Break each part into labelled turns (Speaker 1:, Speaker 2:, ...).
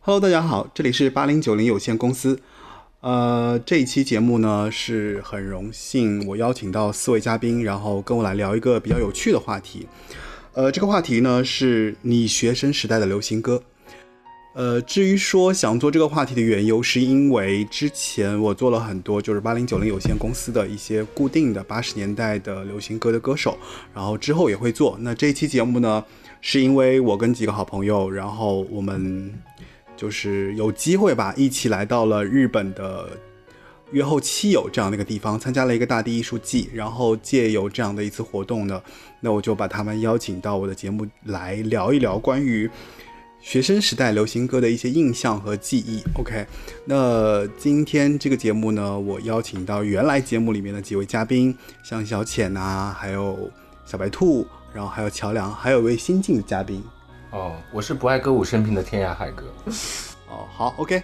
Speaker 1: Hello，大家好，这里是八零九零有限公司。呃，这一期节目呢是很荣幸，我邀请到四位嘉宾，然后跟我来聊一个比较有趣的话题。呃，这个话题呢是你学生时代的流行歌。呃，至于说想做这个话题的缘由，是因为之前我做了很多就是八零九零有限公司的一些固定的八十年代的流行歌的歌手，然后之后也会做。那这一期节目呢，是因为我跟几个好朋友，然后我们就是有机会吧，一起来到了日本的约后七友这样的一个地方，参加了一个大地艺术季，然后借由这样的一次活动呢，那我就把他们邀请到我的节目来聊一聊关于学生时代流行歌的一些印象和记忆。OK，那今天这个节目呢，我邀请到原来节目里面的几位嘉宾，像小浅呐、还有小白兔，然后还有乔梁，还有一位新晋的嘉宾，
Speaker 2: 哦，我是不爱歌舞升平的天涯海 哥。
Speaker 1: 哦，好，OK，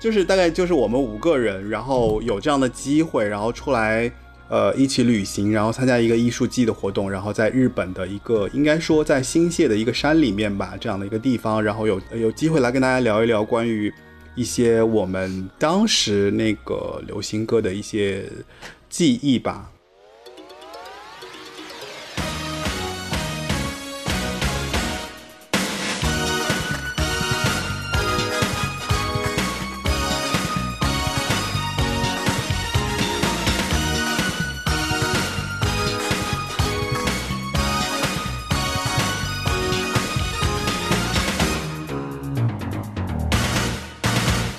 Speaker 1: 就是大概就是我们五个人，然后有这样的机会，然后出来呃一起旅行，然后参加一个艺术季的活动，然后在日本的一个应该说在新泻的一个山里面吧这样的一个地方，然后有有机会来跟大家聊一聊关于一些我们当时那个流行歌的一些记忆吧。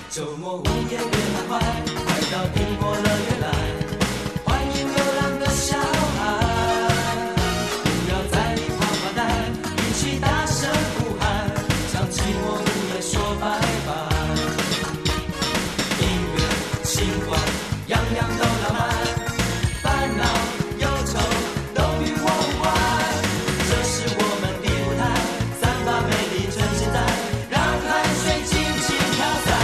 Speaker 3: 周末午夜别太坏，快到苹果乐园来，欢迎流浪的小孩。不要在意跑发呆，一起大声呼喊，向寂寞午夜说拜拜。音乐、星光，样样都浪漫，烦恼、忧愁都与我无关。这是我们的舞台，散发美丽趁现在，让汗水尽情飘散。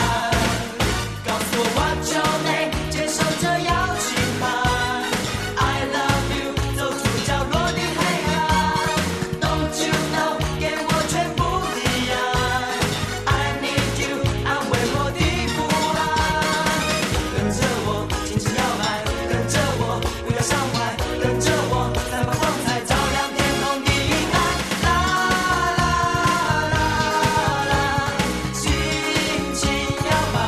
Speaker 3: 告诉我 What's your name，接受这邀请函。I love you，走出角落的黑暗。Don't you know，给我全部的爱。I need you，安慰我的不安。跟着我，尽情摇摆，跟着我，不要伤怀，跟着我，散发光彩，照亮天空的云海。啦啦啦啦，尽情摇摆。啦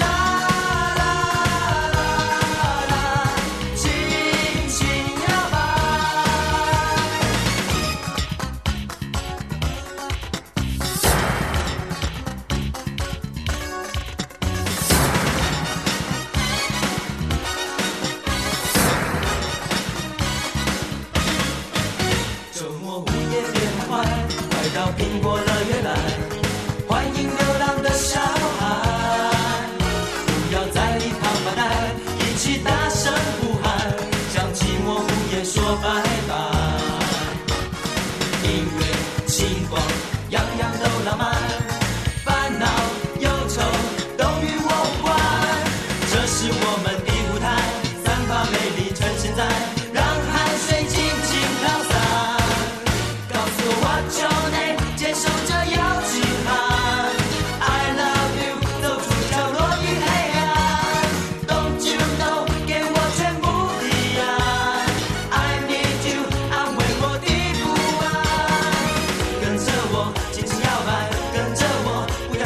Speaker 3: 啦啦啦，尽情摇摆。周末午夜别太坏，快到苹果乐园来，欢迎流浪的小孩。不要在意旁发呆，一起大声呼喊，向寂寞午夜说拜拜。音乐、星光，样样都浪漫，烦恼、忧愁都与我无关。这是我们的舞台，散发美丽趁现在，让汗水尽情飘散。告诉我 What's your name，接受这邀请函。I love you，走出角落的黑暗。Don't you know，给我全部的爱。I need you，安慰我的不安。跟着我，尽情摇摆，跟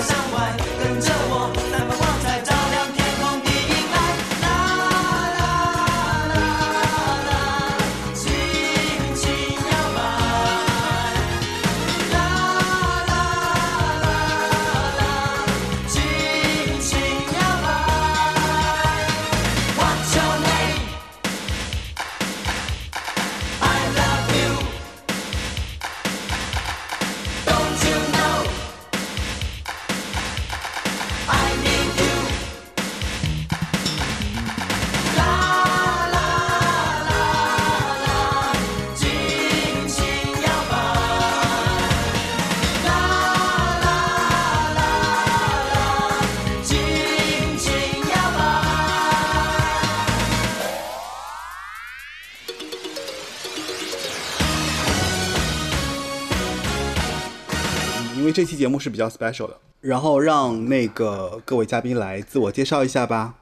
Speaker 1: 这期节目是比较 special 的，然后让那个各位嘉宾来自我介绍一下吧。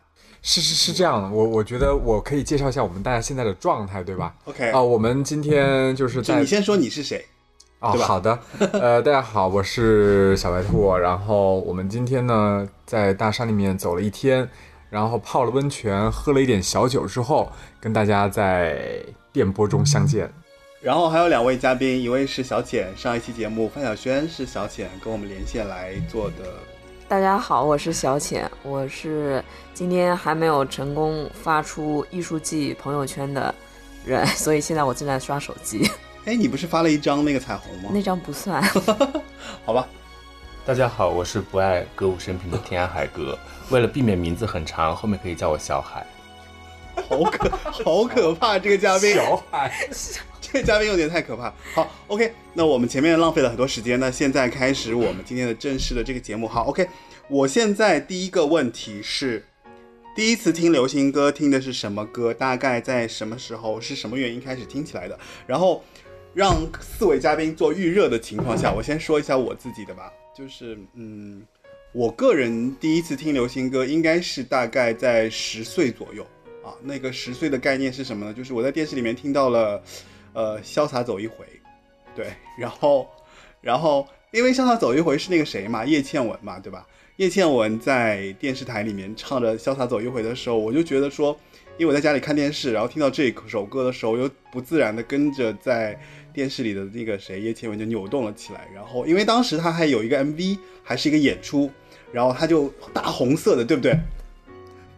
Speaker 4: 是是是这样的，我我觉得我可以介绍一下我们大家现在的状态，对吧？
Speaker 1: OK，
Speaker 4: 啊、我们今天就是
Speaker 1: 就
Speaker 4: 在
Speaker 1: 你先说你是谁？
Speaker 4: 哦，
Speaker 1: 对吧
Speaker 4: 好的，呃，大家好，我是小白兔。然后我们今天呢，在大山里面走了一天，然后泡了温泉，喝了一点小酒之后，跟大家在电波中相见。
Speaker 1: 然后还有两位嘉宾，一位是小浅，上一期节目范晓萱是小浅跟我们连线来做的。
Speaker 5: 大家好，我是小浅，我是今天还没有成功发出艺术季朋友圈的人， 所以现在我正在刷手机，
Speaker 1: 哎，你不是发了一张那个彩虹
Speaker 5: 那
Speaker 1: 吗？
Speaker 5: 张不算。
Speaker 1: 好吧，
Speaker 2: 大家好，我是不爱歌舞升平的天涯海哥。 为了避免名字很长，后面可以叫我小海。
Speaker 1: 好可好可怕，这个嘉宾，
Speaker 4: 海，
Speaker 1: 这个嘉宾有点太可怕。好，OK，那我们前面浪费了很多时间，那现在开始我们今天的正式的这个节目。好，OK，我现在第一个问题是，第一次听流行歌听的是什么歌？大概在什么时候？是什么原因开始听起来的？然后让四位嘉宾做预热的情况下，我先说一下我自己的吧，就是嗯，我个人第一次听流行歌应该是大概在十岁左右。啊，那个十岁的概念是什么呢？就是我在电视里面听到了，呃，潇洒走一回，对，然后，然后因为潇洒走一回是那个谁嘛，叶倩文嘛，对吧？叶倩文在电视台里面唱着《潇洒走一回》的时候，我就觉得说，因为我在家里看电视，然后听到这首歌的时候，我又不自然的跟着在电视里的那个谁叶倩文就扭动了起来。然后，因为当时她还有一个 MV，还是一个演出，然后她就大红色的，对不对？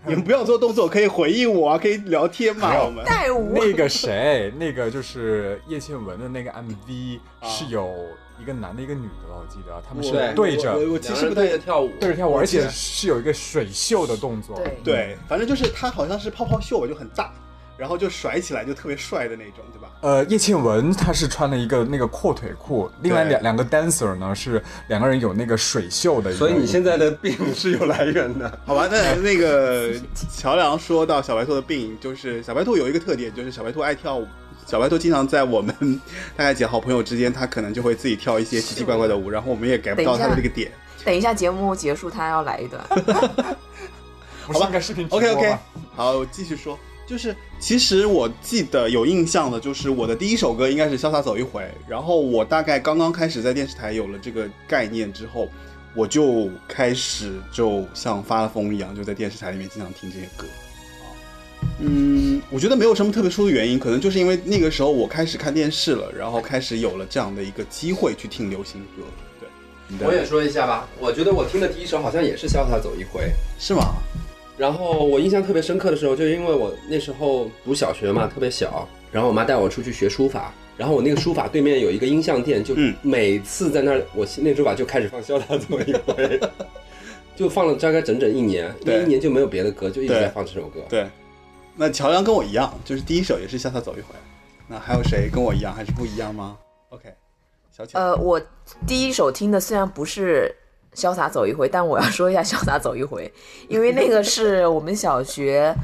Speaker 1: 你们不要做动作，可以回应我啊，可以聊天嘛
Speaker 4: 没，有
Speaker 1: 我 们。
Speaker 5: 带舞
Speaker 4: 那个谁，那个就是叶倩文的那个 MV
Speaker 1: 啊
Speaker 4: 是有一个男的，一个女的吧，我记得他们是
Speaker 1: 对
Speaker 4: 对着
Speaker 1: 我我我其实不太
Speaker 6: 跳舞
Speaker 4: 对着跳舞，而且是有一个水袖的动作。
Speaker 5: 对
Speaker 1: 对，反正就是他好像是泡泡袖吧，就很大，然后就甩起来就特别帅的那种，对吧？
Speaker 4: 呃，叶倩文她是穿了一个那个阔腿裤，另外
Speaker 1: 对
Speaker 4: 两两个 dancer 呢是两个人有那个水袖的一个。
Speaker 6: 所以你现在的病是有来源的。
Speaker 1: 好吧， 那那个乔梁说到小白兔的病，就是小白兔有一个特点，就是小白兔爱跳舞。小白兔经常在我们大概几好朋友之间，他可能就会自己跳一些奇奇怪怪的舞，然后我们也 get 不到他的这个点。
Speaker 5: 等一下节目结束，他要来一段。
Speaker 4: 不是应该视频直播
Speaker 1: OK
Speaker 4: 吗
Speaker 1: OK，好，我继续说， 就是其实我记得有印象的，就是我的第一首歌应该是《潇洒走一回》，然后我大概刚刚开始在电视台有了这个概念之后，我就开始就像发了疯一样，就在电视台里面经常听这些歌。嗯，我觉得没有什么特别说的原因，可能就是因为那个时候我开始看电视了，然后开始有了这样的一个机会去听流行歌，对，你的
Speaker 6: 我也说一下吧，我觉得我听的第一首好像也是《潇洒走一回》，
Speaker 1: 是吗？
Speaker 6: 然后我印象特别深刻的时候，就因为我那时候读小学嘛，特别小，然后我妈带我出去学书法，然后我那个书法对面有一个音像店，就
Speaker 1: 嗯
Speaker 6: 每次在那儿，我那书法就开始放《潇洒走一回》， 就放了大概整整一年，
Speaker 1: 对
Speaker 6: 那一年就没有别的歌，就一直
Speaker 1: 对
Speaker 6: 在放这首歌。
Speaker 1: 对，那乔梁跟我一样，就是第一首也是向他走一回。那还有谁跟我一样还是不一样吗？OK，小浅、
Speaker 5: 呃，我第一首听的虽然不是《潇洒走一回》，但我要说一下《潇洒走一回》，因为那个是我们小学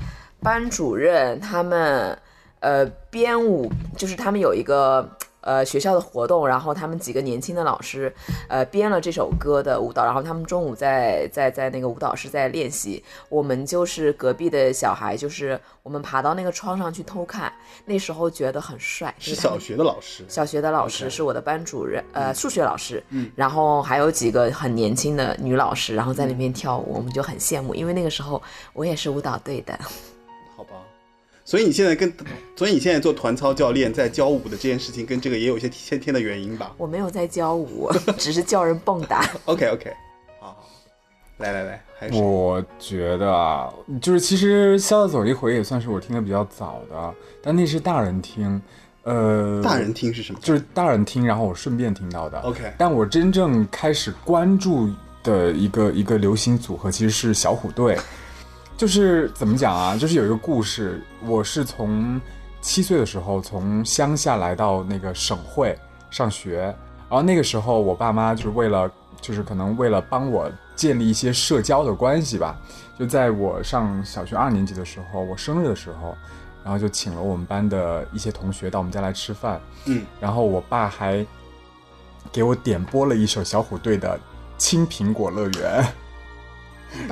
Speaker 5: 班主任他们呃编舞，就是他们有一个。呃，学校的活动，然后他们几个年轻的老师，呃，编了这首歌的舞蹈，然后他们中午在在在那个舞蹈室在练习，我们就是隔壁的小孩，就是我们爬到那个窗上去偷看，那时候觉得很帅，就是他们
Speaker 1: 小学的老师，
Speaker 5: 小学的老师
Speaker 1: OK
Speaker 5: 是我的班主任，呃，数学老师，
Speaker 1: 嗯
Speaker 5: 然后还有几个很年轻的女老师，然后在那边跳舞，我们就很羡
Speaker 1: 嗯
Speaker 5: 慕，因为那个时候我也是舞蹈队的，
Speaker 1: 好吧？所以你现在跟，所以你现在做团操教练，在教舞的这件事情，跟这个也有一些先天的原因吧
Speaker 5: 我没有在教 舞，只是叫人蹦跶。
Speaker 1: ？OK OK，好好，来来来，还有谁？
Speaker 4: 我觉得啊，就是其实《潇洒走一回》也算是我听的比较早的，但那是大人听，呃，
Speaker 1: 大人听是什么？
Speaker 4: 就是大人听，然后我顺便听到的。
Speaker 1: OK
Speaker 4: 但我真正开始关注的一个一个流行组合其实是小虎队，就是怎么讲啊？就是有一个故事，我是从七岁的时候从乡下来到那个省会上学，然后那个时候我爸妈就是为了就是可能为了帮我建立一些社交的关系吧，就在我上小学二年级的时候，我生日的时候。然后就请了我们班的一些同学到我们家来吃饭，
Speaker 1: 嗯，
Speaker 4: 然后我爸还给我点播了一首小虎队的《青苹果乐园》。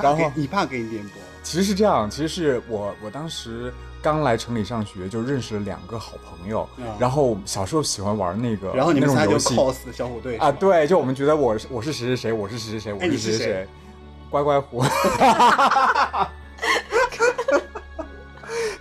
Speaker 4: 然后
Speaker 1: 给你爸给你点播，
Speaker 4: 其实是这样，其实是我我当时刚来城里上学，就认识了两个好朋友，
Speaker 1: 啊
Speaker 4: 然后小时候喜欢玩那个
Speaker 1: 然后你
Speaker 4: 啊那
Speaker 1: 们
Speaker 4: 种
Speaker 1: 仨就
Speaker 4: 游戏
Speaker 1: cos 小虎队
Speaker 4: 啊，
Speaker 1: 是吧，
Speaker 4: 对，就我们觉得我是我是谁谁谁，我是谁谁谁，我
Speaker 1: 哎你
Speaker 4: 谁
Speaker 1: 是
Speaker 4: 谁
Speaker 1: 谁
Speaker 4: 谁，乖乖虎。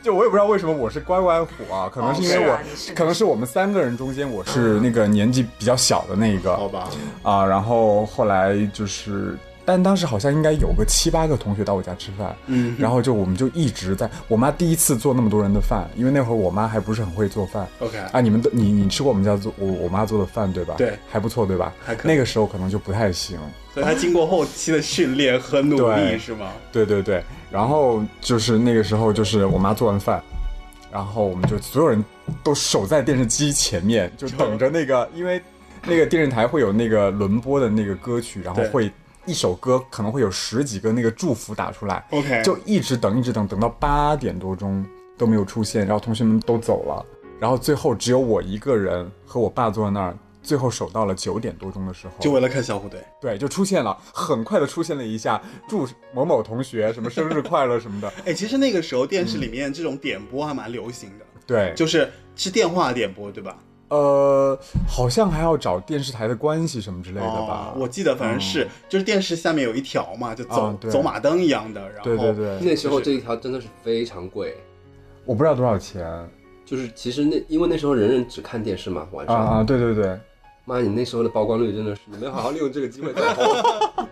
Speaker 4: 就我也不知道为什么我是乖乖虎啊，可能是因为
Speaker 5: 哦是
Speaker 4: 我，
Speaker 5: 啊你是
Speaker 4: 可能是我们三个人中间我是那个年纪比较小的那个，
Speaker 1: 好吧，
Speaker 4: 啊，然后后来就是，但当时好像应该有个七八个同学到我家吃饭，
Speaker 1: 嗯
Speaker 4: 然后就我们就一直在，我妈第一次做那么多人的饭，因为那会儿我妈还不是很会做饭。
Speaker 1: ，OK，
Speaker 4: 啊，你们都你你吃过我们家做我我妈做的饭对吧？
Speaker 1: 对
Speaker 4: 还不错对吧？
Speaker 1: 还可以
Speaker 4: 那个时候可能就不太行，
Speaker 1: 所以他经过后期的训练和努力
Speaker 4: 对
Speaker 1: 是吗？
Speaker 4: 对对对。然后就是那个时候，就是我妈做完饭，然后我们就所有人都守在电视机前面，就等着那个，因为那个电视台会有那个轮播的那个歌曲，然后
Speaker 1: 对
Speaker 4: 会一首歌可能会有十几个那个祝福打出来
Speaker 1: OK
Speaker 4: 就一直等，一直等，等到八点多钟都没有出现，然后同学们都走了，然后最后只有我一个人和我爸坐在那儿。最后守到了九点多钟的时候，
Speaker 1: 就为了看小虎队，
Speaker 4: 对，就出现了，很快的出现了一下，祝某某同学什么生日快乐什么的，
Speaker 1: 哎，其实那个时候电视里面这种点播还蛮流行的，
Speaker 4: 对，
Speaker 1: 就是是电话点播对吧？
Speaker 4: 呃，好像还要找电视台的关系什么之类的吧
Speaker 1: 哦，。
Speaker 4: 嗯
Speaker 1: 我记得反正是就是电视下面有一条嘛，就走
Speaker 4: 啊对
Speaker 1: 走马灯一样的，然后
Speaker 4: 对对对，
Speaker 6: 那时候这一条真的是非常贵，
Speaker 4: 我不知道多少钱啊
Speaker 6: 就是其实那因为那时候人人只看电视嘛，晚上。
Speaker 4: 啊，对对对。
Speaker 6: 妈，你那时候的曝光率真的是，你没有好好利用这个机会 再红。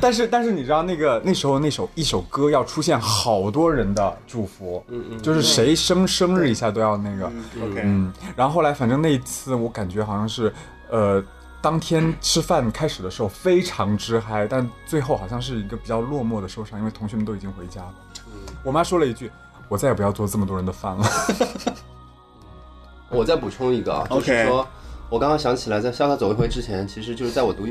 Speaker 4: 但是但是你知道那个那时候那首一首歌要出现好多人的祝福，
Speaker 6: 嗯嗯
Speaker 4: 就是谁生生日一下都要那个，
Speaker 1: 嗯，OK，
Speaker 4: 嗯，然后后来反正那一次我感觉好像是，呃，当天吃饭开始的时候非常之嗨，但最后好像是一个比较落寞的收场，因为同学们都已经回家了。
Speaker 6: 嗯
Speaker 4: 我妈说了一句：“我再也不要做这么多人的饭了。
Speaker 6: 我再补充一个啊，就
Speaker 1: OK
Speaker 6: 是说，我刚刚想起来，在《潇洒走一回》之前，其实就是在我读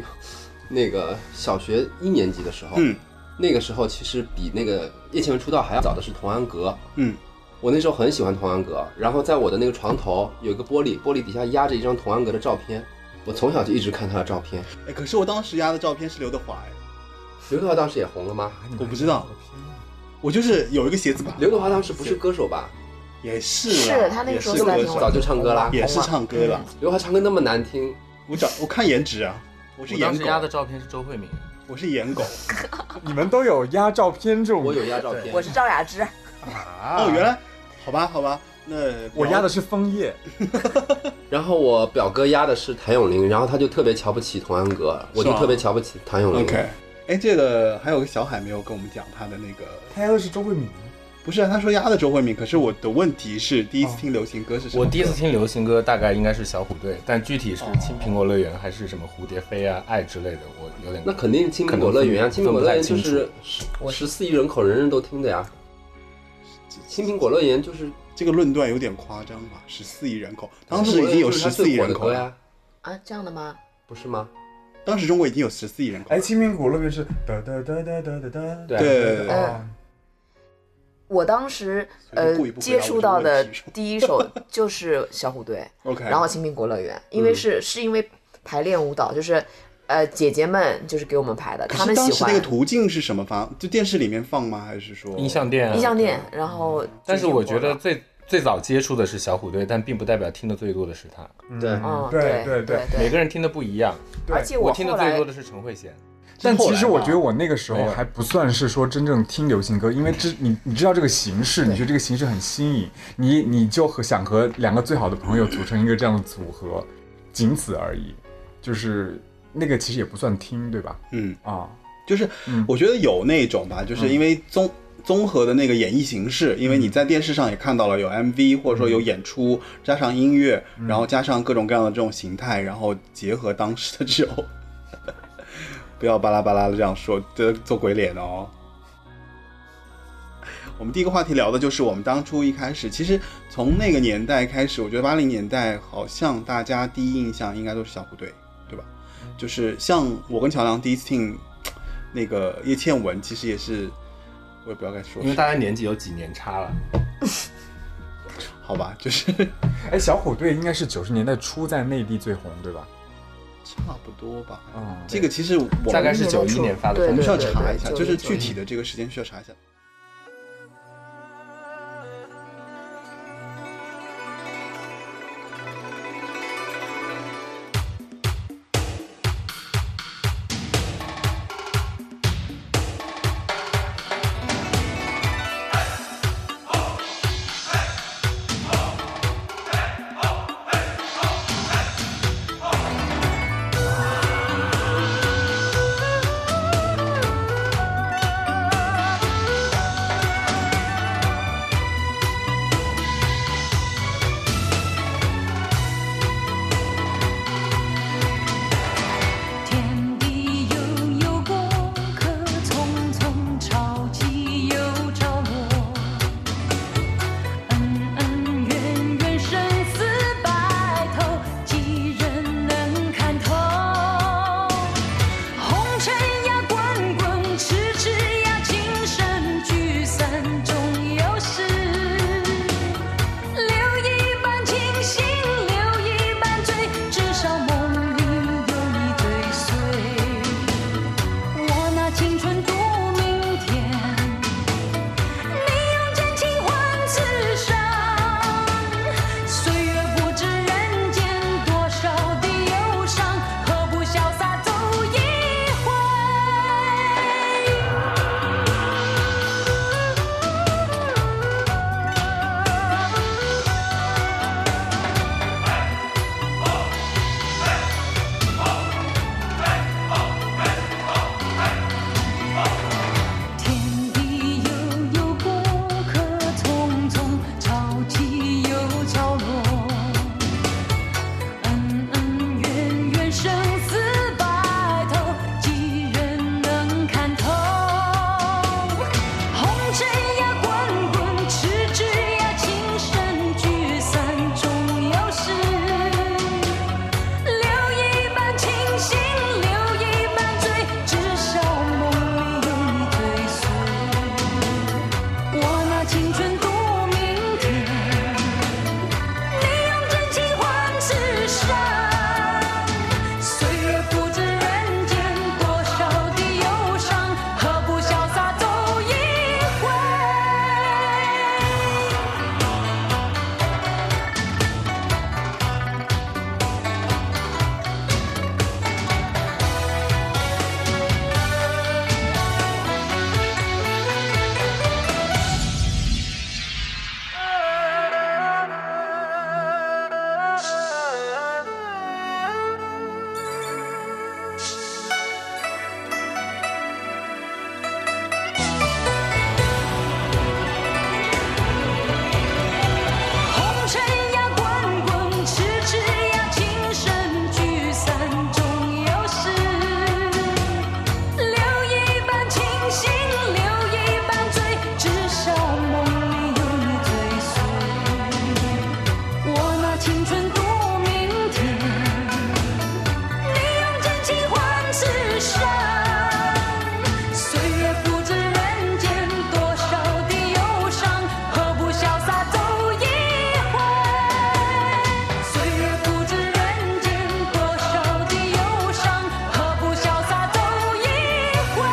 Speaker 6: 那个小学一年级的时候，
Speaker 1: 嗯，
Speaker 6: 那个时候其实比那个叶倩文出道还要早的是童安格，
Speaker 1: 嗯，
Speaker 6: 我那时候很喜欢童安格，然后在我的那个床头有一个玻璃，玻璃底下压着一张童安格的照片，我从小就一直看他的照片。
Speaker 1: 哎，可是我当时压的照片是刘德华，哎，
Speaker 6: 刘德华当时也红了吗？
Speaker 1: 我不知道，我就是有一个鞋子吧，
Speaker 6: 刘德华当时不是歌手吧？
Speaker 1: 也是啦，
Speaker 5: 是他那个时候嗯四
Speaker 1: 也是
Speaker 5: 大
Speaker 1: 歌
Speaker 5: 天
Speaker 1: 手
Speaker 5: 王
Speaker 6: 早就唱歌啦
Speaker 1: 也是唱歌了，
Speaker 6: 刘德华唱歌那么难听，
Speaker 1: 我找我看颜值啊，我是
Speaker 2: 我当
Speaker 1: 颜
Speaker 2: 时压
Speaker 1: 狗
Speaker 2: 的，照片是周慧敏，
Speaker 1: 我是颜狗。”
Speaker 4: 你们都有压照片这种，
Speaker 6: 我有压照片
Speaker 5: 我。是赵雅芝，
Speaker 1: 哦，原来，好吧，好吧，那
Speaker 4: 啊我压的是枫叶，
Speaker 6: 然后我表哥压的是谭咏麟，然后他就特别瞧不起童安格，我
Speaker 1: 是
Speaker 6: 就
Speaker 1: 吗
Speaker 6: 特别瞧不起谭咏麟。
Speaker 1: OK。哎，这个还有个小海没有跟我们讲他的那个，
Speaker 4: 他压的是周慧敏。
Speaker 1: 不是啊他说压的周慧敏，可是我的问题是第
Speaker 4: 哦
Speaker 1: 一次听流行歌是什么
Speaker 2: 我
Speaker 1: 歌？
Speaker 2: 第一次听流行歌大概应该是小虎队，但具体
Speaker 6: 哦
Speaker 2: 是《青苹果乐园》还是什么《蝴蝶飞》啊、《爱》之类的，我有点
Speaker 6: 那肯定《青苹果乐园》啊，《
Speaker 2: 可
Speaker 6: 青
Speaker 2: 能分
Speaker 6: 苹
Speaker 2: 不
Speaker 6: 果乐
Speaker 2: 太
Speaker 6: 园》就
Speaker 2: 清楚
Speaker 6: 是十十四亿人口，人人都听的呀。《青苹果乐园》就是
Speaker 1: 这个论断有点夸张吧？十四亿人口，当时已经有十四亿人口了，
Speaker 6: 呀，
Speaker 5: 啊，这样的吗？
Speaker 6: 不是吗？
Speaker 1: 当时中国已经有十四亿人口
Speaker 4: 哎，
Speaker 1: 了。
Speaker 4: 青苹果乐园是哒哒哒哒哒哒哒。
Speaker 6: 对
Speaker 1: 对
Speaker 4: 啊
Speaker 5: 我当时
Speaker 1: 所以
Speaker 5: 呃
Speaker 1: 就故意不回答
Speaker 5: 接
Speaker 1: 我
Speaker 5: 触
Speaker 1: 这个
Speaker 5: 到
Speaker 1: 问
Speaker 5: 的
Speaker 1: 题是吧
Speaker 5: 第一首就是小虎队，
Speaker 1: ，OK，嗯
Speaker 5: 然后《青苹果乐园》，因为是、是因为排练舞蹈，就是呃姐姐们就是给我们排的，
Speaker 1: 可
Speaker 5: 她
Speaker 1: 是
Speaker 5: 们
Speaker 1: 当
Speaker 5: 喜
Speaker 1: 时那个
Speaker 5: 欢
Speaker 1: 途径是什么放？就电视里面放吗？还是说
Speaker 2: 印象
Speaker 6: 嗯
Speaker 2: 店啊、
Speaker 5: 音像店，然后
Speaker 2: 但是我觉
Speaker 5: 就是
Speaker 2: 得最最早接触的是小虎队，但并不代表听的最多的是他，
Speaker 6: 对
Speaker 5: 嗯
Speaker 4: 对
Speaker 5: 对
Speaker 4: 对
Speaker 5: 对，
Speaker 2: 每个人听的不一样。
Speaker 4: 对
Speaker 5: 而且
Speaker 2: 我听
Speaker 5: 后
Speaker 2: 的最
Speaker 5: 来
Speaker 2: 多的是陈慧娴，
Speaker 4: 但其实
Speaker 1: 后来
Speaker 4: 我
Speaker 1: 吧
Speaker 4: 觉得我那个时
Speaker 2: 没
Speaker 4: 候
Speaker 2: 有
Speaker 4: 还不算是说真正听流行歌，因为这你你知道这个形式，你觉得这个形式很新颖，你你就和想和两个最好的朋友组成一个这样的组合，仅此而已。就是那个其实也不算听，对吧？
Speaker 1: 嗯，
Speaker 4: 啊，
Speaker 1: 就是
Speaker 4: 嗯
Speaker 1: 我觉得有那种吧，就是因为综综合的那个演绎形式，因为你在电视上也看到了有 MV 或者说有演出，加上音乐，然后加上各种各样的这种形态，然后结合当时的这种，不要巴拉巴拉的这样说，这做鬼脸哦。我们第一个话题聊的就是我们当初一开始，其实从那个年代开始，我觉得八零年代好像大家第一印象应该都是小虎队，对吧？就是像我跟乔梁第一次听那个叶倩文，其实也是，我也不知道该说
Speaker 2: 因为
Speaker 1: 什
Speaker 2: 大
Speaker 1: 么，
Speaker 2: 家年纪有几年差了。
Speaker 1: 好吧，就是
Speaker 4: 哎，小虎队应该是九十年代初在内地最红，对吧？
Speaker 1: 差不多吧。
Speaker 7: 嗯，
Speaker 1: 这个其实我们
Speaker 4: 大概是九一
Speaker 8: 出
Speaker 4: 年发的
Speaker 8: 对
Speaker 1: 我
Speaker 4: 风
Speaker 1: 们
Speaker 4: 筝，
Speaker 1: 需要查一下，
Speaker 8: 对对对
Speaker 1: 就是
Speaker 8: 九一
Speaker 1: 具体的这个时间需要查一下。
Speaker 9: 天地悠悠，过客匆匆，潮起又潮落。恩恩怨怨，生死白头，几人能看透？红尘呀，滚滚；痴痴呀，情深。聚散终有时。留一半清醒，留一半醉，至少梦里有你追随。我拿青春赌明天，你用真情换此生。岁月不知人间多少的忧伤，何不潇洒走一回？天地悠悠，过客匆匆，潮起又潮落。恩恩怨怨，生死白头，几人能看透？红尘呀，滚滚；痴痴呀，情深。聚散终有时。留一半清醒，留一半醉，至少梦里有你追随。我拿青春赌明天，你用真情换此生。岁月不知人间多少的忧伤，何不潇洒走一回？红尘呀，滚滚；痴痴呀，情深。聚散终有时。留一半清醒，留一半醉，至少梦里有你追随。我拿青春赌明天，你用真情换此生。岁月不知人间多少的忧伤，何不潇洒走一回？岁月不知人间多少的忧伤，何不潇洒走一回？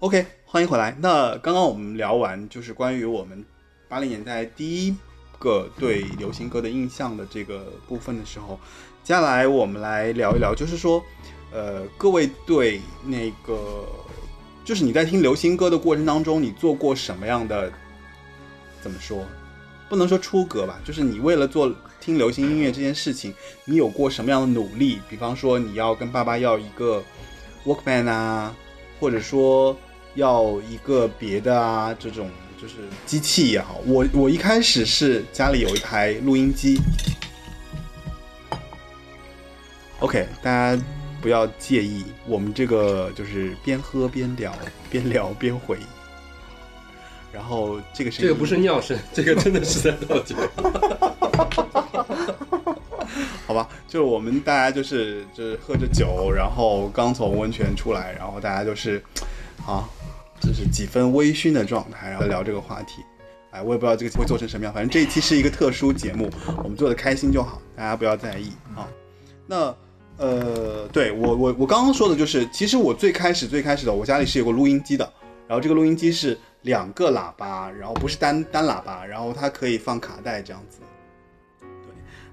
Speaker 1: OK，欢迎回来。那刚刚我们聊完就是关于我们八零年代第一个对流行歌的印象的这个部分的时候，接下来我们来聊一聊，就是说，呃，各位对那个，就是你在听流行歌的过程当中，你做过什么样的，怎么说？不能说出格吧，就是你为了做听流行音乐这件事情，你有过什么样的努力？比方说，你要跟爸爸要一个 Walkman 啊，或者说要一个别的啊，这种就是机器也好，我我一开始是家里有一台录音机。OK，大家不要介意，我们这个就是边喝边聊，边聊边回忆。然后这个声
Speaker 6: 这
Speaker 1: 音
Speaker 6: 个不是尿声，这个真的是在倒酒。
Speaker 1: 好吧，就是我们大家就是就是喝着酒，然后刚从温泉出来，然后大家就是啊，就是几分微醺的状态，然后聊这个话题。哎，我也不知道这个会做成什么样，反正这一期是一个特殊节目，我们做的开心就好，大家不要在意啊。那呃，对我我我刚刚说的就是，其实我最开始最开始的，我家里是有个录音机的，然后这个录音机是两个喇叭，然后不是单单喇叭，然后它可以放卡带这样子。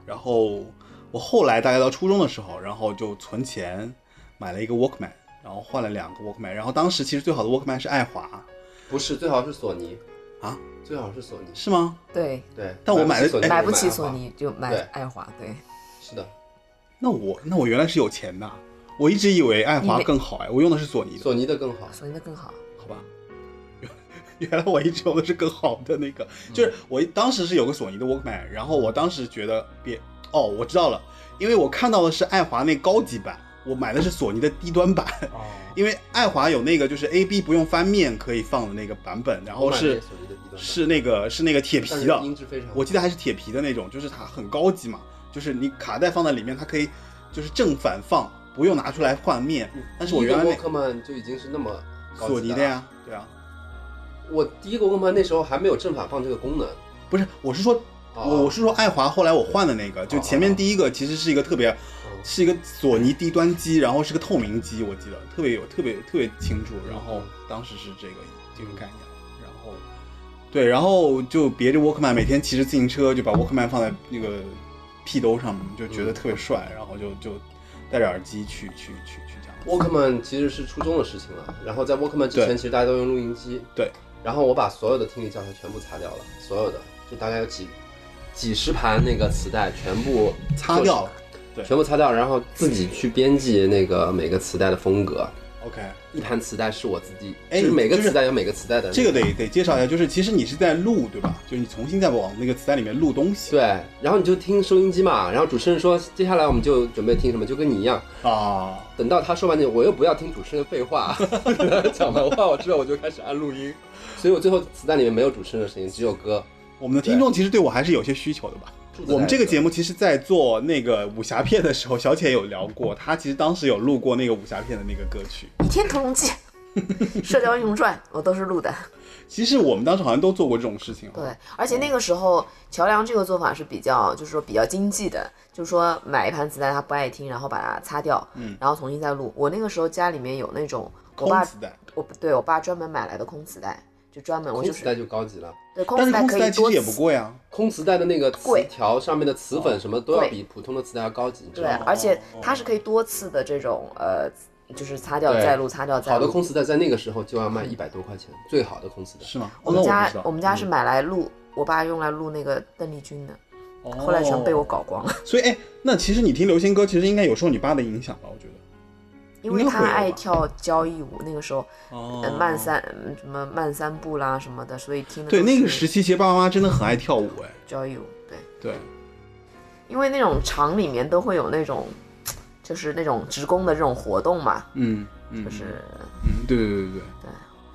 Speaker 1: 然后我后来大概到初中的时候，然后就存钱买了一个 Walkman，然后换了两个 Walkman，然后当时其实最好的 Walkman 是爱华，
Speaker 6: 不是，最好是索尼
Speaker 1: 啊，
Speaker 6: 最好是索尼。
Speaker 1: 是吗？
Speaker 5: 对，
Speaker 6: 对，
Speaker 1: 但我买的
Speaker 6: 不起索尼
Speaker 1: 哎
Speaker 5: 买
Speaker 6: 就
Speaker 5: 不起
Speaker 6: 爱华
Speaker 5: 索尼就买
Speaker 6: 对
Speaker 5: 爱华，对，
Speaker 6: 是的，
Speaker 1: 那我那我原来是有钱的，我一直以为爱华更好哎，我用的是索尼的，
Speaker 6: 索尼的更好。
Speaker 5: 索尼的更好。
Speaker 1: 好吧？原来我一直用的是更好的那个，
Speaker 6: 嗯
Speaker 1: 就是我当时是有个索尼的 Walkman，然后我当时觉得别哦，我知道了，因为我看到的是爱华那高级版，我买的是索尼的低端版。
Speaker 6: 哦
Speaker 1: 因为爱华有那个就是 A B 不用翻面可以放的那个版本，然后
Speaker 6: 我买的也
Speaker 1: 是
Speaker 6: 索尼的低端版
Speaker 1: 是那个是那个铁
Speaker 6: 但
Speaker 1: 皮
Speaker 6: 是
Speaker 1: 的，
Speaker 6: 音质非常好。
Speaker 1: 我记得还是铁皮的那种，就是它很高级嘛，就是你卡带放在里面，它可以就是正反放，不用拿出来换面。
Speaker 6: 嗯
Speaker 1: 但是我原来
Speaker 6: 沃
Speaker 1: 那
Speaker 6: 克曼就已经是那么高级
Speaker 1: 索尼的
Speaker 6: 的了。
Speaker 1: 呀，对啊，
Speaker 6: 我第一个沃克曼那时候还没有正反放这个功能。
Speaker 1: 不是，我是说。
Speaker 6: 哦
Speaker 1: 我我是说，爱华后来我换的那个，就前面第一个其实是一个特别，
Speaker 6: 哦
Speaker 1: 是一个索尼低端机，然后是个透明机，我记得
Speaker 6: 嗯
Speaker 1: 特别有特别特别清楚。
Speaker 4: 嗯
Speaker 1: 然后当时是这个这个概念，然后对，然后就别着 Walkman，每天骑着自行车就把 Walkman 放在那个屁兜上面，就觉得
Speaker 6: 嗯
Speaker 1: 特别帅，然后就就戴着耳机去去去去这样。
Speaker 6: 沃克曼其实是初中的事情了，然后在沃克曼之前，
Speaker 1: 对
Speaker 6: 其实大家都用录音机。
Speaker 1: 对，
Speaker 6: 然后我把所有的听力教材全部擦掉了，所有的就大概有几几十盘那个磁带全部
Speaker 1: 擦掉了对
Speaker 6: 全部擦掉，然后自己去编辑那个每个磁带的风格。
Speaker 1: ，OK，
Speaker 6: 一盘磁带是我自己，
Speaker 1: 哎
Speaker 6: 就是每个
Speaker 1: 就是
Speaker 6: 磁带有每个磁带的那
Speaker 1: 这个得得介绍一下，就是其实你是在录对吧？就是你重新再往那个磁带里面录东西。
Speaker 6: 对，然后你就听收音机嘛，然后主持人说接下来我们就准备听什么，就跟你一样。
Speaker 1: 啊，
Speaker 6: 等到他说完那，我又不要听主持人废话， 讲完话我之后我就开始按录音，所以我最后磁带里面没有主持人的声音，只有歌。
Speaker 1: 我们的听众其实对我还是有些需求的吧。
Speaker 6: 住在
Speaker 1: 我们这个节目其实，在做那个武侠片的时候，小姐有聊过，她其实当时有录过那个武侠片的那个歌曲。
Speaker 5: 《倚天屠龙 记》《射雕英雄传》，我都是录的。
Speaker 1: 其实我们当时好像都做过这种事情、哦。
Speaker 5: 对，而且那个时候桥梁这个做法是比较，就是说比较经济的，就是说买一盘磁带他不爱听，然后把它擦掉，
Speaker 1: 嗯
Speaker 5: 然后重新再录。我那个时候家里面有那种，我
Speaker 1: 空
Speaker 5: 爸
Speaker 1: 磁带，
Speaker 5: 我对我爸专门买来的空磁带，就专门我
Speaker 6: 空
Speaker 5: 就
Speaker 6: 磁带
Speaker 5: 是
Speaker 6: 就高级了，
Speaker 5: 对空
Speaker 1: 但
Speaker 5: 磁
Speaker 1: 是
Speaker 5: 带
Speaker 1: 空
Speaker 5: 可
Speaker 1: 磁
Speaker 5: 以
Speaker 1: 带其
Speaker 5: 多
Speaker 1: 实也不
Speaker 5: 磁
Speaker 1: 贵啊。
Speaker 6: 空磁带的那个磁
Speaker 5: 贵
Speaker 6: 条上面的磁粉什么都要
Speaker 5: 贵
Speaker 6: 比普通的磁带要高级，你知
Speaker 5: 对
Speaker 6: 道，哦吗？
Speaker 5: 而且它是可以多次的这种呃，就是擦掉
Speaker 6: 对
Speaker 5: 再录，擦掉再
Speaker 6: 好的
Speaker 5: 录
Speaker 6: 空。磁带在那个时候就要卖一百多块钱，最好的空磁带。
Speaker 1: 是吗？
Speaker 5: 我
Speaker 1: 哦那
Speaker 5: 们
Speaker 1: 我
Speaker 5: 家
Speaker 1: 不知道
Speaker 5: 我们家是买来录，我爸用来录那个邓丽君的，后来全被我。搞光了，
Speaker 1: 哦所以哎，那其实你听流行歌，其实应该有受你爸的影响吧？我觉得。
Speaker 5: 因为
Speaker 1: 应该
Speaker 5: 他
Speaker 1: 会有
Speaker 5: 爱
Speaker 1: 吧
Speaker 5: 跳交谊舞，那个时候。呃
Speaker 1: 哦
Speaker 5: 慢。三嗯什么慢三步啦什么的，所以听的
Speaker 1: 对，
Speaker 5: 都
Speaker 1: 那个
Speaker 5: 是
Speaker 1: 时期其实爸爸妈妈真的很爱跳舞，哎，
Speaker 5: 交谊舞，对，
Speaker 1: 对，
Speaker 5: 因为那种厂里面都会有那种，就是那种职工的这种活动嘛，
Speaker 1: 嗯嗯，
Speaker 5: 就是
Speaker 1: 嗯，对对对对对。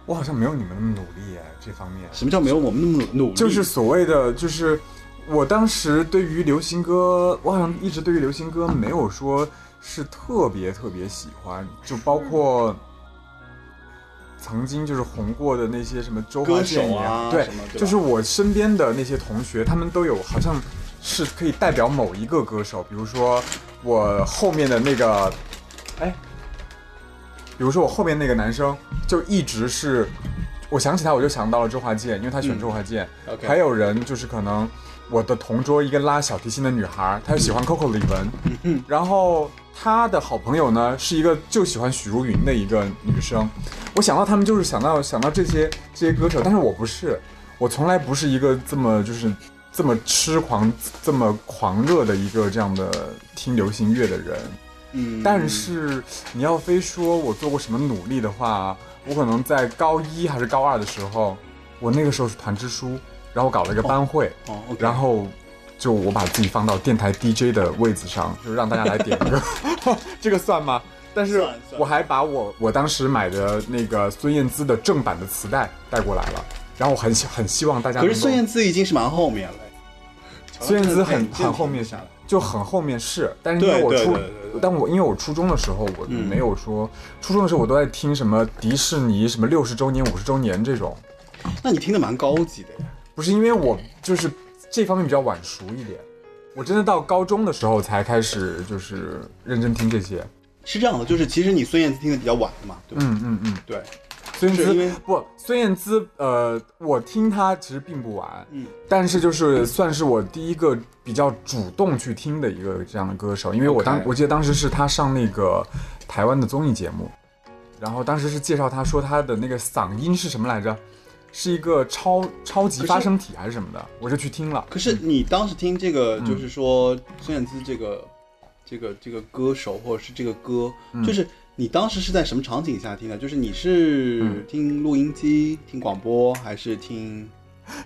Speaker 4: 我好像没有你们那么努力哎，这方面
Speaker 1: 什么叫没有我们那么努努力？
Speaker 4: 就是所谓的就是我当时对于流行歌，我好像一直对于流行歌没有说是特别特别喜欢，就包括。曾经就是红过的那些什么周华健
Speaker 1: 歌手
Speaker 4: 也好、
Speaker 1: 啊
Speaker 4: 对
Speaker 1: 什么，对吧
Speaker 4: 就是我身边的那些同学，他们都有好像是可以代表某一个歌手，比如说我后面的那个，哎，比如说我后面那个男生，就一直是，我想起他我就想到了周华健，因为他选周华健。
Speaker 1: OK
Speaker 4: 还有人就是可能我的同桌一个拉小提琴的女孩，她就喜欢 Coco 李玟，然后她的好朋友呢是一个就喜欢许茹芸的一个女生。我想到他们就是想到想到这些这些歌手，但是我不是，我从来不是一个这么就是。这么痴狂、这么狂热的一个这样的听流行乐的人，
Speaker 1: 嗯，
Speaker 4: 但是你要非说我做过什么努力的话，我可能在高一还是高二的时候，我那个时候是团支书，然后搞了一个班会，
Speaker 1: 哦，OK，
Speaker 4: 然后就我把自己放到电台 DJ 的位子上，就让大家来点歌， 这个算吗？但是
Speaker 1: 算算
Speaker 4: 我还把我我当时买的那个孙燕姿的正版的磁带带过来了，然后我很希很希望大家
Speaker 1: 可
Speaker 4: 能
Speaker 1: 是
Speaker 4: 够。
Speaker 1: 孙燕姿已经是蛮后面了，
Speaker 4: 孙燕姿很
Speaker 1: 哎
Speaker 4: 很后面
Speaker 1: 下来。
Speaker 4: 就很后面是，但是因
Speaker 1: 对
Speaker 4: 为我
Speaker 1: 对
Speaker 4: 初
Speaker 1: 对对对，
Speaker 4: 但我因为我初中的时候，我没有说、初中的时候我都在听什么迪士尼什么六十周年、五十周年这种，
Speaker 1: 那你听的蛮高级的呀。
Speaker 4: 不是因为我就是这方面比较晚熟一点，我真的到高中的时候才开始就是认真听这些。
Speaker 1: 是这样的，就是其实你孙燕姿听的比较晚的嘛，对吧？
Speaker 4: 嗯嗯嗯，
Speaker 1: 对，
Speaker 4: 孙燕
Speaker 1: 是因为
Speaker 4: 姿不，孙燕姿呃，我听她其实并不晚，
Speaker 1: 嗯
Speaker 4: 但是就是算是我第一个比较主动去听的一个这样的歌手，因为我当
Speaker 1: OK
Speaker 4: 我记得当时是她上那个台湾的综艺节目，然后当时是介绍她说她的那个嗓音是什么来着，是一个超超级
Speaker 1: 可是
Speaker 4: 发声体还是什么的，我就去听了。嗯
Speaker 1: 可是你当时听这个，就是说孙燕姿这个、这个、这个歌手，或者是这个歌，
Speaker 4: 嗯
Speaker 1: 就是你当时是在什么场景下听的？就是你
Speaker 4: 嗯
Speaker 1: 是听录音机、听广播，还是听？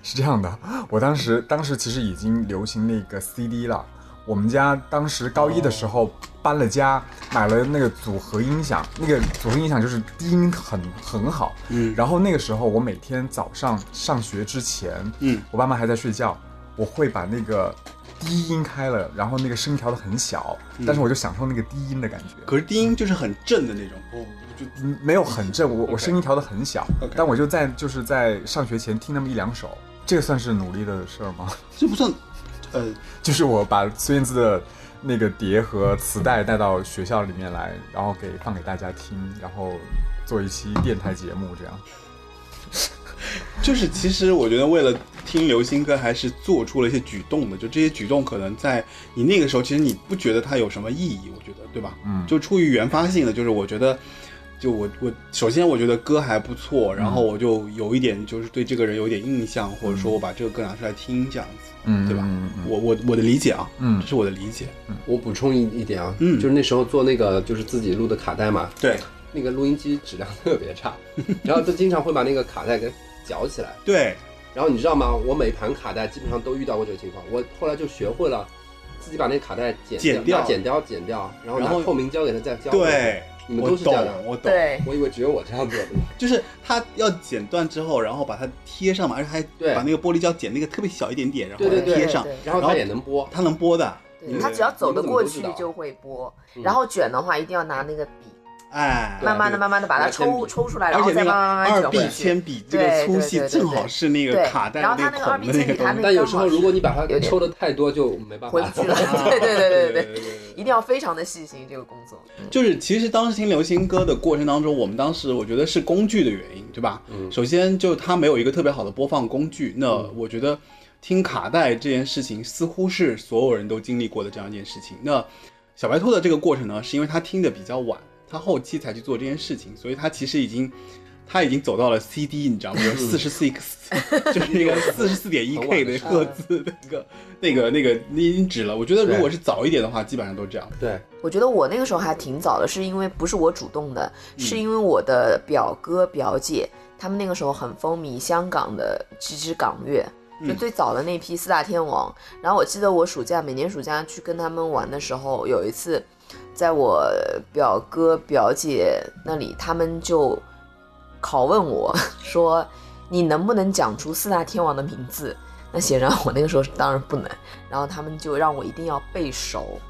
Speaker 4: 是这样的，我当时当时其实已经流行那个 CD 了。我们家当时高一的时候搬了家，买了那个组合音响，那个组合音响就是低音很很好。
Speaker 1: 嗯
Speaker 4: 然后那个时候我每天早上上学之前，
Speaker 1: 嗯，
Speaker 4: 我爸妈还在睡觉，我会把那个低音开了，然后那个声调的很小，但是我就享受那个低音的感觉。
Speaker 1: 可是低音就是很正的那种，就
Speaker 4: 嗯，没有很正，我我声音调的很小
Speaker 1: OK
Speaker 4: 但我就在就是在上学前听那么一两首，这个算是努力的事儿吗？
Speaker 1: 这不算，呃，
Speaker 4: 就是我把孙燕姿的那个碟和磁带带到学校里面来，然后给放给大家听，然后做一期电台节目，这样。
Speaker 1: 就是其实我觉得为了听流行歌，还是做出了一些举动的。就这些举动，可能在你那个时候，其实你不觉得它有什么意义，我觉得，对吧？
Speaker 4: 嗯
Speaker 1: 就出于原发性的，就是我觉得，就我我首先我觉得歌还不错，然后
Speaker 4: 嗯
Speaker 1: 我就有一点就是对这个人有点印象，或者说我把这个歌拿出来听这样子，
Speaker 4: 嗯
Speaker 1: 对吧
Speaker 4: 嗯嗯？
Speaker 1: 我我我的理解啊，
Speaker 4: 嗯
Speaker 1: 这是我的理解，
Speaker 6: 我补充一一点啊，
Speaker 1: 嗯
Speaker 6: 就是那时候做那个就是自己录的卡带嘛，
Speaker 1: 对
Speaker 6: 那个录音机质量特别差， 然后就经常会把那个卡带给绞起来。
Speaker 1: 对，
Speaker 6: 然后你知道吗？我每盘卡带基本上都遇到过这个情况。我后来就学会了自己把那个卡带剪
Speaker 1: 剪掉
Speaker 6: 掉、拿剪掉、剪掉，然后
Speaker 1: 然
Speaker 6: 拿
Speaker 1: 后
Speaker 6: 透明胶给它再胶。
Speaker 1: 对，
Speaker 6: 你们
Speaker 1: 我
Speaker 6: 都是这
Speaker 1: 懂
Speaker 6: 样的，
Speaker 1: 我懂，
Speaker 5: 对，
Speaker 6: 我以为只有我这样做的。
Speaker 1: 就是它要剪断之后，然后把它贴上嘛，而且还
Speaker 6: 对
Speaker 1: 把那个玻璃胶剪那个特别小一点点，然后
Speaker 6: 对对对
Speaker 1: 贴上
Speaker 5: 对对，
Speaker 6: 然后它也能播，
Speaker 1: 它能播的，
Speaker 5: 对
Speaker 1: 你们
Speaker 5: 他只要走得过
Speaker 6: 你
Speaker 5: 去
Speaker 6: 们怎么都知道
Speaker 5: 就会播，然后卷的话一定要拿那个笔，
Speaker 1: 哎，
Speaker 5: 慢慢的、慢慢的把它
Speaker 6: 拿铅
Speaker 5: 抽
Speaker 6: 笔
Speaker 5: 抽出来，然
Speaker 1: 而
Speaker 5: 后
Speaker 1: 且
Speaker 5: 再
Speaker 1: 那个
Speaker 5: 慢慢慢慢卷
Speaker 1: 二 B
Speaker 5: 回去。
Speaker 1: 铅笔这个粗细
Speaker 5: 对对对对
Speaker 1: 正好是那个
Speaker 5: 对
Speaker 1: 卡带
Speaker 5: 然后
Speaker 1: 那
Speaker 5: 它那个二
Speaker 1: 孔
Speaker 5: 逼
Speaker 1: 的那
Speaker 5: 铅
Speaker 1: 个
Speaker 5: 笔，它那个
Speaker 1: 东西。
Speaker 6: 但有时候如果你把
Speaker 5: 有
Speaker 6: 它
Speaker 5: 点
Speaker 6: 抽的太多，就没办法
Speaker 5: 回
Speaker 6: 了
Speaker 5: 不 去了。对对对对对
Speaker 1: 对对
Speaker 5: 一定要非常的细心这个工作。嗯
Speaker 1: 就是其实当时听流行歌的过程当中，我们当时我觉得是工具的原因，对吧？
Speaker 6: 嗯
Speaker 1: 首先就它没有一个特别好的播放工具，那我觉得听卡带这件事情似乎是所有人都经历过的这样一件事情。那小白兔的这个过程呢，是因为他听的比较晚，他后期才去做这件事情，所以他其实已经。他已经走到了 CD，你知道 吗？四十 six，就是那个四十四点一 K 的赫兹，那个、那个、那个音质了。我觉得如果是早一点的话，基本上都这样。
Speaker 6: 对，
Speaker 5: 我觉得我那个时候还挺早的，是因为不是我主动的，是因为我的表哥表姐他们那个时候很风靡香港的这支港乐，就最早的那批四大天王。然后我记得我暑假每年暑假去跟他们玩的时候，有一次在我表哥表姐那里，他们就拷问我说：“你能不能讲出四大天王的名字？”那显然我那个时候当然不能，然后他们就让我一定要背熟，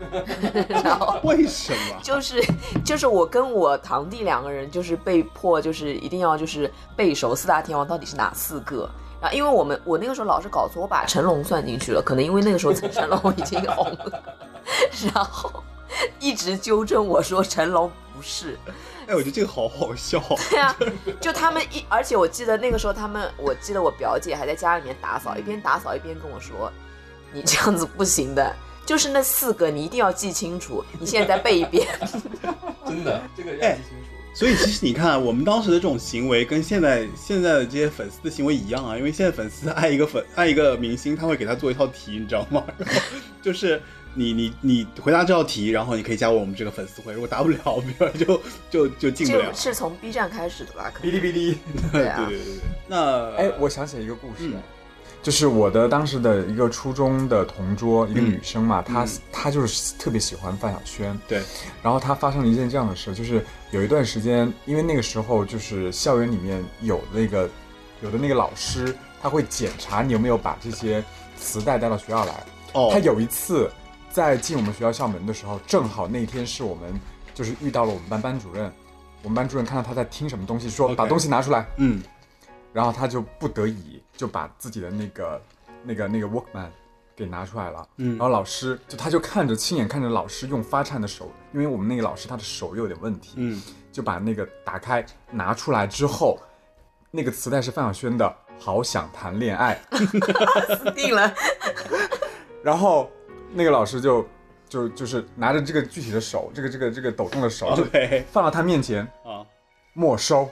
Speaker 5: 然后
Speaker 1: 为什么？
Speaker 5: 就是就是我跟我堂弟两个人，就是被迫就是一定要就是背熟四大天王到底是哪四个。然后因为我们我那个时候老是搞错，我把成龙算进去了，可能因为那个时候成成 龙已经红了，然后一直纠正我说成龙不是。
Speaker 1: 哎，我觉得这个好好 笑啊。
Speaker 5: 对啊，就他们一，而且我记得那个时候他们，我记得我表姐还在家里面打扫，一边打扫一边跟我说：“你这样子不行的， 就是那四个你一定要记清楚，你现在再背一 遍。”
Speaker 6: 真的这个
Speaker 1: 哎所以其实你看，啊我们当时的这种行为跟现在现在的这些粉丝的行为一样啊，因为现在粉丝爱一个粉爱一个明星，他会给他做一套题，你知道吗？ 然后就是你你你回答这道题，然后你可以加我们这个粉丝会，如果答不了， 比如就就就进不
Speaker 5: 这
Speaker 1: 了
Speaker 5: 个。是从 B 站开始的吧？可
Speaker 4: 哔
Speaker 5: 能
Speaker 4: 哩哔哩。
Speaker 5: 对
Speaker 1: 对
Speaker 5: 啊
Speaker 1: 对，对对。那
Speaker 4: 哎，我想起一个故事，
Speaker 1: 嗯
Speaker 4: 就是我的当时的一个初中的同桌，一个
Speaker 1: 嗯
Speaker 4: 女生嘛，她
Speaker 1: 嗯
Speaker 4: 她就是特别喜欢范晓萱，
Speaker 1: 对，
Speaker 4: 然后她发生了一件这样的事，就是有一段时间，因为那个时候就是校园里面有那个有的那个老师他会检查你有没有把这些磁带带到学校来。
Speaker 1: 哦
Speaker 4: 他有一次在进我们学校校门的时候，正好那天是我们就是遇到了我们班班主任，我们班主任看到他在听什么东西，说
Speaker 1: OK
Speaker 4: 把东西拿出来，
Speaker 1: 嗯，
Speaker 4: 然后他就不得已就把自己的那个那个那个 Walkman 给拿出来了，嗯，然后老师就他就看着亲眼看着老师用发颤的手，因为我们那个老师他的手有点问题，
Speaker 1: 嗯，
Speaker 4: 就把那个打开拿出来之后，那个磁带是范晓萱的《好想谈恋 爱》，
Speaker 5: 定了，
Speaker 4: 然后那个老师就就就是拿着这个具体的手，这个这个这个抖动的手，就
Speaker 1: OK
Speaker 4: 放到他面前
Speaker 1: 啊，
Speaker 4: 没收。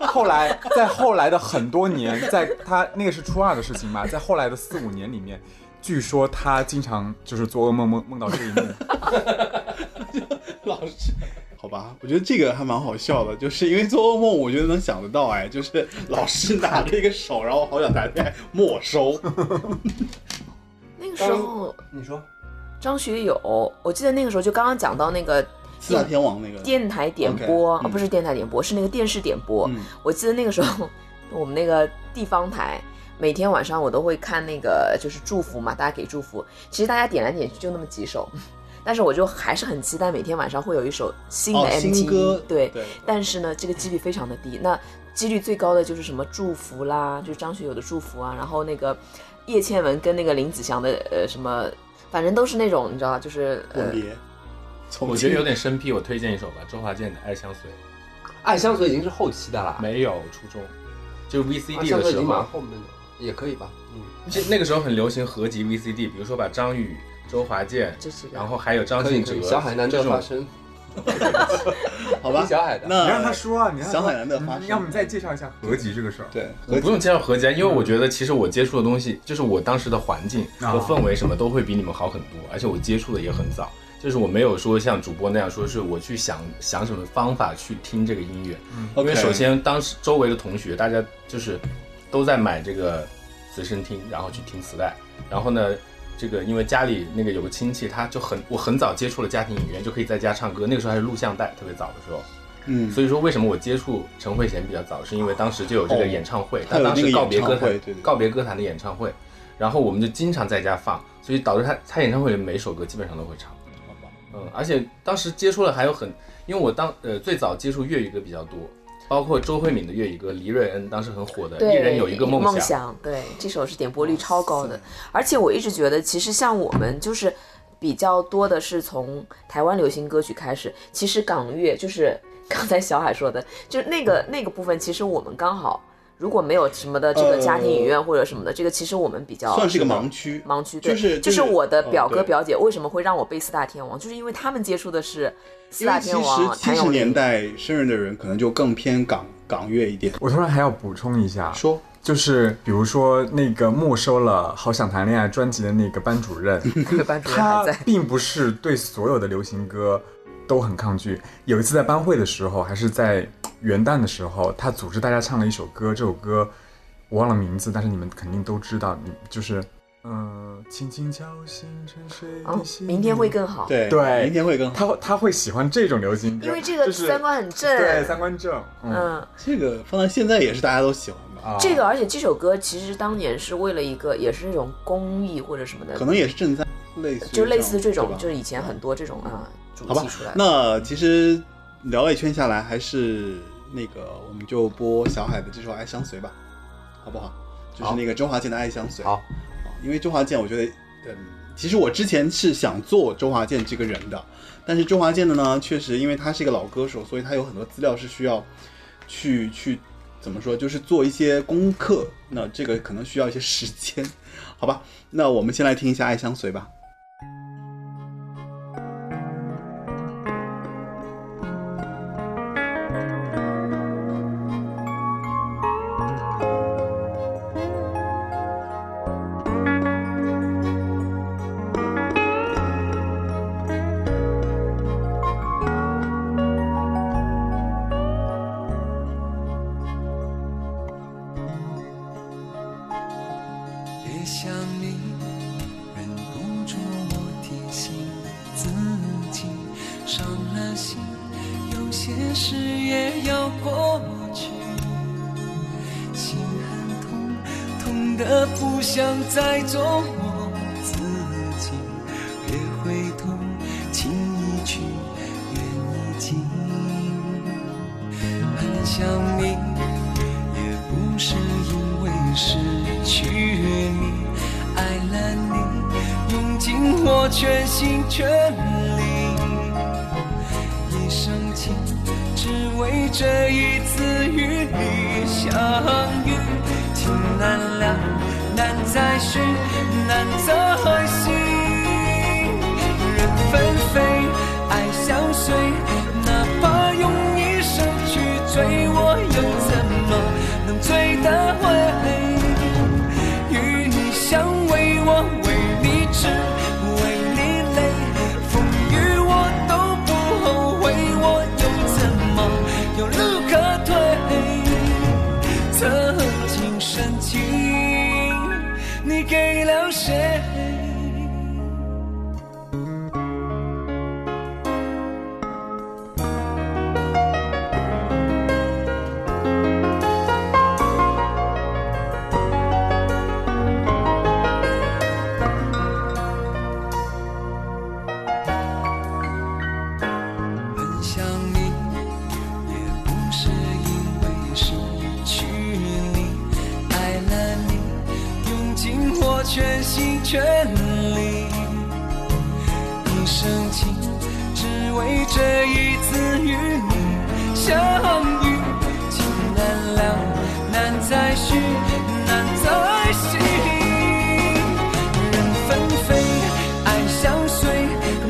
Speaker 4: 后来在后来的很多年，在他那个是初二的事情嘛，在后来的四五年里面，据说他经常就是做噩梦梦梦到这一幕。
Speaker 1: 老师。好吧，我觉得这个还蛮好笑的，就是因为做噩梦，我觉得能想得到，哎， 就是老师拿着一个手，然后好想谈恋爱，没 收。
Speaker 5: 那个时候
Speaker 6: 你说
Speaker 5: 张学友，我记得那个时候就刚刚讲到那个
Speaker 1: 四大天王那个，
Speaker 5: 电台点播
Speaker 1: OK，
Speaker 5: 啊，
Speaker 1: 嗯
Speaker 5: 不是电台点播，是那个电视点播。
Speaker 1: 嗯
Speaker 5: 我记得那个时候，我们那个地方台每天晚上我都会看那个就是祝福嘛，大家给祝福。其实大家点来点去就那么几首， 但是我就还是很期待每天晚上会有一首新的
Speaker 1: 哦，
Speaker 5: MTV，、
Speaker 1: 新歌，
Speaker 5: 对。
Speaker 1: 对，
Speaker 5: 但是呢，这个几率非常的低。那几率最高的就是什么祝福啦，就是张学友的祝福啊，然后那个叶倩文跟那个林子祥的呃什么，反正都是那种你知道，就是呃
Speaker 1: 吻别。从
Speaker 2: 我觉得有
Speaker 1: 今
Speaker 2: 点生僻，我推荐一首吧，周华健的《爱相随
Speaker 6: 《爱相随》已经是后期的啦，》，
Speaker 2: 没有初中，就
Speaker 6: 《爱
Speaker 2: VCD
Speaker 1: 啊
Speaker 6: 相
Speaker 2: 的
Speaker 6: 随》已
Speaker 2: 时
Speaker 6: 经蛮
Speaker 2: 候，
Speaker 6: 后面的，也可以吧。嗯，
Speaker 2: 这那个时候很流行合集 VCD，比如说把张宇、周华健，
Speaker 5: 这是一个
Speaker 2: 然后还有 张
Speaker 6: 可以
Speaker 2: 信
Speaker 6: 可以。
Speaker 2: 哲，
Speaker 6: 小海南
Speaker 2: 这
Speaker 6: 的发
Speaker 2: 种
Speaker 6: 生，
Speaker 1: 好吧
Speaker 6: 听，小海的。
Speaker 1: 那
Speaker 4: 你让他说啊，你让他
Speaker 1: 小
Speaker 4: 说
Speaker 1: 海南的发
Speaker 4: 你要不
Speaker 1: 生，
Speaker 4: 你再介绍一下合集这个事儿？
Speaker 1: 对，
Speaker 2: 我
Speaker 1: 和
Speaker 2: 不用介绍合集啊，因为我觉得其实我接触的东西，就是我当时的环境和氛围什么都会比你们好很多，而且我接触的也很早，就是我没有说像主播那样说是我去想想什么方法去听这个音乐，因为
Speaker 1: OK
Speaker 2: 首先当时周围的同学大家就是都在买这个随身听，然后去听磁带，然后呢。这个因为家里那个有个亲戚，他就很我很早接触了家庭影院，就可以在家唱歌。那个时候还是录像带，特别早的时候。
Speaker 1: 嗯，
Speaker 2: 所以说，为什么我接触陈慧娴比较早，是因为当时就有这个演唱会，
Speaker 1: 哦还
Speaker 2: 他
Speaker 1: 有
Speaker 2: 当
Speaker 1: 那
Speaker 2: 时
Speaker 1: 个
Speaker 2: 告别
Speaker 1: 演唱会
Speaker 2: 歌坛
Speaker 1: 对对对
Speaker 2: 告别歌坛的演唱会，然后我们就经常在家放，所以导致他他演唱会里每首歌基本上都会唱。嗯，而且当时接触了还有很，因为我当呃最早接触粤语歌比较多，包括周慧敏的粤语歌，黎瑞恩当时很火的，
Speaker 5: 对，
Speaker 2: 一人有一个梦
Speaker 5: 想，对，这首是点播率超高的。而且我一直觉得，其实像我们就是比较多的是从台湾流行歌曲开始，其实港乐就是刚才小海说的，就是那个那个部分，其实我们刚好如果没有什么的这个家庭影院或者什么的，这个其实我们比较
Speaker 1: 算是一个
Speaker 5: 知道
Speaker 1: 盲区，
Speaker 5: 盲区，对，
Speaker 1: 就是
Speaker 5: 就
Speaker 1: 就是是
Speaker 5: 我的表哥
Speaker 1: 嗯对
Speaker 5: 表姐为什么会让我背四大天王，就是因为他们接触的是四
Speaker 1: 因为
Speaker 5: 大
Speaker 1: 其
Speaker 5: 天
Speaker 1: 实
Speaker 4: 啊
Speaker 5: 王、
Speaker 1: 七
Speaker 5: 谭
Speaker 1: 十
Speaker 5: 咏
Speaker 1: 年
Speaker 5: 麟。
Speaker 1: 代生人的人可能就更偏港港乐一点。
Speaker 4: 我突然还要补充一下，
Speaker 1: 说
Speaker 4: 就是比如说那个没收了《好想谈恋爱》专辑的那个班主任，
Speaker 5: 那个班主任
Speaker 4: 他
Speaker 5: 还在，
Speaker 4: 并不是对所有的流行歌都很抗拒。有一次在班会的时候，还是在元旦的时候，他组织大家唱了一首歌，这首歌我忘了名字，但是你们肯定都知道，你就是嗯，轻轻敲醒沉睡
Speaker 5: 嗯
Speaker 4: 的，心、
Speaker 5: 明天会。更好。
Speaker 1: 对
Speaker 4: 对
Speaker 1: 明天会更好。
Speaker 4: 他他会喜欢这种流行歌，
Speaker 5: 因为这个
Speaker 4: 就是
Speaker 5: 三观很正。
Speaker 4: 对三观正，嗯
Speaker 5: 嗯，
Speaker 1: 这个放到现在也是大家都喜欢吧，
Speaker 4: 啊
Speaker 5: 这个，而且这首歌其实当年是为了一个，也是那种公益或者什么的，
Speaker 1: 可能也是正在类似于
Speaker 5: 就类似这种，
Speaker 1: 对吧
Speaker 5: 就是以前很多这种啊主
Speaker 1: 好吧
Speaker 5: 题出来。。
Speaker 1: 那其实聊了一圈下来，还是那个我们就播小海的这首《爱相随》吧，好不好？就是那个周华健的《爱相随》。
Speaker 6: 好，
Speaker 1: 因为周华健，我觉得，嗯，其实我之前是想做周华健这个人的，但是周华健的呢，确实因为他是一个老歌手，所以他有很多资料是需要去去怎么说，就是做一些功课。那这个可能需要一些时间， 好吧？那我们先来听一下《爱相随》吧。
Speaker 10: 也想你，忍不住我提醒自己，伤了心，有些事也要过去。心真的不想再做我自己，别回头，情已去，缘已尽。很想你，也不是因为失去你，爱了你，用尽我全心全力。一生情，只为这一次与你相遇。情难了，难再续，难再续。人纷飞，爱相随，哪怕用一生去追，我又怎么能追得回？与你相偎，我为你痴，为你累，风雨我都不后悔，我又怎么有路可退？曾经深情，你给了谁？很想你，也不是因为失去你，爱了你，用尽我全心全力，一生情，只为这一次与你相遇。情难了，难再续，难再续。人纷飞，爱相随，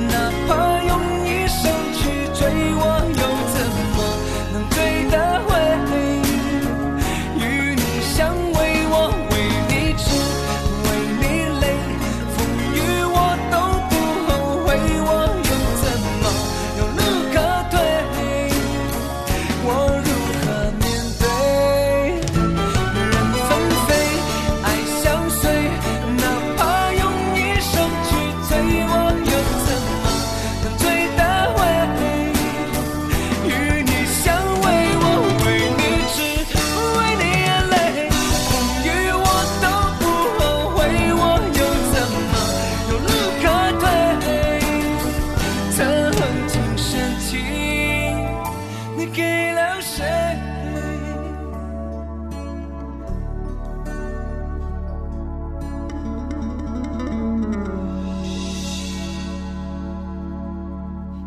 Speaker 10: 哪怕用一生去追，我又怎么能追得回？与你相偎，我为你痴，为你累，风雨我都不后悔，我又怎么有路可退？我如何面对？人纷飞，爱相随，哪怕用一生去追，我又怎么能追得回？与你相偎，我为你痴，为你眼泪，风雨我都不后悔，我又怎么有路可退？曾经深情，你给了谁？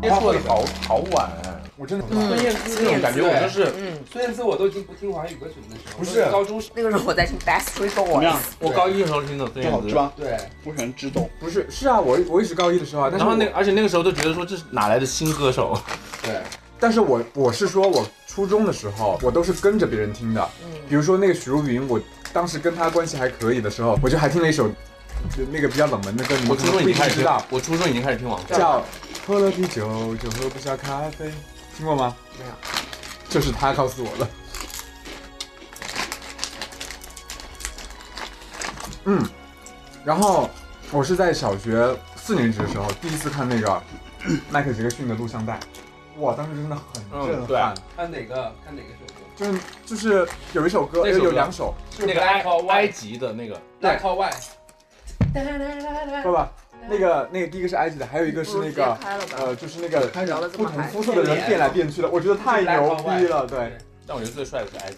Speaker 2: 接触的好好晚哎、
Speaker 4: 我真的
Speaker 5: 嗯
Speaker 6: 孙燕姿那种
Speaker 2: 感觉我就是，
Speaker 6: 孙燕姿，我都已经不听华语歌曲的那时候，
Speaker 4: 不是
Speaker 6: 我都高中时
Speaker 5: 那个时候我在听 Backstreet
Speaker 1: 怎么
Speaker 5: Boys，
Speaker 1: 样？
Speaker 2: 我高一的时候听的孙
Speaker 1: 不好
Speaker 5: 嗯
Speaker 2: 燕
Speaker 1: 吃
Speaker 2: 姿，
Speaker 1: 吧？
Speaker 6: 对，
Speaker 1: 我喜欢知道。
Speaker 4: 不是是啊，我我也是高一的时候啊，但
Speaker 2: 然
Speaker 4: 是
Speaker 2: 后那
Speaker 4: 我
Speaker 2: 个而且那个时候就觉得说这是哪来的新歌手，
Speaker 6: 对，
Speaker 4: 但是我我是说我初中的时候，我都是跟着别人听的，比如说那个许茹芸，我当时跟她关系还可以的时候，我就还听了一首就那个比较冷门的歌，你
Speaker 2: 我
Speaker 4: 们
Speaker 2: 初
Speaker 4: 可能
Speaker 2: 中已
Speaker 4: 嗯不
Speaker 2: 经
Speaker 4: 一定
Speaker 2: 开始
Speaker 4: 知
Speaker 2: 听
Speaker 4: 道，，
Speaker 2: 我初中已经开始听王菲了，
Speaker 4: 叫喝了啤酒就喝不下咖啡，听过吗？
Speaker 6: 没有，
Speaker 4: 就是他告诉我的。嗯，然后我是在小学四年级的时候第一次看那个 迈克尔杰克逊的录像带，哇，当时真的很震
Speaker 2: 嗯对
Speaker 4: 撼，
Speaker 6: 看哪个看哪个首歌
Speaker 4: 就是就是有一首歌，
Speaker 2: 那首歌
Speaker 4: 有两首，
Speaker 2: 那个埃埃及的那个，
Speaker 6: 那靠外，
Speaker 4: 不不，那个那个第一个是埃及的，还有一个是那个
Speaker 5: 开了吧
Speaker 4: 呃，就是那个
Speaker 1: 开始
Speaker 5: 聊得这
Speaker 4: 不
Speaker 5: 么
Speaker 4: 同
Speaker 5: 嗨，
Speaker 4: 肤色的人变来变去的，我觉得太牛逼了，对，嗯
Speaker 2: 但我觉得最帅的是埃及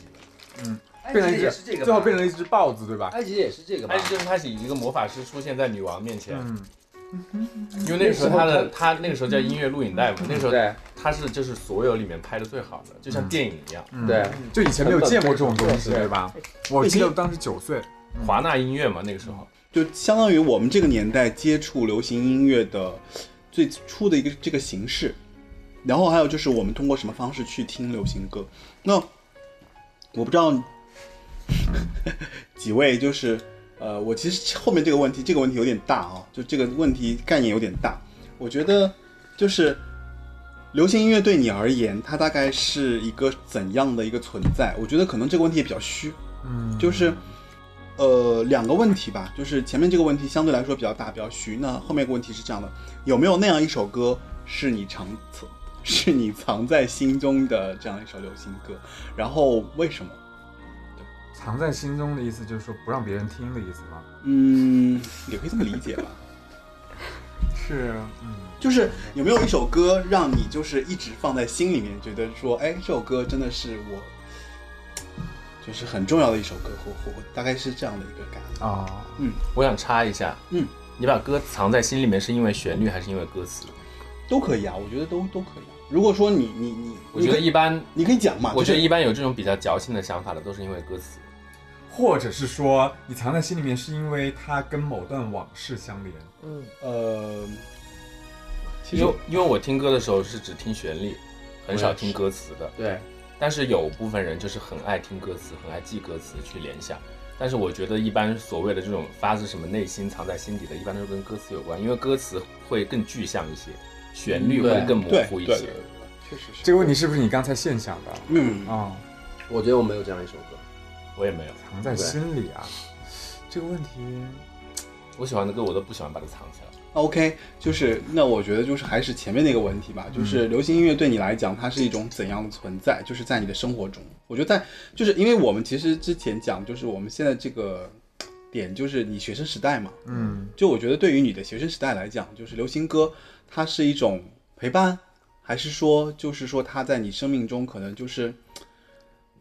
Speaker 2: 的，
Speaker 6: 埃
Speaker 4: 变成
Speaker 6: 及
Speaker 4: 一
Speaker 6: 也
Speaker 4: 只
Speaker 6: 是这个吧，
Speaker 4: 最后变成了一只豹子，对吧？
Speaker 6: 埃及也是这个吧
Speaker 2: 埃？及就是他以一个魔法师出现在女王面前，
Speaker 4: 嗯，
Speaker 2: 因为那个时候他
Speaker 1: 嗯
Speaker 2: 的他那个时候叫音乐录影带嘛，那个时候
Speaker 6: 对
Speaker 2: 他是就是所有里面拍的最好的，就像电影一样，
Speaker 4: 嗯
Speaker 6: 对，
Speaker 4: 就以前没有见过这种东西，
Speaker 6: 对
Speaker 4: 对吧？我记得我当时九岁，
Speaker 2: 华纳音乐嘛那个时候，
Speaker 1: 就相当于我们这个年代接触流行音乐的最初的一个这个形式，然后还有就是我们通过什么方式去听流行歌。那我不知道几位就是呃，我其实后面这个问题这个问题有点大啊，就这个问题概念有点大。我觉得就是流行音乐对你而言，它大概是一个怎样的一个存在？我觉得可能这个问题也比较虚，
Speaker 4: 嗯，
Speaker 1: 就是，呃，两个问题吧，就是前面这个问题相对来说比较大，比较虚。那后面一个问题是这样的：有没有那样一首歌是你藏，是你藏在心中的这样一首流行歌？然后为什么？
Speaker 4: 藏在心中的意思就是说不让别人听的意思吗？
Speaker 1: 嗯，也可以这么理解吧。
Speaker 4: 是，嗯，
Speaker 1: 就是有没有一首歌让你就是一直放在心里面，觉得说，哎，这首歌真的是我，就是很重要的一首歌，或或或大概是这样的一个感觉。
Speaker 4: 哦，
Speaker 2: 我想插一下，
Speaker 1: 嗯，
Speaker 2: 你把歌藏在心里面是因为旋律还是因为歌词？
Speaker 1: 都可以啊，我觉得都都可以、啊。如果说你你你，
Speaker 2: 我觉得
Speaker 1: 你可以
Speaker 2: 一般，
Speaker 1: 你可以讲嘛，
Speaker 2: 我觉得
Speaker 1: 就是
Speaker 2: 一般有这种比较矫情的想法的都是因为歌词。
Speaker 4: 或者是说你藏在心里面是因为它跟某段往事相连。
Speaker 5: 嗯，
Speaker 1: 呃，其
Speaker 2: 因
Speaker 1: 实
Speaker 2: 为因为我听歌的时候是只听旋律，很
Speaker 6: 我
Speaker 2: 少
Speaker 6: 也是
Speaker 2: 听歌词的。
Speaker 6: 对，
Speaker 2: 但是有部分人就是很爱听歌词，很爱记歌词去联想。但是我觉得一般所谓的这种发自什么内心、藏在心底的，一般都是跟歌词有关，因为歌词会更具象一些，旋律会
Speaker 6: 对
Speaker 2: 更模
Speaker 1: 对
Speaker 2: 糊一
Speaker 1: 对
Speaker 2: 些
Speaker 1: 对，。确实是
Speaker 4: 这个问题是不是你刚才现想的？
Speaker 1: 嗯，
Speaker 4: 哦，
Speaker 6: 我觉得我没有这样一首歌。
Speaker 2: 我也没有，
Speaker 4: 藏在心里啊，这个问题
Speaker 2: 我喜欢的歌我都不喜欢把它藏起来。
Speaker 1: OK，就是那我觉得就是还是前面那个问题吧，
Speaker 2: 嗯
Speaker 1: 就是流行音乐对你来讲，它是一种怎样的存在？就是在你的生活中，我觉得在就是因为我们其实之前讲，就是我们现在这个嘖点，就是你学生时代嘛，
Speaker 4: 嗯，
Speaker 1: 就我觉得对于你的学生时代来讲，就是流行歌它是一种陪伴，还是说就是说它在你生命中可能就是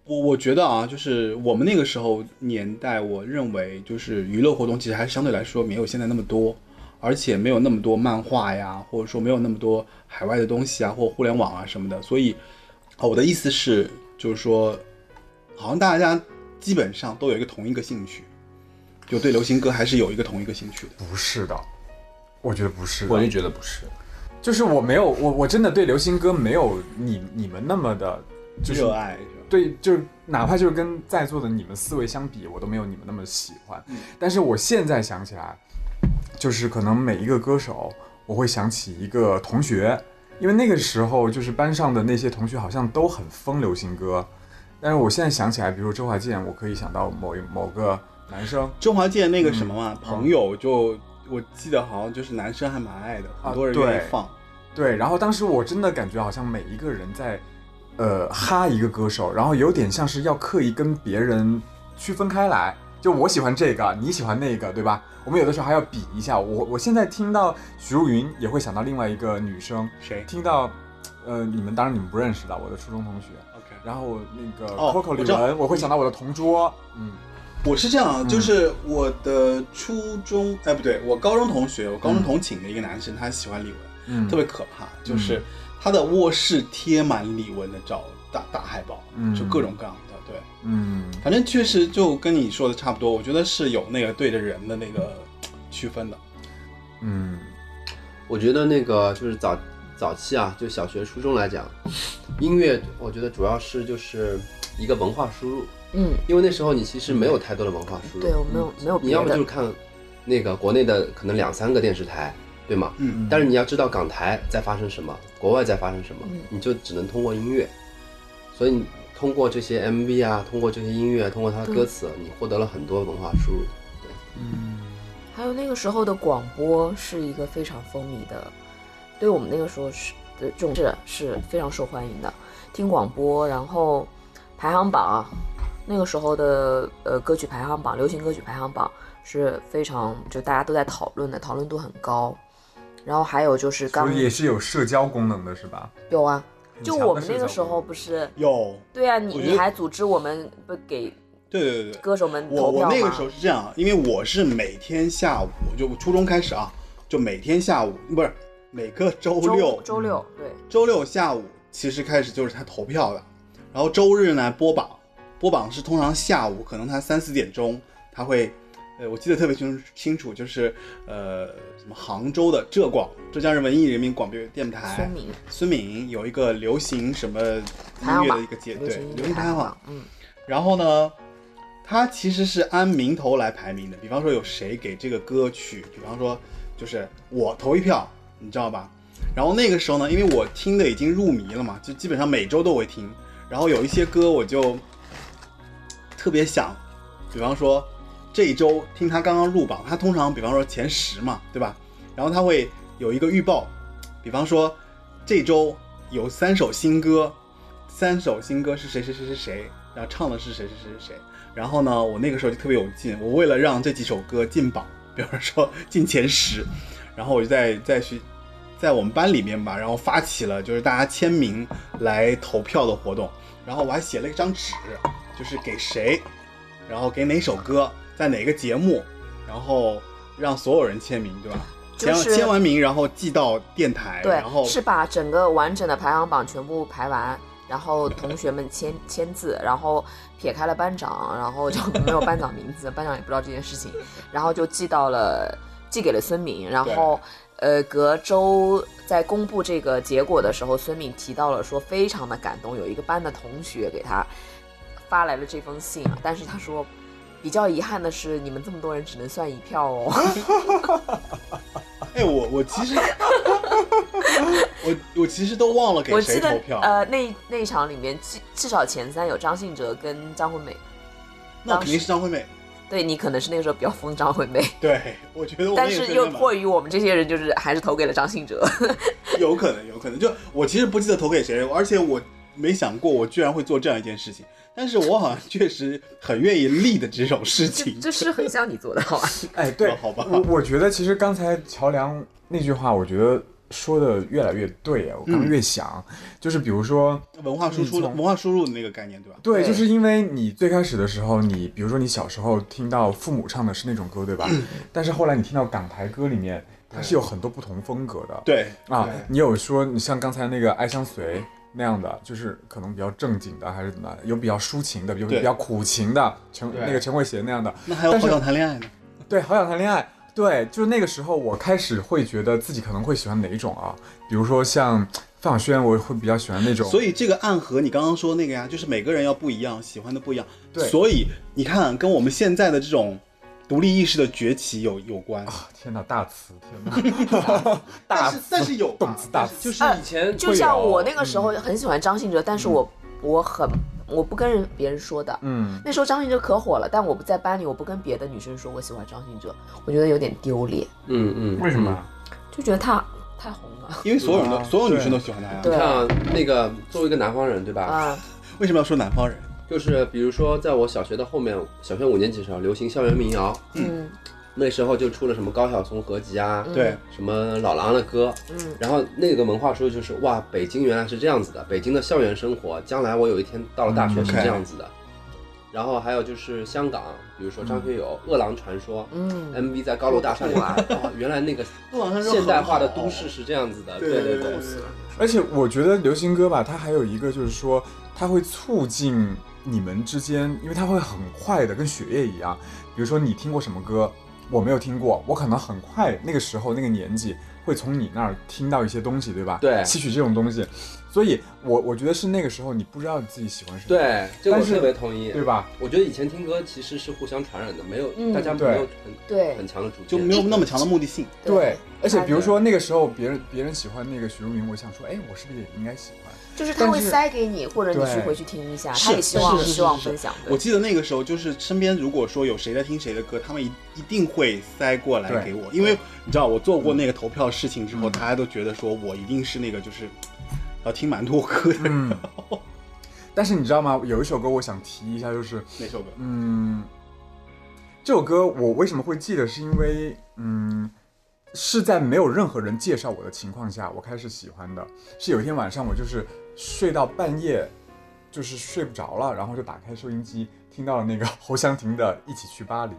Speaker 1: 嘖我我觉得啊，就是我们那个时候年代，我认为就是娱乐活动其实还相对来说没有现在那么多。而且没有那么多漫画呀，或者说没有那么多海外的东西啊，或互联网啊什么的。所以，啊，我的意思是，就是说，好像大家基本上都有一个同一个兴趣，就对流行歌还是有一个同一个兴趣的。
Speaker 4: 不是的，我觉得不是的。
Speaker 2: 我就觉得不是，
Speaker 4: 就是我没有，我我真的对流行歌没有你你们那么的，就是
Speaker 1: 热爱是吧？
Speaker 4: 对，就是哪怕就是跟在座的你们四位相比，我都没有你们那么喜欢。
Speaker 1: 嗯
Speaker 4: 但是我现在想起来，就是可能每一个歌手，我会想起一个同学，因为那个时候就是班上的那些同学好像都很疯流行歌。但是我现在想起来，比如周华健，我可以想到某一某个嗯男生，
Speaker 1: 周华健那个什么嘛，朋友就我记得好像就是男生还蛮爱的，很多人愿意
Speaker 4: 对
Speaker 1: 放。
Speaker 4: 对，然后当时我真的感觉好像每一个人在，呃，哈一个歌手，然后有点像是要刻意跟别人区分开来。就我喜欢这个，你喜欢那个，对吧？我们有的时候还要比一下。我我现在听到许茹芸也会想到另外一个女生，
Speaker 1: 谁
Speaker 4: 听到，呃，你们当然你们不认识的，我的初中同学。
Speaker 1: ？OK，
Speaker 4: 然后那个
Speaker 1: 哦
Speaker 4: Coco
Speaker 1: 我
Speaker 4: 李
Speaker 1: 知道
Speaker 4: 玟，我会想到我的同桌，嗯，
Speaker 1: 我是这样，就是我的初中，哎不对，我高中同学，我高中
Speaker 4: 嗯
Speaker 1: 同寝的一个男生，他喜欢李玟。
Speaker 4: 嗯
Speaker 1: 特别可怕，就是他的卧室贴满李玟的照，大大海报，
Speaker 4: 嗯
Speaker 1: 就各种各样的，对，
Speaker 4: 嗯，
Speaker 1: 反正确实就跟你说的差不多，我觉得是有那个对着人的那个区分的，
Speaker 4: 嗯，
Speaker 6: 我觉得那个就是早早期啊，就小学、初中来讲，音乐我觉得主要是就是一个文化输入，
Speaker 5: 嗯，
Speaker 6: 因为那时候你其实没有太多的文化输入，嗯
Speaker 5: 对我没有没有
Speaker 6: 你
Speaker 5: 别
Speaker 6: 要么就是
Speaker 5: 的，
Speaker 6: 看那个国内的可能两三个电视台，对吗？
Speaker 1: 嗯
Speaker 6: 但是你要知道港台在发生什么，国外在发生什么，
Speaker 5: 嗯
Speaker 6: 你就只能通过音乐。所以你通过这些 MV 啊，通过这些音乐，通过它的歌词，你获得了很多文化输入。
Speaker 1: 嗯
Speaker 5: 还有那个时候的广播是一个非常风靡的，对我们那个时候是的这种是是非常受欢迎的，听广播，然后排行榜啊，那个时候的呃歌曲排行榜，流行歌曲排行榜是非常就大家都在讨论的，讨论度很高。然后还有就是
Speaker 4: 所
Speaker 5: 刚
Speaker 4: 以也是有社交功能的，是吧？
Speaker 5: 有啊，
Speaker 4: 很
Speaker 5: 就
Speaker 4: 强的
Speaker 5: 我们
Speaker 4: 社
Speaker 5: 那个
Speaker 4: 交
Speaker 5: 时
Speaker 4: 功
Speaker 5: 候
Speaker 4: 能
Speaker 5: 不是
Speaker 1: 有，
Speaker 5: 对啊，你
Speaker 1: 我觉得
Speaker 5: 你还组织我们不给
Speaker 1: 对对对对，
Speaker 5: 歌手们
Speaker 1: 我
Speaker 5: 投
Speaker 1: 我
Speaker 5: 票
Speaker 1: 那个
Speaker 5: 吗
Speaker 1: 时候是这样，因为我是每天下午，我就初中开始啊，就每天下午不是每个周
Speaker 5: 周
Speaker 1: 六
Speaker 5: 周六对，
Speaker 1: 周六下午其实开始就是他投票的，然后周日呢播榜，播榜是通常下午，可能他三四点钟他会，呃，我记得特别清清楚，就是呃什么杭州的浙广浙江人民文艺人民广播电台
Speaker 5: 孙，敏
Speaker 1: 孙敏有一个流行什么
Speaker 5: 排行
Speaker 1: 音乐的
Speaker 5: 榜
Speaker 1: 一个节
Speaker 5: 流
Speaker 1: 对
Speaker 5: 行
Speaker 1: 流
Speaker 5: 音乐
Speaker 1: 行排行榜，，
Speaker 5: 嗯，
Speaker 1: 然后呢，它其实是按名头来排名的。比方说有谁给这个歌曲，比方说就是我投一票，你知道吧？然后那个时候呢，因为我听的已经入迷了嘛，就基本上每周都会听。然后有一些歌我就特别想，比方说这一周听他刚刚入榜，他通常比方说前十嘛，对吧？然后他会有一个预报，比方说这周有三首新歌，三首新歌是谁谁谁谁谁，然后唱的是谁谁谁谁谁。然后呢，我那个时候就特别有劲，我为了让这几首歌进榜，比方说进前十，然后我就在在学。在我们班里面吧，然后发起了就是大家签名来投票的活动，然后我还写了一张纸，就是给谁，然后给哪首歌，在哪个节目，然后让所有人签名，对吧？
Speaker 5: 就
Speaker 1: 签
Speaker 5: 是
Speaker 1: 签完名，然后寄到电台，
Speaker 5: 对
Speaker 1: 然后，
Speaker 5: 是把整个完整的排行榜全部排完，然后同学们签签字，然后撇开了班长，然后就没有班长名字，班长也不知道这件事情，然后就寄到了寄给了孙敏，然后呃隔周在公布这个结果的时候，孙敏提到了说非常的感动，有一个班的同学给他发来了这封信，啊但是他说。比较遗憾的是，你们这么多人只能算一票哦。
Speaker 1: 哎，我我其实，我我其实都忘了给
Speaker 5: 我
Speaker 1: 谁
Speaker 5: 记
Speaker 1: 投
Speaker 5: 得
Speaker 1: 票，
Speaker 5: 呃，那那一场里面至至少前三有张信哲跟张惠妹，
Speaker 1: 那肯定是张惠妹。
Speaker 5: 对你可能是那个时候比较疯张惠妹，
Speaker 1: 对，我觉得我那
Speaker 5: 但
Speaker 1: 个
Speaker 5: 是
Speaker 1: 真
Speaker 5: 又
Speaker 1: 的蛮
Speaker 5: 迫于我们这些人，就是还是投给了张信哲。
Speaker 1: 有可能，有可能。就我其实不记得投给谁，而且我没想过我居然会做这样一件事情。但是我好像确实很愿意立的这种事
Speaker 5: 这
Speaker 1: 情。
Speaker 5: 这是很像你做的，好吧？
Speaker 4: 哎，对，
Speaker 1: 好吧
Speaker 4: 我我觉得其实刚才乔梁那句话，我觉得说的越来越对啊。我
Speaker 1: 嗯
Speaker 4: 刚刚越想，就是比如说，
Speaker 1: 文化输出的、
Speaker 4: 嗯从
Speaker 1: 文化输入的那个概念，对吧？
Speaker 4: 对，
Speaker 5: 对
Speaker 4: 就是因为你最开始的时候，你比如说你小时候听到父母唱的是那种歌，对吧？
Speaker 1: 嗯
Speaker 4: 但是后来你听到港台歌里面，它是有很多不同风格的。
Speaker 1: 对，
Speaker 4: 啊
Speaker 1: 对，
Speaker 4: 你有说你像刚才那个《爱相随》那样的，就是可能比较正经的，还是怎么的？有比较抒情的，有
Speaker 1: 对
Speaker 4: 比较苦情的，陈
Speaker 1: 对
Speaker 4: 那个陈慧娴那样的。
Speaker 1: 那还有好
Speaker 4: 但是
Speaker 1: 想谈恋爱呢。
Speaker 4: 对，好想谈恋爱。对，就是那个时候，我开始会觉得自己可能会喜欢哪一种啊？比如说像范晓萱，我会比较喜欢那种。
Speaker 1: 所
Speaker 4: 以，
Speaker 1: 以这个暗合你刚刚说那个呀，就是每个人要不一样，喜欢的不一样。
Speaker 4: 对
Speaker 1: 所以你看，跟我们现在的这种独立意识的崛起有有关。
Speaker 4: 啊天哪，大词，天 哪，大
Speaker 1: 但是
Speaker 4: 词，
Speaker 1: 但是有吧
Speaker 4: 动词大
Speaker 1: 但是 就是
Speaker 5: 啊
Speaker 2: 以
Speaker 4: 呃
Speaker 2: 前
Speaker 5: 就像我那个时候
Speaker 1: 嗯
Speaker 5: 很喜欢张信哲，但是我我很我不跟人别人说的。
Speaker 4: 嗯，
Speaker 5: 那时候张信哲可火了，但我不在班里，我不跟别的女生说我喜欢张信哲，我觉得有点丢脸，
Speaker 6: 嗯嗯，
Speaker 4: 为什么？
Speaker 5: 就觉得他太红了
Speaker 1: 因为所有人都、
Speaker 4: 啊
Speaker 1: 所有女生
Speaker 4: 对
Speaker 1: 都喜欢他呀。
Speaker 5: 对
Speaker 6: 像那个作为一个南方人，对吧？
Speaker 5: 啊。
Speaker 1: 为什么要说南方人？
Speaker 6: 就是比如说，在我小学的后面，小学五年级的时候流行校园民谣，
Speaker 5: 嗯
Speaker 6: 那时候就出了什么高晓松合集啊，
Speaker 5: 嗯
Speaker 1: 对，
Speaker 6: 什么老狼的歌，
Speaker 5: 嗯
Speaker 6: 然后那个文化输入就是哇，北京原来是这样子的，北京的校园生活，将来我有一天到了大学是
Speaker 1: OK
Speaker 6: 这样子的。然后还有就是香港，比如说张学友《饿狼传说》
Speaker 5: 嗯，
Speaker 6: MV 在高楼大厦里 面，
Speaker 5: 哇
Speaker 6: 哦，原来那个
Speaker 1: 网上
Speaker 6: 现代化的都市是这样子的，
Speaker 1: 对
Speaker 6: 对
Speaker 1: 对对
Speaker 6: 对
Speaker 1: 对。
Speaker 4: 而且我觉得流行歌吧，它还有一个就是说，它会促进你们之间，因为它会很快的，跟血液一样。比如说你听过什么歌，我没有听过，我可能很快那个时候那个年纪会从你那儿听到一些东西，对吧？
Speaker 6: 对
Speaker 4: 吸取这种东西。所以我我觉得是那个时候你不知道你自己喜欢什么，
Speaker 6: 对，这个我
Speaker 4: 但是
Speaker 6: 特别同意。
Speaker 4: 对吧？
Speaker 6: 我觉得以前听歌其实是互相传染的，没有、
Speaker 5: 嗯
Speaker 6: 大家没
Speaker 4: 对
Speaker 6: 有
Speaker 5: 对
Speaker 6: 很很强的主见，
Speaker 1: 就没有那么强的目的性。
Speaker 4: 对，而且比如说那个时候别人别人喜欢那个许茹芸，我想说，哎，我是不是也应该喜欢？
Speaker 5: 就是他会
Speaker 4: 但是
Speaker 5: 塞给你，或者你去
Speaker 4: 对
Speaker 5: 回去听一下，
Speaker 1: 是
Speaker 5: 他也希望
Speaker 1: 是是是
Speaker 5: 希望
Speaker 1: 是是
Speaker 5: 分享。对
Speaker 1: 我记得那个时候，就是身边如果说有谁在听谁的歌，他们一一定会塞过来
Speaker 4: 对
Speaker 1: 给我，因为你知道我做过那个投票事情之后，
Speaker 4: 嗯
Speaker 1: 大家都觉得说我一定是那个就是要听蛮多歌的人。
Speaker 4: 嗯。但是你知道吗？有一首歌我想提一下，就是
Speaker 1: 哪首歌？
Speaker 4: 嗯，这首歌我为什么会记得，是因为嗯，是在没有任何人介绍我的情况下，我开始喜欢的。是有一天晚上，我就是睡到半夜，就是睡不着了，然后就打开收音机，听到了那个侯湘婷的《一起去巴黎》，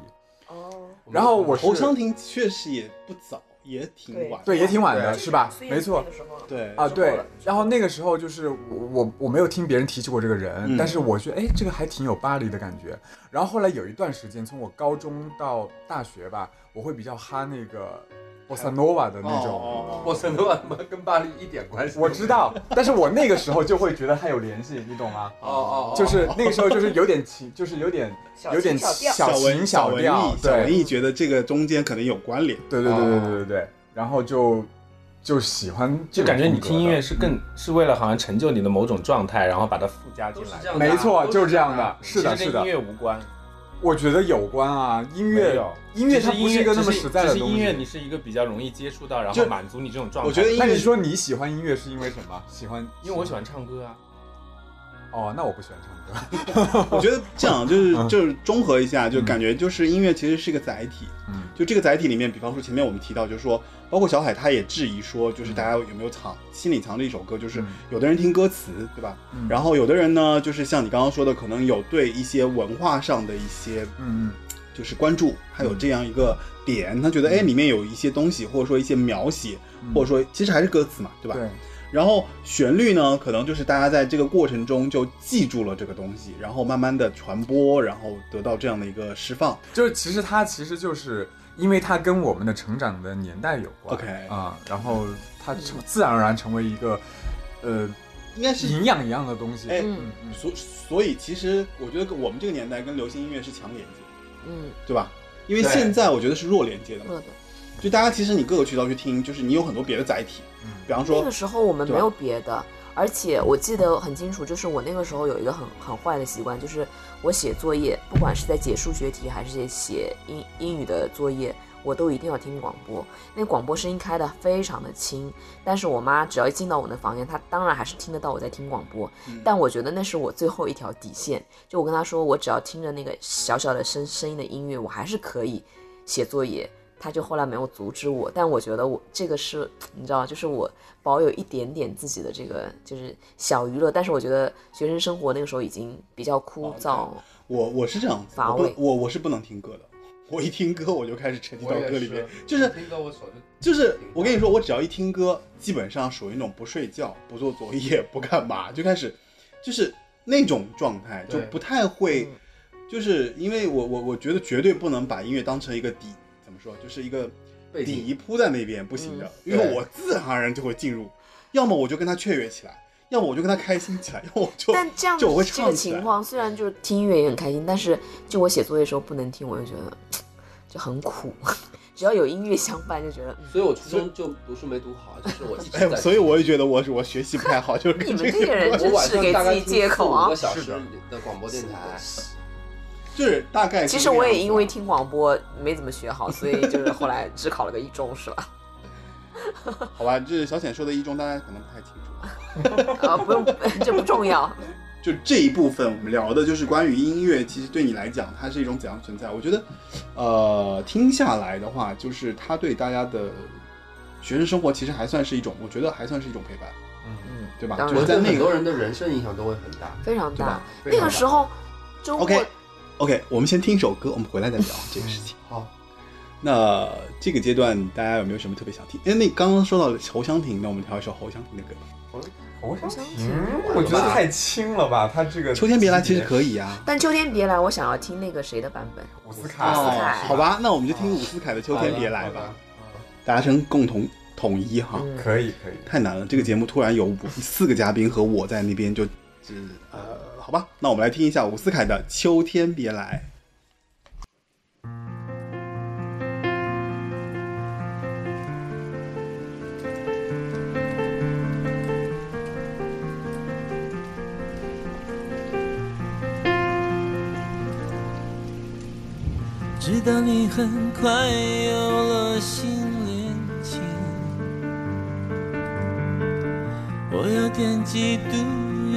Speaker 5: 哦，
Speaker 4: 然后我是
Speaker 1: 侯湘婷确实也不早，也挺晚的。
Speaker 4: 对也挺晚
Speaker 1: 对
Speaker 4: 的，是吧？没错。
Speaker 1: 对
Speaker 4: 啊，
Speaker 5: 之后
Speaker 4: 对
Speaker 5: 了，
Speaker 4: 然后那个时候就是我我我没有听别人提起过这个人，
Speaker 1: 嗯
Speaker 4: 但是我觉得哎，这个还挺有巴黎的感觉。然后后来有一段时间，从我高中到大学吧，我会比较哈那个 bossa nova 的那种。
Speaker 1: 哦
Speaker 6: 波斯诺他妈跟巴黎一点关系都没有。
Speaker 4: 我知道，但是我那个时候就会觉得它有联系，你懂吗？
Speaker 6: 哦，哦哦，
Speaker 4: 就是那个时候就是有点情，就是有点有点小情
Speaker 1: 文小文
Speaker 4: 调
Speaker 1: 艺，小文
Speaker 4: 对
Speaker 1: 艺觉得这个中间可能有关联。
Speaker 4: 对对对对对对对，然后就就喜欢 这
Speaker 2: 哦就
Speaker 4: 种
Speaker 2: 感觉你
Speaker 4: 风格
Speaker 2: 听音
Speaker 4: 的
Speaker 2: 乐是更是为了好像成就你的某种状态，然后把它附加进
Speaker 6: 都是
Speaker 2: 来
Speaker 6: 这。样的啊，
Speaker 4: 嗯没错，
Speaker 6: 都
Speaker 4: 就是这样
Speaker 6: 啊
Speaker 4: 的，是的，
Speaker 2: 其
Speaker 4: 是
Speaker 2: 实跟
Speaker 4: 的
Speaker 2: 音。乐无关，
Speaker 4: 我觉得有关啊，音
Speaker 2: 没
Speaker 4: 乐
Speaker 2: 有
Speaker 4: 音乐
Speaker 2: 只
Speaker 4: 它不
Speaker 2: 音
Speaker 4: 是
Speaker 2: 乐
Speaker 4: 一个那么
Speaker 2: 只是
Speaker 4: 实在的
Speaker 2: 只是
Speaker 4: 东
Speaker 2: 音乐你
Speaker 4: 西。
Speaker 2: 是一个比较容易接触到，然
Speaker 1: 就
Speaker 2: 后满足你这种状态。
Speaker 1: 我觉得音
Speaker 4: 那
Speaker 1: 乐
Speaker 4: 你，说你喜欢音乐是因为什么？喜欢，
Speaker 2: 因为我喜欢唱歌啊，
Speaker 4: 哦，那我不喜欢唱歌。
Speaker 1: 啊我觉得这样就是
Speaker 4: 嗯
Speaker 1: 就是综合一下，就感觉就是音乐其实是一个载体。
Speaker 4: 嗯，
Speaker 1: 就这个载体里面，比方说前面我们提到，就是说，包括小海他也质疑说，就是大家有没有藏心里藏着一首歌，就是
Speaker 4: 嗯
Speaker 1: 有的人听歌词，对吧？
Speaker 4: 嗯
Speaker 1: 然后有的人呢，就是像你刚刚说的，可能有对一些文化上的一些
Speaker 4: 嗯嗯
Speaker 1: 就是关注，他有这样一个点，他觉得哎里面有一些东西，或者说一些描写，
Speaker 4: 嗯
Speaker 1: 或者说其实还是歌词嘛，对吧？
Speaker 4: 对，
Speaker 1: 然后旋律呢，可能就是大家在这个过程中就记住了这个东西，然后慢慢的传播，然后得到这样的一个释放。
Speaker 4: 就是其实它其实就是因为它跟我们的成长的年代有关
Speaker 1: OK
Speaker 4: 啊，然后它成自然而然成为一个呃
Speaker 1: 应该是，
Speaker 4: 营养一样的东西。
Speaker 1: 哎
Speaker 5: 嗯
Speaker 1: 所所以其实我觉得跟我们这个年代跟流行音乐是强连接的，
Speaker 5: 嗯，
Speaker 1: 对吧？因为
Speaker 6: 对
Speaker 1: 现在我觉得是弱连接的嘛，
Speaker 5: 乐的。
Speaker 1: 就大家其实你各个渠道去听，就是你有很多别的载体，比方
Speaker 5: 那
Speaker 1: 说
Speaker 5: 个，时候我们
Speaker 1: 对
Speaker 5: 没
Speaker 1: 吧
Speaker 5: 有别的，而且我记得很清楚，就是我那个时候有一个很很坏的习惯，就是我写作业，不管是在解数学题还是写英英语的作业，我都一定要听广播。那广播声音开的非常的轻，但是我妈只要一进到我的房间，她当然还是听得到我在听广播。
Speaker 1: 嗯
Speaker 5: 但我觉得那是我最后一条底线，就我跟她说，我只要听着那个小小的声声音的音乐，我还是可以写作业。他就后来没有阻止我，但我觉得我这个是，你知道，就是我保有一点点自己的这个就是小娱乐，但是我觉得学生生活那个时候已经比较枯燥，
Speaker 1: 哦我我是这样子，
Speaker 5: 乏
Speaker 1: 我
Speaker 5: 味
Speaker 1: 不我我是不能听歌的，我一听歌我就开始沉浸到歌里面，就是
Speaker 6: 听歌我手就
Speaker 1: 就是我跟你说，我只要一听歌，基本上属于那种不睡觉、不做作业、不干嘛，就开始就是那种状态，就
Speaker 6: 对
Speaker 1: 不太会，就是因为我我我觉得绝对不能把音乐当成一个底，怎么说，就是一个
Speaker 6: 背景
Speaker 1: 底铺在那边不行的，
Speaker 6: 嗯
Speaker 1: 因为
Speaker 6: 对
Speaker 1: 我自然而然就会进入，要么我就跟他雀跃起来，要么我就跟他开心起来，要么我就
Speaker 5: 但这样
Speaker 1: 就我会
Speaker 5: 的这
Speaker 1: 唱
Speaker 5: 个
Speaker 1: 起来
Speaker 5: 情。况，虽然就是听音乐也很开心，但是就我写作业的时候不能听，我就觉得就很苦。 只要有音乐相伴，就觉得、嗯
Speaker 6: 所以我初中就读书没读好，就是我一直
Speaker 1: 哎
Speaker 6: 在，，
Speaker 1: 所以我也觉得我我学习不太好，就是
Speaker 5: 你
Speaker 1: 跟
Speaker 5: 们
Speaker 1: 这
Speaker 5: 这些
Speaker 1: 个，
Speaker 5: 人
Speaker 6: 我
Speaker 5: 真
Speaker 6: 晚
Speaker 5: 是
Speaker 6: 上
Speaker 5: 给
Speaker 6: 大概
Speaker 5: 自己
Speaker 6: 听
Speaker 5: 借口
Speaker 6: 四五
Speaker 5: 啊
Speaker 6: 个！小
Speaker 4: 是
Speaker 6: 时
Speaker 4: 的
Speaker 6: 的广播电台，
Speaker 1: 就是大概
Speaker 5: 其实
Speaker 1: 是这
Speaker 5: 我也
Speaker 1: 样子
Speaker 5: 因为
Speaker 1: 吧
Speaker 5: 听广播没怎么学好，所以就是后来只考了个一中，是吧？
Speaker 1: 好吧，这是小浅说的一中，大家可能不太清 楚。
Speaker 5: 啊，不用，这不重要。
Speaker 1: 就这一部分，我们聊的就是关于音乐，其实对你来讲，它是一种怎样的存在？我觉得，呃，听下来的话，就是它对大家的学生生活，其实还算是一种，我觉得还算是一种陪伴，
Speaker 5: 嗯，
Speaker 1: 对吧？
Speaker 5: 当然
Speaker 1: 就是
Speaker 6: 我
Speaker 1: 在
Speaker 6: 对
Speaker 1: 那
Speaker 6: 很
Speaker 1: 个
Speaker 6: 多人的人生影响都会很大。
Speaker 5: 非常
Speaker 1: 对
Speaker 5: 大
Speaker 1: 吧。
Speaker 5: 那个时候，中国
Speaker 1: OK OK，我们先听一首歌，我们回来再聊这个事情。
Speaker 6: 好，
Speaker 1: 那这个阶段大家有没有什么特别想听？哎因为那刚刚说到侯湘婷，那我们挑一首侯湘婷的歌吧。
Speaker 4: 我想
Speaker 5: 想起
Speaker 4: 嗯
Speaker 5: 来，
Speaker 4: 我觉得太轻了吧，它这个
Speaker 1: 秋天别来其实
Speaker 4: 以。
Speaker 1: 可以啊。
Speaker 5: 但秋天别来，我想要听那个谁的版本。
Speaker 4: 伍思
Speaker 5: 伍
Speaker 4: 凯，
Speaker 5: 思凯
Speaker 1: 哦好吧，那我们就听伍思凯的《秋天别来》吧，达成共同统一哈。
Speaker 5: 嗯，
Speaker 4: 嗯可以可以。
Speaker 1: 太难了，这个节目突然有五四个嘉宾和我在那边就，就呃，好吧，那我们来听一下伍思凯的《秋天别来》。
Speaker 11: 知道你很快有了新恋情，我有点嫉妒，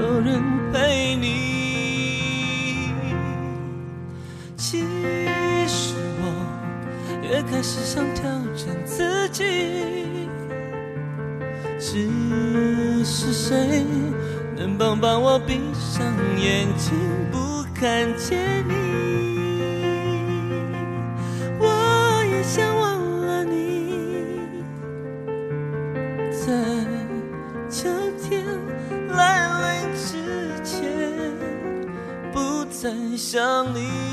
Speaker 11: 有人陪你。其实我越开始想调整自己，只是谁能帮帮我闭上眼睛不看见你？我也想忘了你，在秋天来临之前，不再想你。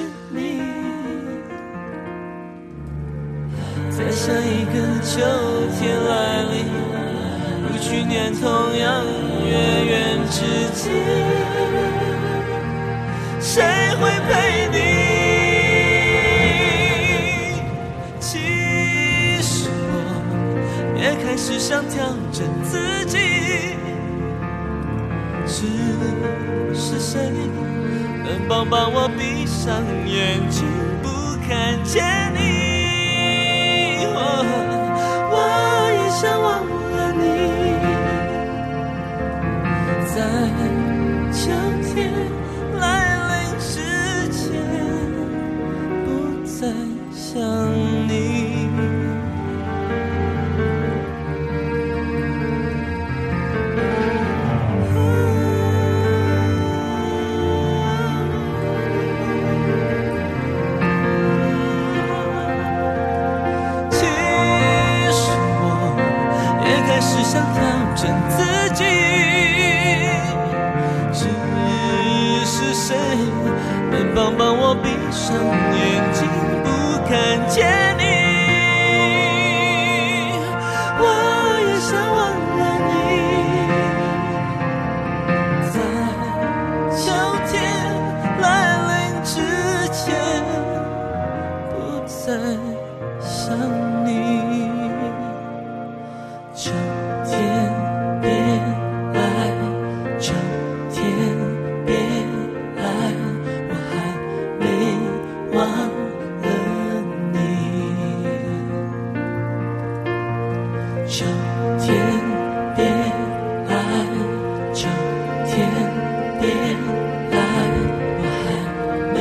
Speaker 11: 你。在下一个秋天来临，如去年同样月圆之际，谁会陪你？其实我也开始想调整自己，只是谁能帮帮我闭上眼睛，不看见你？我我也想忘
Speaker 5: 嗯
Speaker 11: 了你，在秋天来临之前，不再想你。其实我也开始想调整自己，只是谁能帮帮我闭上眼睛不看见你？我也想忘了你，在秋天来临之前不再。想你，秋天别来，秋天别来，我还没忘了你。秋天别来，秋天别来，我还没。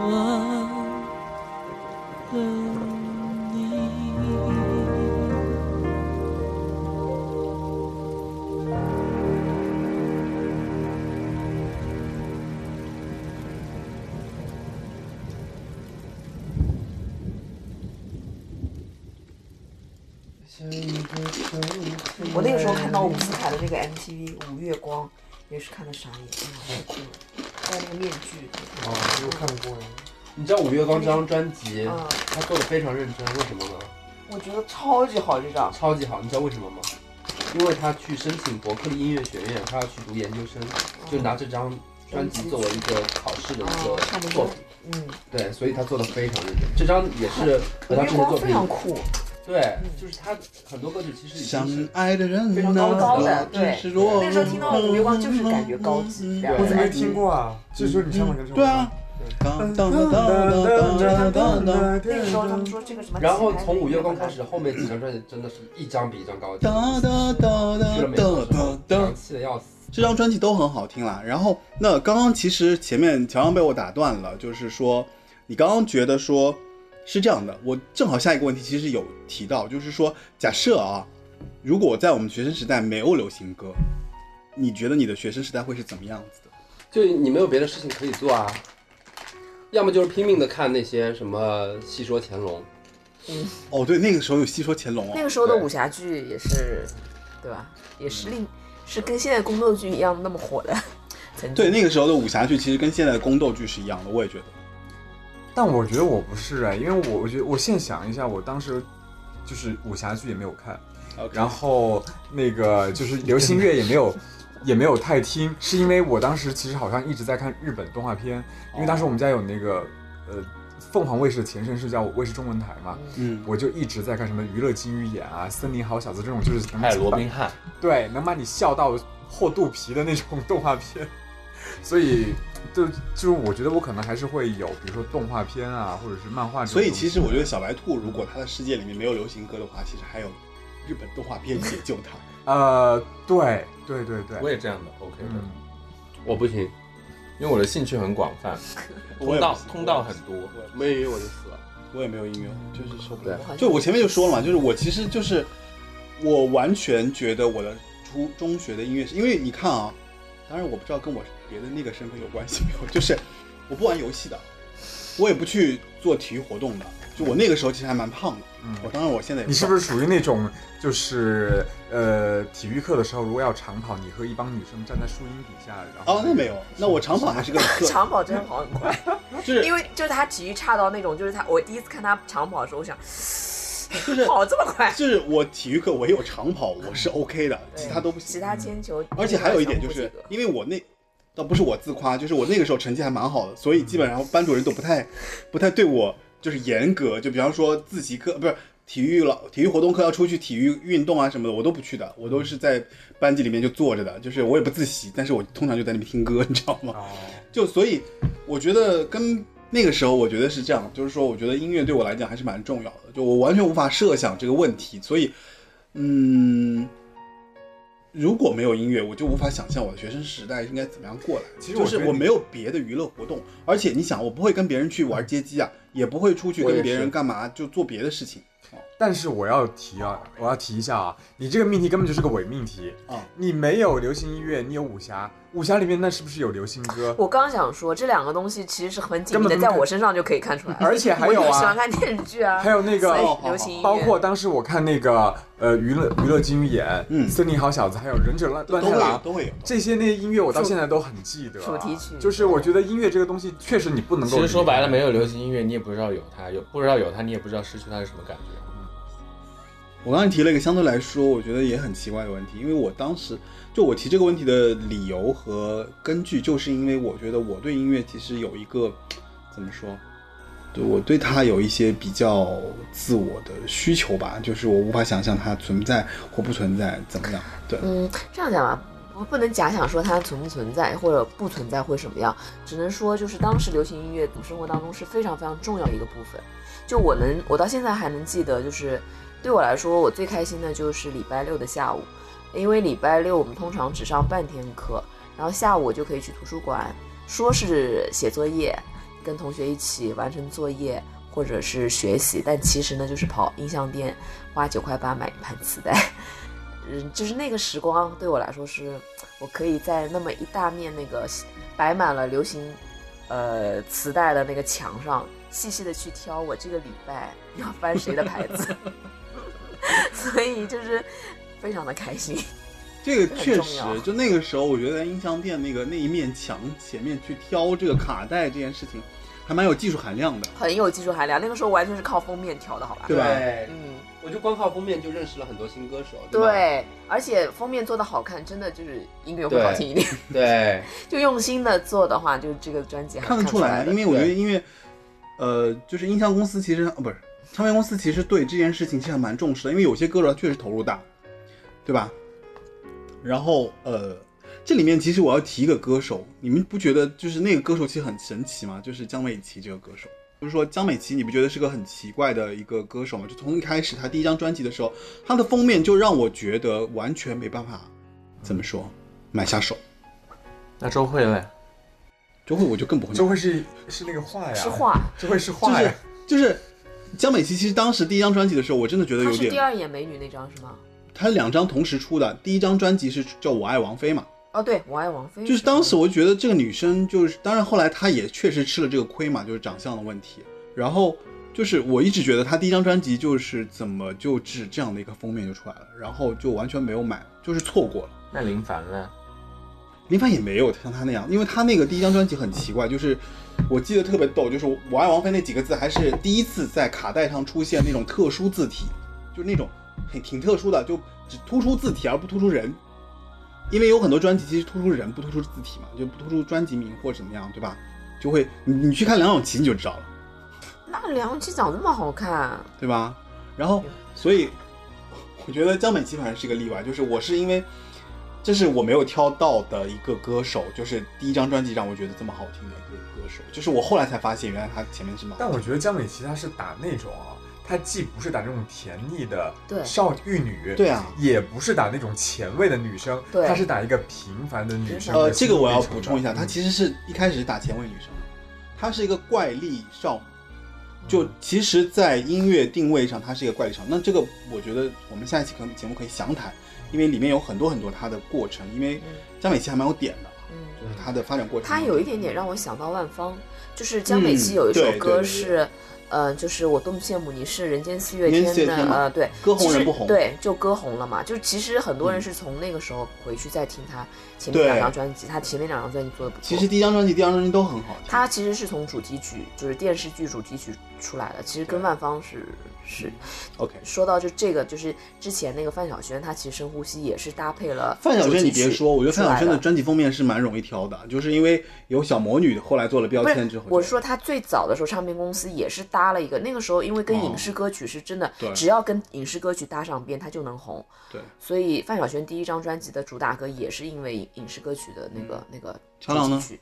Speaker 11: 忘了你。
Speaker 5: 我那个时候看到伍思凯的那个 MTV《五月光》，也是看的傻眼，哎呀，太酷了！还有那个面具，
Speaker 6: 哦，没有看过呀。你知道五月光这张专辑，
Speaker 5: 嗯，
Speaker 6: 他做的非常认真，为什么呢？
Speaker 5: 我觉得超级好这张。
Speaker 6: 超级好，你知道为什么吗？因为他去申请伯克利音乐学院，他要去读研究生，就拿这张专辑作为一个考试的一
Speaker 5: 哦看
Speaker 6: 个
Speaker 5: 得
Speaker 6: 作品。
Speaker 5: 嗯，
Speaker 6: 对，所以他做的非常认真。这张也是
Speaker 5: 五
Speaker 6: 和他
Speaker 5: 月
Speaker 6: 之前
Speaker 5: 光
Speaker 6: 作
Speaker 5: 非
Speaker 6: 品，
Speaker 5: 常酷，
Speaker 6: 对，就是他很多歌曲其实已经
Speaker 1: 相
Speaker 6: 是
Speaker 1: 爱的人
Speaker 6: 非常高高的
Speaker 5: 对那时候听到五月光就是感觉高
Speaker 6: 嗯
Speaker 5: 级然后
Speaker 4: 我
Speaker 5: 在
Speaker 4: 怎么没听过啊？这时候你唱了歌就
Speaker 1: 对啊。当当当当当当当
Speaker 5: 那个时候他们说这个什么，
Speaker 6: 嗯啊然后从五月光开始，，后面几张专辑真的是一张比一张高级，
Speaker 1: 哒哒哒哒
Speaker 6: 去了美国
Speaker 1: 哒
Speaker 6: 之后
Speaker 1: 哒，
Speaker 6: 洋
Speaker 1: 哒，
Speaker 6: 气的要死。
Speaker 1: 这张专辑都很好听啦。然后，那刚刚其实前面乔洋被我打断了，就是说你刚刚觉得说是这样的，我正好下一个问题其实有提到，就是说假设啊，如果在我们学生时代没有流行歌，你觉得你的学生时代会是怎么样子的？
Speaker 6: 就你没有别的事情可以做啊，要么就是拼命的看那些什么《戏说乾隆
Speaker 1: 哦，对，那个时候有《戏说乾隆》
Speaker 5: 那
Speaker 1: 哦，
Speaker 5: 个时候的武侠剧也是，对吧？也是
Speaker 1: 嗯
Speaker 5: 另是跟现在宫斗剧一样那么火的，曾经
Speaker 1: 对，那个时候的武侠剧其实跟现在的宫斗剧是一样的，我也觉得。
Speaker 4: 但我觉得我不是哎，因为我我觉得我现想一下，我当时就是武侠剧也没有看，然后那个就是流行乐也没有。也没有太听，是因为我当时其实好像一直在看日本动画片，因为当时我们家有那个呃凤凰卫视的前身是叫卫视中文台嘛，
Speaker 1: 嗯，
Speaker 4: 我就一直在看什么娱乐金鱼眼啊、森林好小子这种，就是能
Speaker 2: 还有罗
Speaker 4: 把
Speaker 2: 宾汉，
Speaker 4: 对，能把你笑到厚肚皮的那种动画片。 所以，就就是我觉得我可能还是会有，比如说动画片啊，或者是漫画这种
Speaker 1: 所
Speaker 4: 东西。
Speaker 1: 以其实我觉得小白兔如果它的世界里面没有流行歌的话，其实还有日本动画片解救它。
Speaker 4: 呃，对对对对，
Speaker 2: 我也这样的，OK 的，
Speaker 4: 嗯，
Speaker 6: 我不行，
Speaker 2: 因为我的兴趣很广泛，
Speaker 1: 我
Speaker 2: 通
Speaker 1: 也不
Speaker 2: 道
Speaker 1: 行
Speaker 2: 通道很多，
Speaker 6: 没音乐我就死了。
Speaker 1: 我也没有音乐，就是受不
Speaker 6: 对
Speaker 1: 了。就我前面就说了嘛，就是我其实就是我完全觉得我的初中学的音乐是，因为你看啊，当然我不知道跟我别的那个身份有关系没有，就是我不玩游戏的，我也不去做体育活动的，就我那个时候其实还蛮胖的。
Speaker 2: 嗯
Speaker 1: 我当然我现在也
Speaker 4: 你是
Speaker 1: 胖
Speaker 4: 不是属于那种，就是呃，体育课的时候如果要长跑，你和一帮女生站在树荫底下，然后
Speaker 1: 哦，那没有，那我长跑还是个
Speaker 5: 长跑真的跑很快，
Speaker 1: 就 是
Speaker 5: 因为就是他体育差到那种，就是他我第一次看他长跑的时候，我想
Speaker 1: 就是
Speaker 5: 跑这么快，
Speaker 1: 就是我体育课我也有长跑，我是 OK 的，其他都不行。
Speaker 5: 哎
Speaker 1: 嗯
Speaker 5: 其他铅球，
Speaker 1: 而且还有一点就
Speaker 5: 不及
Speaker 1: 是
Speaker 5: 格，
Speaker 1: 因为我那倒不是我自夸，就是我那个时候成绩还蛮好的，所以基本上班主任都不太不太对我就是严格。就比方说自习课不是体育老体育活动课要出去体育运动啊什么的，我都不去的，我都是在班级里面就坐着的，就是我也不自习，但是我通常就在那边听歌，你知道吗？就所以我觉得跟那个时候我觉得是这样，就是说我觉得音乐对我来讲还是蛮重要的，就我完全无法设想这个问题，所以嗯。如果没有音乐，我就无法想象我的学生时代应该怎么样过来。
Speaker 4: 其实
Speaker 1: 就
Speaker 4: 我
Speaker 1: 是
Speaker 4: 觉得
Speaker 1: 我
Speaker 4: 你
Speaker 1: 没有别的娱乐活动，而且你想，我不会跟别人去玩街机啊，也不会出去
Speaker 6: 我也
Speaker 1: 跟
Speaker 6: 是
Speaker 1: 别人干嘛，就做别的事情。哦
Speaker 4: 但是我要提啊，我要提一下啊，你这个命题根本就是个伪命题
Speaker 1: 啊
Speaker 4: 你没有流行音乐，你有武侠，武侠里面那是不是有流行歌？
Speaker 5: 我刚想说这两个东西其实是很紧密的，
Speaker 4: 根本
Speaker 5: 在我身上就可以看 出来，
Speaker 4: 而且还有啊
Speaker 5: 我就喜欢看电视剧啊，
Speaker 4: 还有那个
Speaker 5: 所以
Speaker 1: 哦好
Speaker 5: 流行音乐，
Speaker 4: 包括当时我看那个呃娱乐娱乐金鱼眼，
Speaker 1: 嗯
Speaker 4: 森林好小子，还有忍者乱
Speaker 1: 都
Speaker 4: 乱
Speaker 1: 会
Speaker 4: 太
Speaker 1: 有，
Speaker 4: 郎。
Speaker 1: 都会有。
Speaker 4: 这些那些音乐我到现在都很记得啊、
Speaker 5: 主题曲
Speaker 4: 就是我觉得音乐这个东西确实你不能够。
Speaker 2: 其实说白了，没有流行音乐，你也不知道有它，有不知道有它，你也不知道失去它是什么感觉。
Speaker 1: 我刚才提了一个相对来说我觉得也很奇怪的问题，因为我当时就我提这个问题的理由和根据，就是因为我觉得我对音乐其实有一个怎么说，对我对它有一些比较自我的需求吧，就是我无法想象它存在或不存在怎么样。对，
Speaker 5: 嗯，这样讲吧，不不能假想说它存不存在或者不存在会什么样，只能说就是当时流行音乐我生活当中是非常非常重要的一个部分。就我能，我到现在还能记得，就是对我来说，我最开心的就是礼拜六的下午，因为礼拜六我们通常只上半天课，然后下午我就可以去图书馆，说是写作业，跟同学一起完成作业。或者是学习，但其实呢，就是跑音像店，花九块八买一盘磁带，嗯，就是那个时光对我来说是，我可以在那么一大面那个摆满了流行，呃，磁带的那个墙上，细细的去挑我这个礼拜 要翻谁的牌子， 所以就是非常的开心。
Speaker 1: 这个确
Speaker 5: 这很
Speaker 1: 实
Speaker 5: 重要，
Speaker 1: 就那个时候，我觉得在音像店那个那一面墙前面去挑这个卡带这件事情，还蛮有技术含量的。
Speaker 5: 很有技术含量，那个时候完全是靠封面挑的，好吧？
Speaker 1: 对吧
Speaker 5: 嗯，
Speaker 6: 我就光靠封面就认识了很多新歌手，吧
Speaker 5: 对，而且封面做的好看，真的就是音乐会好听一点。
Speaker 6: 对，
Speaker 5: 就用心的做的话，就是这个专辑还
Speaker 1: 看
Speaker 5: 是
Speaker 1: 得
Speaker 5: 出
Speaker 1: 出来，
Speaker 5: 的
Speaker 1: 因。为我觉得音乐，呃，就是音像公司其实啊不是唱片公司，其实对这件事情其实还蛮重视的，因为有些歌手他确实投入大，对吧？然后呃，这里面其实我要提一个歌手，你们不觉得就是那个歌手其实很神奇吗？就是江美琪这个歌手。就是说，江美琪，你不觉得是个很奇怪的一个歌手吗？就从一开始她第一张专辑的时候，她的封面就让我觉得完全没办法，怎么说，买下手。
Speaker 2: 那周慧嘞？
Speaker 1: 周慧我就更不会买。
Speaker 4: 就会是是那个画呀，
Speaker 5: 是画，
Speaker 4: 就会是
Speaker 1: 就
Speaker 4: 画
Speaker 1: 是
Speaker 4: 呀。
Speaker 1: 就是江美琪，其实当时第一张专辑的时候，我真的觉得
Speaker 5: 她
Speaker 1: 有
Speaker 5: 是第
Speaker 1: 点，
Speaker 5: 二眼美女那张是吗？
Speaker 1: 她两张同时出的，第一张专辑是叫《我爱王菲》嘛，
Speaker 5: 哦，对，我爱王菲。
Speaker 1: 就是当时我就觉得这个女生就是，当然后来她也确实吃了这个亏嘛，就是长相的问题，然后。就是我一直觉得她第一张专辑就是怎么就只这样的一个封面就出来了，然后就完全没有买，就是错过了。
Speaker 2: 那林凡嘞？
Speaker 1: 林凡也没有像他那样，因为他那个第一张专辑很奇怪，就是我记得特别逗，就是“我爱王菲”那几个字还是第一次在卡带上出现那种特殊字体，就是那种很挺特殊的，就只突出字体而不突出人，因为有很多专辑其实突出人不突出字体嘛，就不突出专辑名或怎么样，对吧？就会你你去看梁咏琪你就知道了，
Speaker 5: 那梁咏琪长这么好看，啊
Speaker 1: 对吧？然后所以我觉得江美琪反正是个例外，就是我是因为这是我没有挑到的一个歌手，就是第一张专辑让我觉得这么好听的一个歌手，就是我后来才发现原来他前面是蛮
Speaker 4: 但我觉得江美琪她是打那种啊，她既不是打那种甜腻的
Speaker 5: 对
Speaker 4: 少玉女，
Speaker 1: 对啊
Speaker 4: 也不是打那种前卫的女生，
Speaker 5: 对
Speaker 4: 她是打一个平凡的女生的心路历程的。
Speaker 1: 呃，这个我要补充一下，她
Speaker 4: 嗯
Speaker 5: 嗯
Speaker 1: 其实是一开始是打前卫女生的，她是一个怪力少女，就其实，在音乐定位上，它是一个怪力场。那这个，我觉得我们下一期可能节目可以详谈，因为里面有很多很多它的过程。因为江美琪还蛮有点的，
Speaker 5: 嗯，
Speaker 1: 就是它的发展过程。
Speaker 5: 他有一点点让我想到万芳，就是江美琪有一首
Speaker 1: 嗯对对
Speaker 5: 歌
Speaker 1: 对
Speaker 5: 是，呃，就是我多么羡慕你是人间四月
Speaker 1: 人
Speaker 5: 天
Speaker 1: 间四月天
Speaker 5: 的，
Speaker 1: 嘛
Speaker 5: 呃，对，
Speaker 1: 歌红
Speaker 5: 其实
Speaker 1: 人不红嗯
Speaker 5: 对，就歌红了嘛。就是其实很多人是从那个时候回去再听他前面
Speaker 1: 对
Speaker 5: 两张专辑，他前面两张专辑做的不错。
Speaker 1: 其实第一张专辑、第二张专辑都很好听。
Speaker 5: 他其实是从主题曲，就是电视剧主题曲出来的，其实跟万芳是是
Speaker 1: 嗯 OK，
Speaker 5: 说到就这个，就是之前那个范晓萱，她其实深呼吸也是搭配了
Speaker 1: 范晓萱，你
Speaker 5: 主题
Speaker 1: 别
Speaker 5: 曲
Speaker 1: 说，我觉得范晓萱
Speaker 5: 出
Speaker 1: 的
Speaker 5: 来
Speaker 1: 专辑封面是蛮容易挑的，就是因为有小魔女后来做了标
Speaker 5: 不
Speaker 1: 签
Speaker 5: 是
Speaker 1: 之后，，
Speaker 5: 我说她最早的时候，唱片公司也是搭了一个，那个时候因为跟
Speaker 1: 哦
Speaker 5: 影视歌曲是真的，
Speaker 1: 对
Speaker 5: 只要跟影视歌曲搭上边，她就能红。
Speaker 1: 对，
Speaker 5: 所以范晓萱第一张专辑的主打歌也是因为影影视歌曲的那个那个
Speaker 1: 嗯长廊
Speaker 5: 主
Speaker 1: 呢
Speaker 5: 题曲。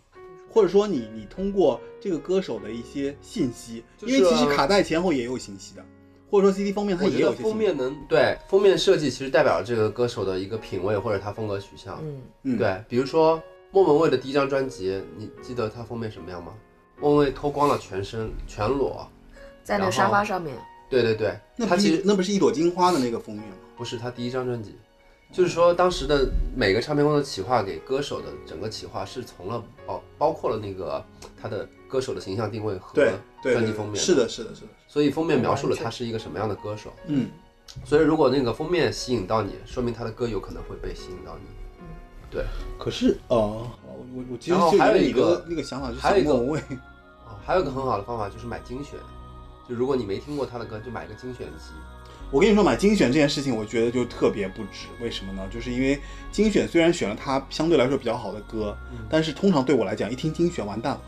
Speaker 1: 或者说你你通过这个歌手的一些信息，
Speaker 6: 就是啊
Speaker 1: 因为其实卡带前后也有信息的，或者说 CD 封面它
Speaker 6: 我
Speaker 1: 也
Speaker 6: 觉
Speaker 1: 有
Speaker 6: 得
Speaker 1: 一些
Speaker 6: 封
Speaker 1: 信息。
Speaker 6: 面能对封面设计其实代表了这个歌手的一个品味或者他风格取向。
Speaker 5: 嗯，
Speaker 1: 嗯，
Speaker 6: 对，比如说莫文蔚的第一张专辑，你记得它封面什么样吗？莫文蔚脱光了全身全裸，
Speaker 5: 在那个
Speaker 6: 然后
Speaker 5: 沙发上面，
Speaker 6: 对对对，
Speaker 1: 那
Speaker 6: 它
Speaker 1: 不
Speaker 6: 其
Speaker 1: 是
Speaker 6: 实
Speaker 1: 那不是一朵金花的那个封面吗？
Speaker 6: 不是他第一张专辑，就是说当时的每个唱片公司的企划给歌手的整个企划是从了包包括了那个他的歌手的形象定位和
Speaker 1: 对对，
Speaker 6: 专辑
Speaker 1: 对
Speaker 6: 封面，
Speaker 1: 是，的，是的，是的，
Speaker 6: 所以封面描述了他是一个什么样的歌手。
Speaker 1: 嗯，
Speaker 6: 所以如果那个封面吸引到你，说明他的歌有可能会被吸引到你。
Speaker 1: 可是哦，呃我嗯我我其实
Speaker 6: 然后
Speaker 1: 就
Speaker 6: 还
Speaker 1: 有
Speaker 6: 有
Speaker 1: 你
Speaker 6: 一个
Speaker 1: 的那个想法，就是
Speaker 6: 还有一个
Speaker 1: 莫文蔚，
Speaker 6: 哦，还有一个很好的方法就是买精选，就如果你没听过他的歌，就买一个精选集。
Speaker 1: 我跟你说，买精选这件事情，我觉得就特别不值。为什么呢？就是因为精选虽然选了它相对来说比较好的歌，
Speaker 6: 嗯
Speaker 1: 但是通常对我来讲，一听精选完蛋了，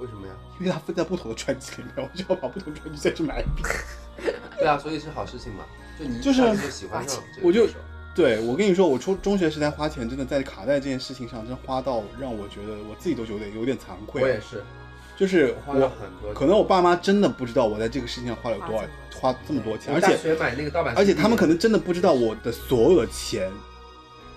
Speaker 6: 为什么呀？
Speaker 1: 因为它分在不同的专辑里面，我就要把不同专辑再去买一遍。
Speaker 6: 对啊，所以是好事情嘛。就你一
Speaker 1: 就是
Speaker 6: 看就喜欢上这个
Speaker 1: 我就
Speaker 6: 歌手
Speaker 1: 对我跟你说，我初中学时代花钱真的在卡带这件事情上，真花到让我觉得我自己都觉得有点惭愧。啊
Speaker 6: 我也是
Speaker 1: 就是
Speaker 6: 花了
Speaker 1: 我
Speaker 6: 很多钱，
Speaker 1: 可能我爸妈真的不知道我在这个事情上花了有多少花这么多钱，而且
Speaker 6: 学买那个盗版，
Speaker 1: 而且他们可能真的不知道我的所有的钱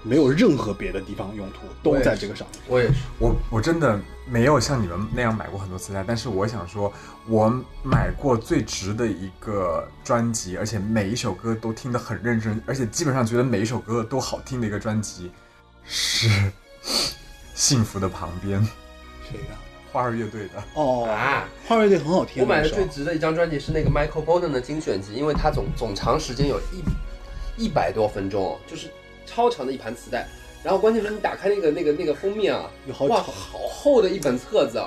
Speaker 1: 没有任何别的地方用途，都在这个上面。
Speaker 6: 我也是，
Speaker 4: 我我真的没有像你们那样买过很多磁带，但是我想说，我买过最值的一个专辑，而且每一首歌都听得很认真，而且基本上觉得每一首歌都好听的一个专辑是《幸福的旁边》
Speaker 1: 谁呀？
Speaker 4: 花儿乐队的。
Speaker 1: 哦
Speaker 6: 啊，
Speaker 1: 花儿乐队很好听。
Speaker 6: 我买
Speaker 1: 那
Speaker 6: 的
Speaker 1: 首
Speaker 6: 最值的一张专辑是那个 Michael Bolton 的精选集，因为它总总长时间有一一百多分钟，就是超长的一盘磁带。然后关键是你打开那个那个那个封面啊，
Speaker 1: 有好
Speaker 6: 哇，
Speaker 1: 长
Speaker 6: 好厚的一本册子，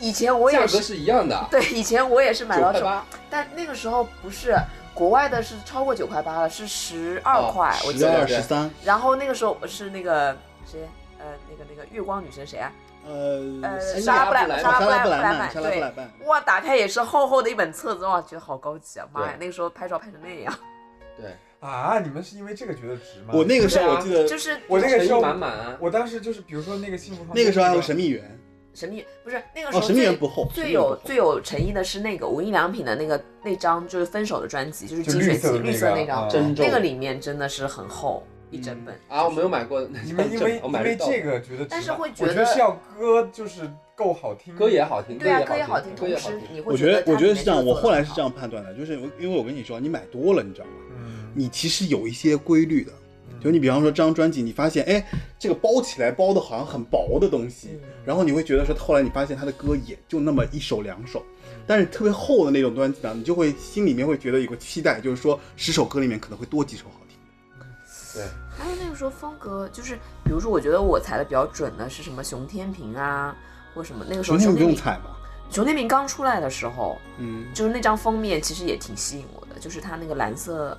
Speaker 5: 以以前我
Speaker 6: 价
Speaker 5: 也
Speaker 6: 格
Speaker 5: 是，
Speaker 6: 是一样的，
Speaker 5: 对，以前我也是买
Speaker 6: 九
Speaker 5: 到这
Speaker 6: 块
Speaker 5: 种，
Speaker 6: 八。
Speaker 5: 但那个时候不是国外的是超过九块八了，是十二
Speaker 6: 哦
Speaker 5: 块，我记
Speaker 1: 十
Speaker 5: 得
Speaker 1: 二
Speaker 6: 对对
Speaker 1: 十三，
Speaker 5: 然后那个时候是那个谁，呃，那个那个月光女神谁啊？
Speaker 1: 呃，
Speaker 5: 呃，
Speaker 6: 哎
Speaker 5: 莎拉布莱
Speaker 6: 那个
Speaker 5: 莎
Speaker 1: 莎
Speaker 5: 拉
Speaker 1: 拉
Speaker 5: 布
Speaker 1: 布
Speaker 5: 莱
Speaker 1: 莱
Speaker 5: 莱
Speaker 1: 曼，莎拉布莱
Speaker 5: 对。
Speaker 1: 曼。
Speaker 5: 哇，打开也是厚厚的一本册子，哇，觉得好高级啊！妈呀，
Speaker 6: 对
Speaker 5: 那个时候拍照拍成那样，
Speaker 6: 对，
Speaker 4: 啊，你们是因为这个觉得值吗
Speaker 1: 我那个时
Speaker 6: 啊
Speaker 1: 候我记得，
Speaker 5: 就是
Speaker 4: 我那个
Speaker 6: 诚
Speaker 4: 时
Speaker 6: 意
Speaker 4: 候，
Speaker 6: 满满啊。
Speaker 4: 我当时就是比如说那个《幸福旁边》，
Speaker 1: 那个时候还有神秘园，
Speaker 5: 神秘不是那个时
Speaker 1: 哦，
Speaker 5: 候
Speaker 1: 神秘
Speaker 5: 最、
Speaker 1: 园不厚，神
Speaker 5: 最
Speaker 1: 秘园不
Speaker 5: 有
Speaker 1: 厚
Speaker 5: 最有诚意的是那个无印良品的那个那张就是分手的专辑，就是
Speaker 4: 就
Speaker 5: 精
Speaker 4: 绿
Speaker 5: 选
Speaker 4: 色
Speaker 5: 集
Speaker 4: 的
Speaker 5: 绿
Speaker 4: 那
Speaker 5: 色
Speaker 4: 个
Speaker 5: 那张
Speaker 4: 啊，
Speaker 6: 珍重
Speaker 5: 那个里面真的是很厚一整本
Speaker 6: 啊，我没有买过 那张
Speaker 4: 你
Speaker 6: 正，
Speaker 4: 们因为
Speaker 6: 我
Speaker 4: 因
Speaker 6: 买
Speaker 4: 为
Speaker 6: 的盗版
Speaker 4: 这个觉得值吗，
Speaker 5: 但是会觉
Speaker 4: 我
Speaker 5: 得
Speaker 4: 觉得是要歌就是够好听，
Speaker 6: 歌也好听，
Speaker 5: 对啊，歌
Speaker 6: 歌
Speaker 5: 也
Speaker 6: 也
Speaker 5: 好
Speaker 6: 好
Speaker 5: 听，
Speaker 6: 歌
Speaker 5: 同
Speaker 6: 也好
Speaker 5: 时
Speaker 6: 听。
Speaker 5: 你会
Speaker 1: 我觉得
Speaker 5: 它
Speaker 1: 我
Speaker 5: 里
Speaker 1: 觉
Speaker 5: 面
Speaker 1: 得是这样，
Speaker 5: 真的做
Speaker 1: 我后
Speaker 5: 得
Speaker 1: 来
Speaker 5: 很
Speaker 1: 是
Speaker 5: 好
Speaker 1: 这样判断的，就是我因为我跟你说，你买多了，你知道吗？
Speaker 4: 嗯，
Speaker 1: 你其实有一些规律的，就你比方说这张专辑，你发现哎，这个包起来包的好像很薄的东
Speaker 4: 嗯
Speaker 1: 西，然后你会觉得说，后来你发现他的歌也就那么一首两首，
Speaker 4: 嗯
Speaker 1: 但是特别厚的那种专辑啊呢，你就会心里面会觉得有个期待，就是说十首歌里面可能会多几首好听。
Speaker 5: 还有那个时候风格，就是比如说，我觉得我踩的比较准的是什么熊天平啊，或什么那个时候
Speaker 1: 熊天
Speaker 5: 熊
Speaker 1: 平不
Speaker 5: 天
Speaker 1: 用
Speaker 5: 平
Speaker 1: 踩吧？
Speaker 5: 熊天平刚出来的时候，
Speaker 1: 嗯，
Speaker 5: 就是那张封面其实也挺吸引我的，就是它那个蓝色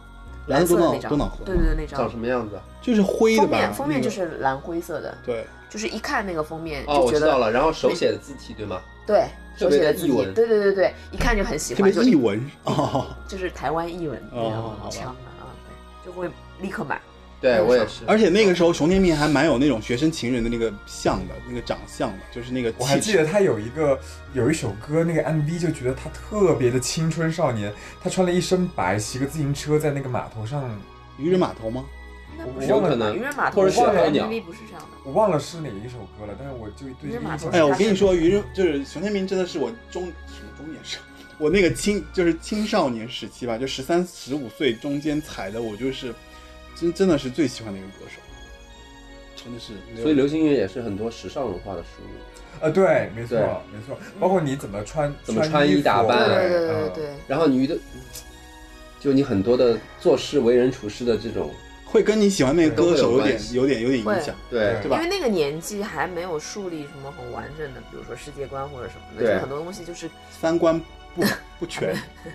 Speaker 1: 蓝
Speaker 5: 色
Speaker 1: 色
Speaker 5: 的
Speaker 1: 多
Speaker 5: 那
Speaker 1: 脑
Speaker 5: 张，
Speaker 1: 多脑河
Speaker 5: 对对对，那
Speaker 6: 长
Speaker 5: 张
Speaker 6: 什么样子？
Speaker 1: 就是灰的
Speaker 5: 封
Speaker 1: 吧？
Speaker 5: 面封面就
Speaker 1: 那个
Speaker 5: 是蓝灰色的，
Speaker 1: 对，
Speaker 5: 就是一看那个封面
Speaker 6: 哦，
Speaker 5: 就
Speaker 6: 我
Speaker 5: 觉
Speaker 6: 知
Speaker 5: 得、
Speaker 6: 道了。然后手写的字体对吗？
Speaker 5: 对手
Speaker 6: 特别
Speaker 5: 写的
Speaker 6: 的
Speaker 5: 字
Speaker 6: 译
Speaker 5: 体，
Speaker 6: 文
Speaker 5: 对对对对，一看就很喜
Speaker 1: 特
Speaker 5: 欢，
Speaker 1: 别
Speaker 5: 就
Speaker 1: 译 文哦。
Speaker 5: 就是台湾译文那
Speaker 1: 哦
Speaker 5: 样
Speaker 1: 好
Speaker 5: 很
Speaker 1: 吧
Speaker 5: 强的啊，对，就会立刻买。
Speaker 6: 对
Speaker 5: 嗯
Speaker 6: 我也是。
Speaker 1: 而且那个时候熊天平还蛮有那种学生情人的那个像的，那个长相的，就是那个
Speaker 4: 我还
Speaker 1: 气
Speaker 4: 记
Speaker 1: 质。
Speaker 4: 得他有一个有一首歌，那个 MV 就觉得他特别的青春少年，他穿了一身白，骑个自行车在那个码头上，
Speaker 1: 渔人码头吗？
Speaker 5: 那
Speaker 4: 我
Speaker 5: 不是
Speaker 4: 有可
Speaker 5: 吧
Speaker 6: 能
Speaker 5: 渔人码头
Speaker 6: 或者
Speaker 5: 我忘
Speaker 4: 雪
Speaker 5: 了
Speaker 6: 候鸟
Speaker 5: MV 不是这样的。
Speaker 4: 我忘了是哪一首歌了，但是我就对
Speaker 5: 渔
Speaker 4: 这
Speaker 5: 人
Speaker 4: 个
Speaker 5: 码
Speaker 4: 印
Speaker 5: 头
Speaker 4: 象。
Speaker 1: 哎呀，我
Speaker 5: 他是
Speaker 1: 跟你说，渔人就是熊天平，真的是我中什么中年少， 我那个青就是青少年时期吧，就十三十五岁中间踩的，我就是真真的是最喜欢的一个歌手，真的是没有。
Speaker 6: 所以流行音乐也是很多时尚文化的输入。
Speaker 4: 呃，对，没错
Speaker 6: 对，
Speaker 4: 没错，包括你怎么穿，
Speaker 6: 怎么
Speaker 4: 穿
Speaker 6: 穿衣打扮啊
Speaker 5: 对对
Speaker 6: 对
Speaker 5: 对
Speaker 4: 嗯
Speaker 5: 对对，
Speaker 6: 然后你的，就你很多的做事、为人处事的这种，
Speaker 1: 会跟你喜欢那个歌手有
Speaker 6: 都会有关
Speaker 1: 点
Speaker 6: 系
Speaker 1: 有点有点
Speaker 5: 会
Speaker 1: 影响，
Speaker 6: 对
Speaker 1: 对
Speaker 5: 因
Speaker 1: 吧
Speaker 5: 为？那个年纪还没有树立什么很完整的，比如说世界观或者什么的，
Speaker 6: 对
Speaker 5: 就很多东西就是
Speaker 1: 三观不 不全，
Speaker 5: 还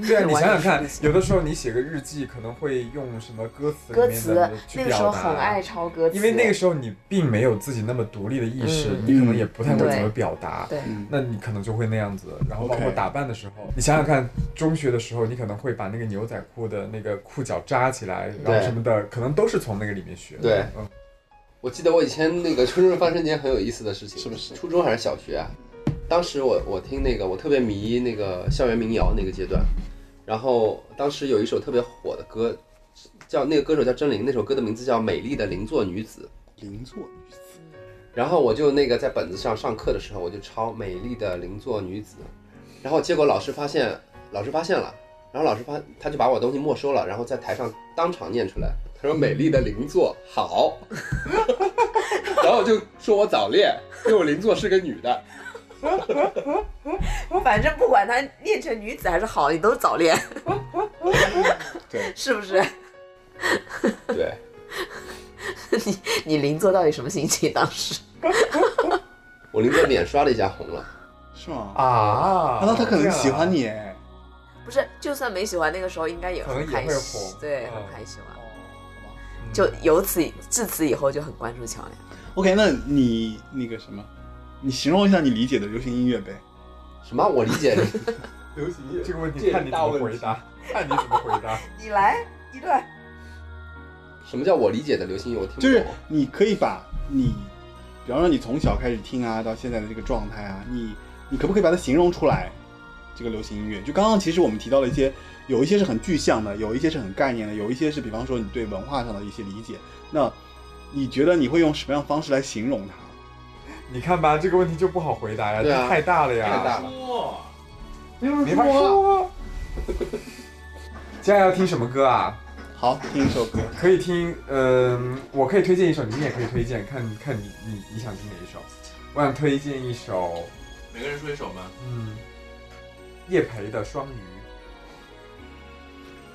Speaker 5: 没
Speaker 4: 对啊，
Speaker 5: 有
Speaker 4: 你想
Speaker 5: 完整 树
Speaker 4: 想看
Speaker 5: 立，起来。
Speaker 4: 有的时候你写个日记，可能会用什么歌词
Speaker 5: 歌
Speaker 4: 里面
Speaker 5: 词
Speaker 4: 的
Speaker 5: 那
Speaker 4: 去
Speaker 5: 个时候
Speaker 4: 表达，
Speaker 5: 很爱抄歌词，
Speaker 4: 因为那个时候你并没有自己那么独立的意识，
Speaker 5: 嗯
Speaker 4: 你可能也不太会
Speaker 5: 对
Speaker 4: 怎么表达，
Speaker 5: 对
Speaker 1: 嗯，
Speaker 4: 那你可能就会那样子。然后包
Speaker 1: OK
Speaker 4: 括打扮的时候你想想看，中学的时候你可能会把那个牛仔裤的那个裤脚扎起来，然后
Speaker 6: 对
Speaker 4: 什么的，可能都是从那个里面学的。
Speaker 6: 对
Speaker 4: 嗯，
Speaker 6: 我记得我以前那个初中发生一件很有意思的事情，
Speaker 1: 是不是
Speaker 6: 初中还是小学啊？当时我我听那个我特别迷那个校园民谣那个阶段，然后当时有一首特别火的歌，叫那个歌手叫真灵，那首歌的名字叫《美丽的邻座女子》。
Speaker 1: 邻座女子
Speaker 6: 然后我就那个在本子上上课的时候，我就抄《美丽的邻座女子》，然后结果老师发现，老师发现了，然后老师发他就把我东西没收了，然后在台上当场念出来，他说：“美丽的邻座好。” 然后就说我早恋，因为我邻座是个女的。
Speaker 5: 反正不管她练成女子还是好，你都早 恋，
Speaker 1: 对，
Speaker 5: 是不是？
Speaker 6: 对，
Speaker 5: 你你邻座到底什么心情？当时
Speaker 6: 我邻座脸刷了一下红了。
Speaker 1: 是吗？
Speaker 4: 啊，
Speaker 1: 难道他可能喜欢
Speaker 4: 这样啊？
Speaker 1: 你？哎
Speaker 5: 不是，就算没喜欢，那个时候应该也
Speaker 4: 可能
Speaker 5: 很
Speaker 4: 也
Speaker 5: 开
Speaker 4: 会
Speaker 5: 心
Speaker 4: 红，
Speaker 5: 对，
Speaker 4: 嗯
Speaker 5: 很开心啊。
Speaker 4: 嗯
Speaker 5: 就由此至此以后就很关注乔梁，
Speaker 1: OK，那你那个什么，你形容一下你理解的流行音乐呗？
Speaker 6: 什么？我理 解你。
Speaker 4: 流行音乐这个问
Speaker 6: 这
Speaker 4: 题，
Speaker 6: 也
Speaker 4: 看你怎
Speaker 6: 大
Speaker 4: 么
Speaker 6: 问
Speaker 4: 回
Speaker 6: 题
Speaker 4: 答，看你怎么回答。
Speaker 5: 你来一段。
Speaker 6: 什么叫我理解的流行音乐？我听不懂。
Speaker 1: 就是你可以把你，比方说你从小开始听啊，到现在的这个状态啊，你你可不可以把它形容出来？这个流行音乐，就刚刚其实我们提到了一些，有一些是很具象的，有一些是很概念的，有一些是比方说你对文化上的一些理解。那你觉得你会用什么样的方式来形容它？
Speaker 4: 你看吧，这个问题就不好回答呀，
Speaker 6: 对啊
Speaker 4: 这太大了呀，
Speaker 6: 太大了
Speaker 2: 哇，
Speaker 4: 没法说。接下来要听什么歌啊？
Speaker 1: 好，听一首歌，
Speaker 4: 可以听，嗯、我可以推荐一首，你也可以推荐，看看你你你想听哪一首。我想推荐一首，
Speaker 2: 每个人说一首吗？
Speaker 4: 嗯，叶培的《双鱼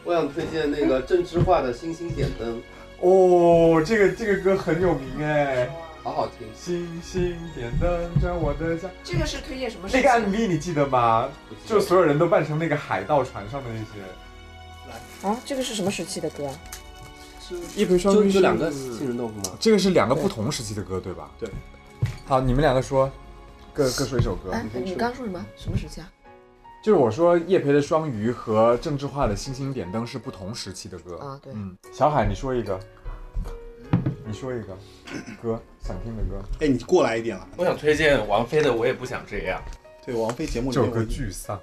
Speaker 6: 我想推荐那个郑智化的《星星点灯》，》。
Speaker 4: 哦，这个这个歌很有名哎，
Speaker 6: 好好听。
Speaker 4: 星星点灯照我的家。
Speaker 5: 这个是推荐什么
Speaker 4: 那个 MV 哎你记得吗？
Speaker 6: 不记得
Speaker 4: 就所有人都扮成那个海盗船上的那些。
Speaker 5: 啊，这个是什么时期的歌啊？
Speaker 4: 叶培双嗯
Speaker 6: 就就两个杏仁豆腐吗？
Speaker 4: 这个是两个不同时期的歌，对吧？
Speaker 1: 对。
Speaker 4: 好，你们两个说，各各说一首歌。
Speaker 5: 哎，你刚说什么？什么时期啊？
Speaker 4: 就是我说叶培的《双鱼》和郑智化的《星星点灯》是不同时期的歌。
Speaker 5: 啊对
Speaker 4: 嗯，小海，你说一个，你说一个歌，想听的歌。
Speaker 1: 哎，你过来一点啦。
Speaker 2: 我想推荐王菲的《我也不想这样
Speaker 1: 对，王菲节目里
Speaker 4: 这首
Speaker 1: 面
Speaker 4: 歌
Speaker 1: 我
Speaker 4: 巨丧。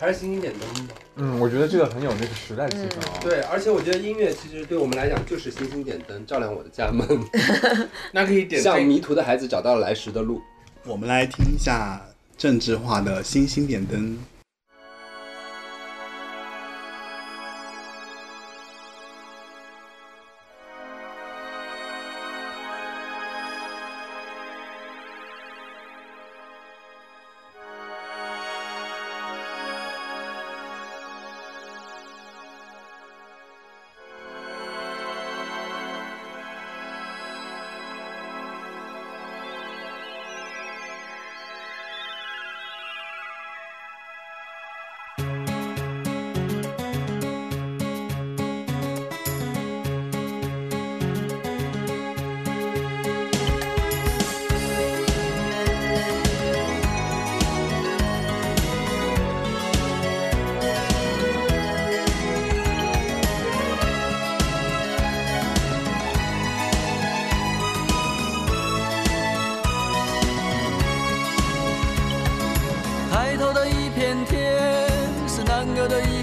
Speaker 6: 还是星星点灯吧。
Speaker 4: 嗯，我觉得这个很有那个时代气氛
Speaker 5: 嗯
Speaker 4: 啊、
Speaker 6: 对，而且我觉得音乐其实对我们来讲就是星星点灯，照亮我的家 门，》，
Speaker 2: 那可以点
Speaker 6: 像
Speaker 2: 这
Speaker 6: 迷途的孩子找到了来时的路。
Speaker 1: 我们来听一下郑智化的《星星点灯》。
Speaker 10: 抬头的一片天是南国的一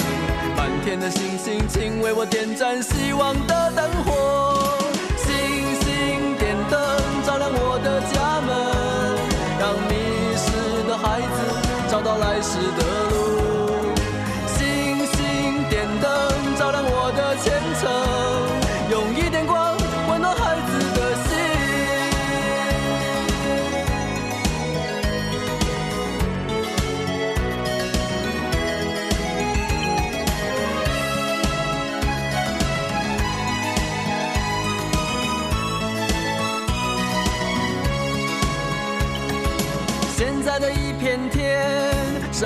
Speaker 12: 满天的星星，请为我点燃希望的灯火。星星点灯，照亮我的家门，让迷失的孩子找到来时的路。星星点灯，照亮我的前程，用一点光温暖孩子的心。现在的一片天，是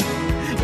Speaker 12: 远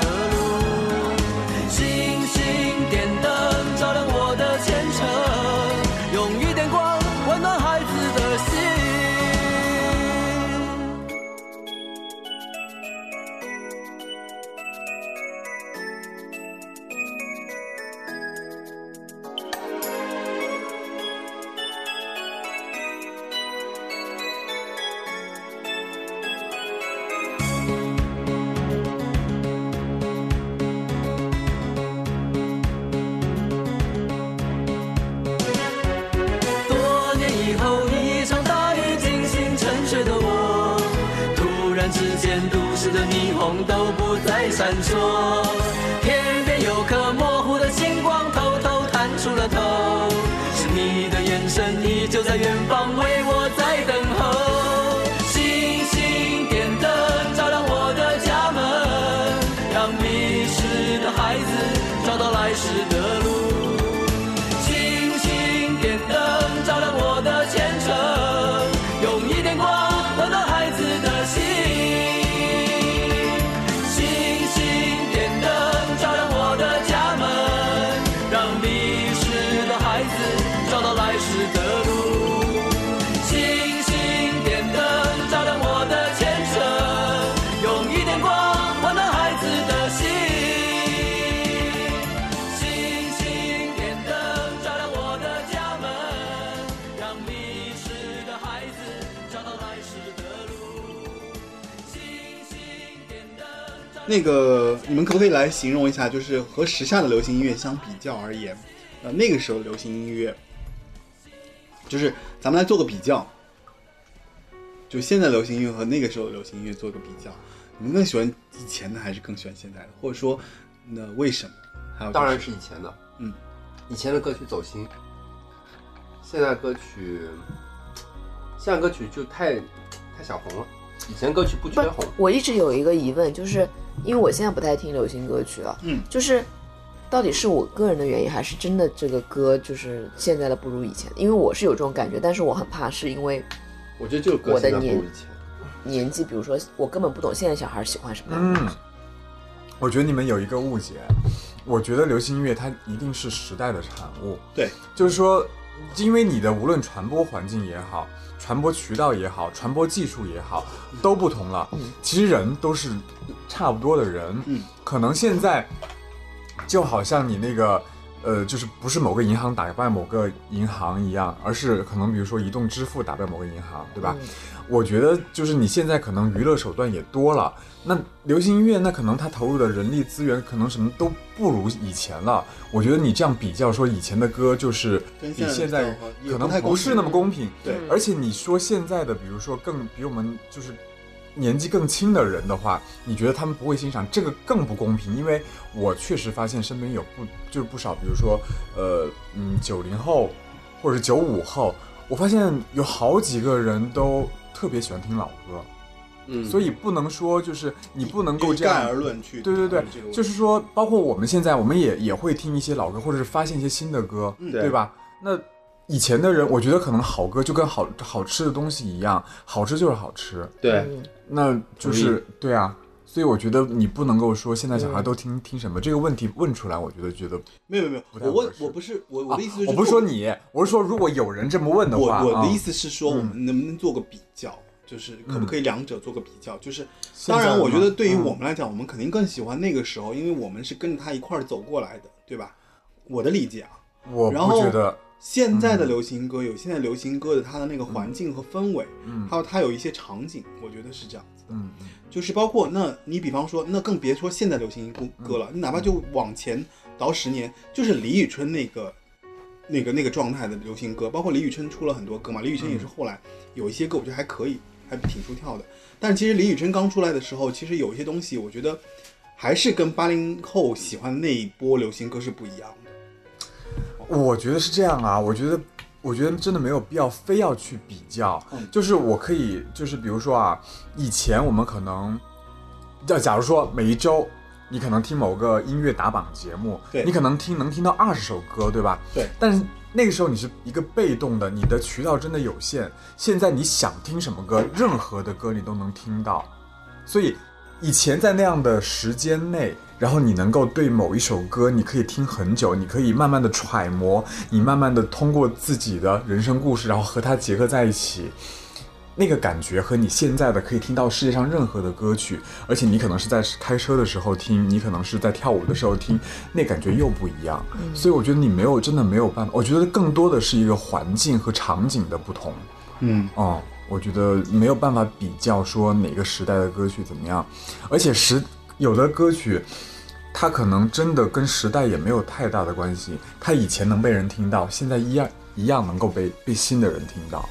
Speaker 12: 的路。星星点灯，照亮我的前程，用一点光温暖孩子的心。多年以后，一场大雨惊醒沉睡的我。突然之间，都市的霓虹都不再闪烁，天边有颗模糊的星光偷偷探出了头。是你的眼神依旧在远方为我在等候。星星点灯，照亮我的家门，让迷失的孩子找到来时的路。星星点灯，照亮我的前程，用一点光温暖孩子的心。星星点灯，照亮我的家门，让迷失的孩子找到来时的路。星星点灯，照亮我的前程，用一点光温暖孩子的心。星星点灯，照亮我的家门，让迷失的孩子找到来时的路。星星点灯，照亮
Speaker 1: 那个，你们可不可以来形容一下，就是和时下的流行音乐相比较而言，呃，那个时候的流行音乐，就是咱们来做个比较，就现在流行音乐和那个时候的流行音乐做个比较，你们更喜欢以前的还是更喜欢现在的？或者说，那为什么？还有、
Speaker 6: 当然是以前的，
Speaker 1: 嗯，
Speaker 6: 以前的歌曲走心，现在歌曲，现在歌曲就太太小红了，以前歌曲不缺红，
Speaker 5: 我一直有一个疑问，就是因为我现在不太听流行歌曲了，
Speaker 1: 嗯，
Speaker 5: 就是到底是我个人的原因，还是真的这个歌就是现在的不如以前？因为我是有这种感觉，但是我很怕是因为
Speaker 6: 我觉得就是歌
Speaker 5: 我的
Speaker 6: 现在不
Speaker 5: 年
Speaker 6: 如以前。
Speaker 5: 年纪，比如说我根本不懂现在小孩喜欢什么样的
Speaker 4: 嗯，我觉得你们有一个误解，我觉得流行音乐它一定是时代的产物。
Speaker 1: 对，
Speaker 4: 就是说，因为你的无论传播环境也好，传播渠道也好，传播技术也好，都不同了。其实人都是差不多的人，
Speaker 1: 嗯
Speaker 4: 可能现在就好像你那个。呃，就是不是某个银行打败某个银行一样，而是可能比如说移动支付打败某个银行，对吧？我觉得就是你现在可能娱乐手段也多了，那流行音乐那可能它投入的人力资源可能什么都不如以前了。我觉得你这样比较说以前的歌就是
Speaker 1: 跟
Speaker 4: 比
Speaker 1: 现在的
Speaker 4: 现在
Speaker 1: 比较也
Speaker 4: 可
Speaker 1: 不
Speaker 4: 能
Speaker 1: 太
Speaker 4: 不是那么公平，
Speaker 1: 对
Speaker 4: 而且你说现在的，比如说更比我们就是年纪更轻的人的话，你觉得他们不会欣赏，这个更不公平。因为我确实发现身边有不就是不少，比如说呃嗯九零后或者九五后，我发现有好几个人都特别喜欢听老歌，
Speaker 6: 嗯，
Speaker 4: 所以不能说就是你不能够
Speaker 1: 一
Speaker 4: 这样
Speaker 1: 概而论去
Speaker 4: 对对
Speaker 1: 讨论这个
Speaker 4: 对，
Speaker 1: 问题
Speaker 4: 就是说，包括我们现在，我们也也会听一些老歌，或者是发现一些新的歌，
Speaker 1: 嗯
Speaker 4: 对吧？那以前的人，我觉得可能好歌就跟好好吃的东西一样，好吃就是好吃，
Speaker 6: 对，
Speaker 4: 那就是对啊。所以我觉得你不能够说现在小孩
Speaker 1: 嗯
Speaker 4: 都听、听什么这个问题问出来，我觉得觉得
Speaker 1: 没有没有
Speaker 4: 不
Speaker 1: 没
Speaker 4: 太
Speaker 1: 有，我问
Speaker 4: 合适
Speaker 1: 我不是我我的意思就是、
Speaker 4: 我不是说，你，我是说如果有人这么问的
Speaker 1: 我
Speaker 4: 话，
Speaker 1: 我的意
Speaker 4: 啊、
Speaker 1: 思是说，我们能不能做个比较？就是可不
Speaker 4: 嗯
Speaker 1: 可以两者做个比较？就是，
Speaker 4: 现
Speaker 1: 当
Speaker 4: 在
Speaker 1: 然，我觉
Speaker 4: 吗
Speaker 1: 得对于
Speaker 4: 嗯
Speaker 1: 我们来讲，我们肯定更喜欢那个时候，因为我们是跟着他一块儿走过来的，对吧？我的理解啊，
Speaker 4: 我
Speaker 1: 然后
Speaker 4: 不觉得，嗯
Speaker 1: 现在的流行歌有现在流行歌的它的那个环境和氛围，
Speaker 4: 嗯
Speaker 1: 还有它有一些场景，我觉得是这样子的。
Speaker 4: 嗯，
Speaker 1: 就是包括那，你比方说，那更别说现在流行歌歌了，你哪怕就往前倒十年，就是李宇春那个、那个、那个状态的流行歌，包括李宇春出了很多歌嘛，李宇春也是后来有一些歌我觉得还可以，还挺出跳的。但其实李宇春刚出来的时候，其实有一些东西，我觉得还是跟八零后喜欢的那一波流行歌是不一样的。
Speaker 4: 我觉得是这样啊，我觉得，我觉得真的没有必要非要去比较。
Speaker 1: 嗯
Speaker 4: 就是我可以，就是比如说啊，以前我们可能，要假如说每一周你可能听某个音乐打榜节目，
Speaker 1: 对
Speaker 4: 你可能听能听到二十首歌，对吧？
Speaker 1: 对。
Speaker 4: 但是那个时候你是一个被动的，你的渠道真的有限。现在你想听什么歌，任何的歌你都能听到，所以。以前在那样的时间内，然后你能够对某一首歌，你可以听很久，你可以慢慢的揣摩，你慢慢的通过自己的人生故事，然后和它结合在一起，那个感觉和你现在的可以听到世界上任何的歌曲，而且你可能是在开车的时候听，你可能是在跳舞的时候听，那感觉又不一样。所以我觉得你没有真的没有办法，我觉得更多的是一个环境和场景的不同。
Speaker 1: 嗯，
Speaker 4: 哦，我觉得没有办法比较说哪个时代的歌曲怎么样，而且时有的歌曲，它可能真的跟时代也没有太大的关系，它以前能被人听到，现在一样一样能够被被新的人听到。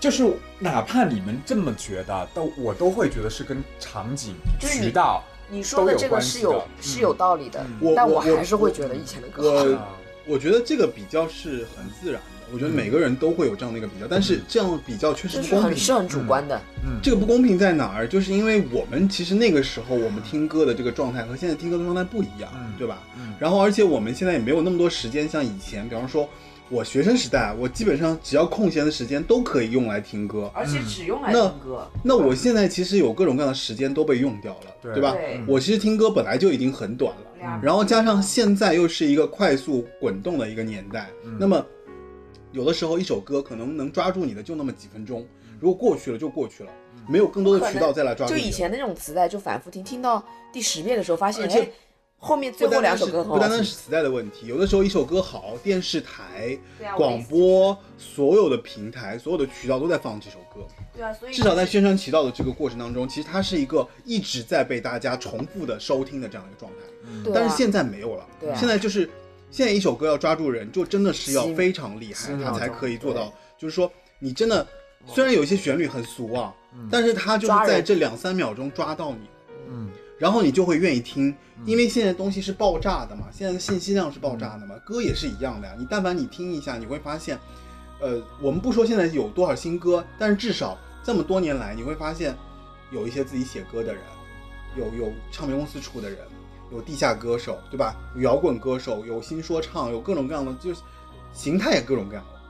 Speaker 4: 就是哪怕你们这么觉得，都我都会觉得是跟场景、
Speaker 5: 就是你
Speaker 4: 渠道
Speaker 5: 你说的这个是
Speaker 4: 都有
Speaker 5: 有
Speaker 4: 关系的
Speaker 5: 是有道理的
Speaker 4: 嗯，
Speaker 1: 我
Speaker 5: 但
Speaker 1: 我
Speaker 5: 还是
Speaker 1: 我
Speaker 5: 会觉得以前的歌好。
Speaker 1: 我我觉得这个比较是很自然的，我觉得每个人都会有这样的一个比较，但是这样的比较确
Speaker 5: 就
Speaker 1: 实不
Speaker 5: 嗯是
Speaker 1: 公
Speaker 5: 很
Speaker 1: 平。嗯
Speaker 5: 是很主观的，
Speaker 1: 这个不公平在哪儿？就是因为我们其实那个时候我们听歌的这个状态和现在听歌的状态不一样，
Speaker 4: 嗯
Speaker 1: 对吧？
Speaker 4: 嗯
Speaker 1: 然后而且我们现在也没有那么多时间，像以前，比方说我学生时代，我基本上只要空闲的时间都可以用来听歌。嗯
Speaker 5: 而且只用来
Speaker 1: 那
Speaker 5: 听歌。
Speaker 1: 那我现在其实有各种各样的时间都被用掉了，
Speaker 4: 对
Speaker 1: 吧？
Speaker 5: 对
Speaker 1: 我其实听歌本来就已经很短了，
Speaker 5: 嗯
Speaker 1: 然后加上现在又是一个快速滚动的一个年代，那么有的时候一首歌可能能抓住你的就那么几分钟，如果过去了就过去了，没有更多的渠道再来抓住
Speaker 5: 就
Speaker 1: 你。
Speaker 5: 以前的那种磁带，就反复听，听到第十遍的时候，发现
Speaker 1: 而且
Speaker 5: 哎，后面最
Speaker 1: 不
Speaker 5: 后
Speaker 1: 单
Speaker 5: 两
Speaker 1: 单
Speaker 5: 首
Speaker 1: 是
Speaker 5: 歌很
Speaker 1: 不
Speaker 5: 好
Speaker 1: 单单是
Speaker 5: 听。
Speaker 1: 磁带的问题，有的时候一首歌好，电视台
Speaker 5: 对啊、我的意
Speaker 1: 广
Speaker 5: 思
Speaker 1: 播所有的平台、所有的渠道都在放这首歌。
Speaker 5: 对啊，所以
Speaker 1: 至少在宣传渠道的这个过程当中，其实它是一个一直在被大家重复的收听的这样一个状态。
Speaker 5: 对啊
Speaker 1: 但是现在没有了，
Speaker 5: 对啊
Speaker 1: 现在就是现在一首歌要抓住人，就真的是要
Speaker 5: 吸
Speaker 1: 非常厉害
Speaker 4: 吸，秒
Speaker 1: 他才
Speaker 4: 钟
Speaker 1: 可以做到。就是说，你真的虽然有一些旋律很俗啊，但是他就是
Speaker 5: 抓人
Speaker 1: 在这两三秒钟抓到你，
Speaker 4: 嗯，
Speaker 1: 然后你就会愿意听，因为现在东西是爆炸的嘛，现在信息量是爆炸的嘛，歌也是一样的呀。你但凡你听一下，你会发现，呃，我们不说现在有多少新歌，但是至少这么多年来，你会发现有一些自己写歌的人，有有唱片公司出的人，有地下歌手，对吧？有摇滚歌手，有新说唱，有各种各样的，就是形态也各种各样的，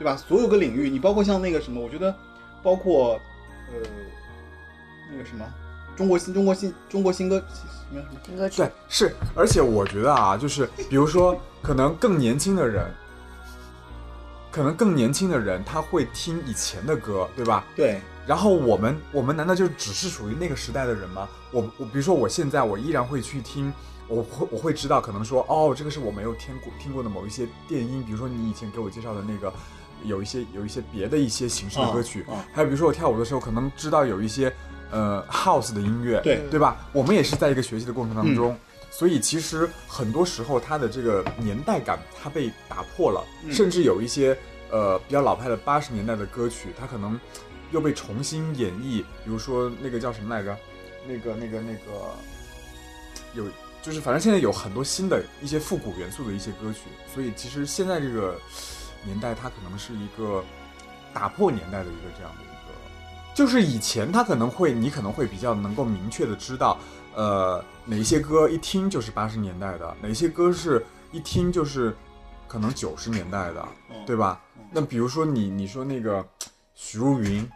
Speaker 1: 对吧？所有个领域，你包括像那个什么，我觉得包括呃那个什么。中国新中国新中国新歌什么什么，
Speaker 5: 听歌曲
Speaker 4: 对，是，而且我觉得啊，就是比如说，可能更年轻的人，可能更年轻的人他会听以前的歌，对吧？
Speaker 1: 对，
Speaker 4: 然后我们，我们难道就只是属于那个时代的人吗？我我比如说我现在我依然会去听，我会我会知道可能说哦，这个是我没有听过听过的某一些电音，比如说你以前给我介绍的那个，有一些有一些别的一些形式的歌曲，
Speaker 1: 嗯嗯
Speaker 4: 还有比如说我跳舞的时候可能知道有一些呃 house 的音乐，
Speaker 1: 对
Speaker 4: 对吧？我们也是在一个学习的过程当中。所以其实很多时候，它的这个年代感它被打破了，
Speaker 1: 嗯
Speaker 4: 甚至有一些呃比较老派的八十年代的歌曲，它可能又被重新演绎，比如说那个叫什么来着，那个那个那个，有就是反正现在有很多新的一些复古元素的一些歌曲，所以其实现在这个年代它可能是一个打破年代的一个这样的一个就是以前他可能会，你可能会比较能够明确的知道，呃，哪一些歌一听就是八十年代的，哪一些歌是一听就是可能九十年代的，
Speaker 1: 嗯
Speaker 4: 对吧？那比如说你你说那个许茹芸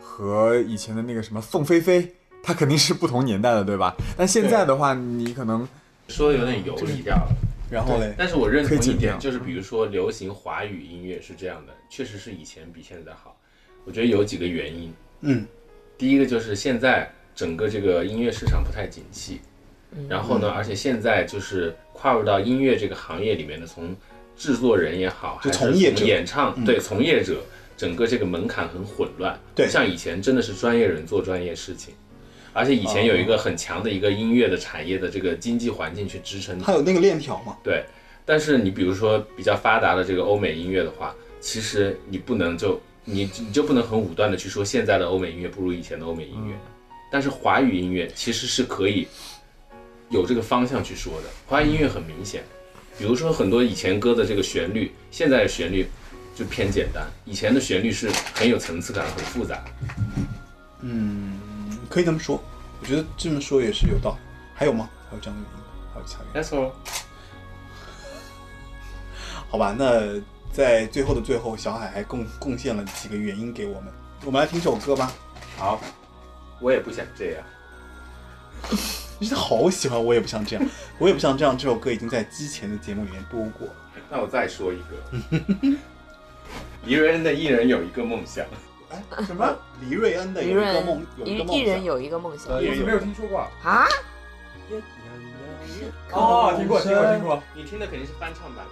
Speaker 4: 和以前的那个什么凤飞飞，她肯定是不同年代的，对吧？但现在的话，你可能
Speaker 2: 说的有点油腻掉了。
Speaker 1: 然后嘞，
Speaker 2: 但是我认
Speaker 4: 可
Speaker 2: 同
Speaker 4: 以
Speaker 2: 一
Speaker 4: 剪
Speaker 2: 点，
Speaker 4: 掉
Speaker 2: 就是比如说流行华语音乐是这样的，确实是以前比现在好。我觉得有几个原因，
Speaker 1: 嗯，
Speaker 2: 第一个就是现在整个这个音乐市场不太景气，
Speaker 10: 嗯
Speaker 2: 然后
Speaker 1: 嗯
Speaker 2: 呢，而且现在就是跨入到音乐这个行业里面的，从制作人也好，
Speaker 1: 就
Speaker 2: 还是
Speaker 1: 从业者嗯
Speaker 2: 从演唱、对从业者，整个这个门槛很混乱，
Speaker 1: 对
Speaker 2: 像以前真的是专业人做专业事情。而且以前有一
Speaker 1: 哦
Speaker 2: 个很强的一个音乐的产业的这个经济环境去支撑它
Speaker 1: 它有那个链条嘛，
Speaker 2: 对，但是你比如说比较发达的这个欧美音乐的话，其实你不能就你你就不能很武断的去说现在的欧美音乐不如以前的欧美音乐，但是华语音乐其实是可以有这个方向去说的。华语音乐很明显，比如说很多以前歌的这个旋律，现在的旋律就偏简单，以前的旋律是很有层次感、很复杂。
Speaker 1: 嗯可以这么说。我觉得这么说也是有道理。还有吗？还有这样的原因？还有其他原因？
Speaker 2: That's all。
Speaker 1: 好吧，那在最后的最后，小海还贡贡献了几个原因给我们。我们来听首歌吧。
Speaker 2: 好，我也不想这样。
Speaker 1: 真的好喜欢，我也不想这样，我也不想这样。这首歌已经在之前的节目里面播过。
Speaker 2: 那我再说一个， 一个人的一人有一个梦想。
Speaker 1: 哎，什么？黎瑞恩的
Speaker 5: 一
Speaker 1: 有一个
Speaker 5: 人
Speaker 1: 梦，有一
Speaker 5: 一
Speaker 1: 个梦
Speaker 5: 一人
Speaker 1: 想。
Speaker 5: 有一个梦想
Speaker 1: 呃也有
Speaker 4: 没有听说过啊。
Speaker 5: 啊，
Speaker 4: 哦，听过，听过，听过。
Speaker 2: 你听的肯定是翻唱版的，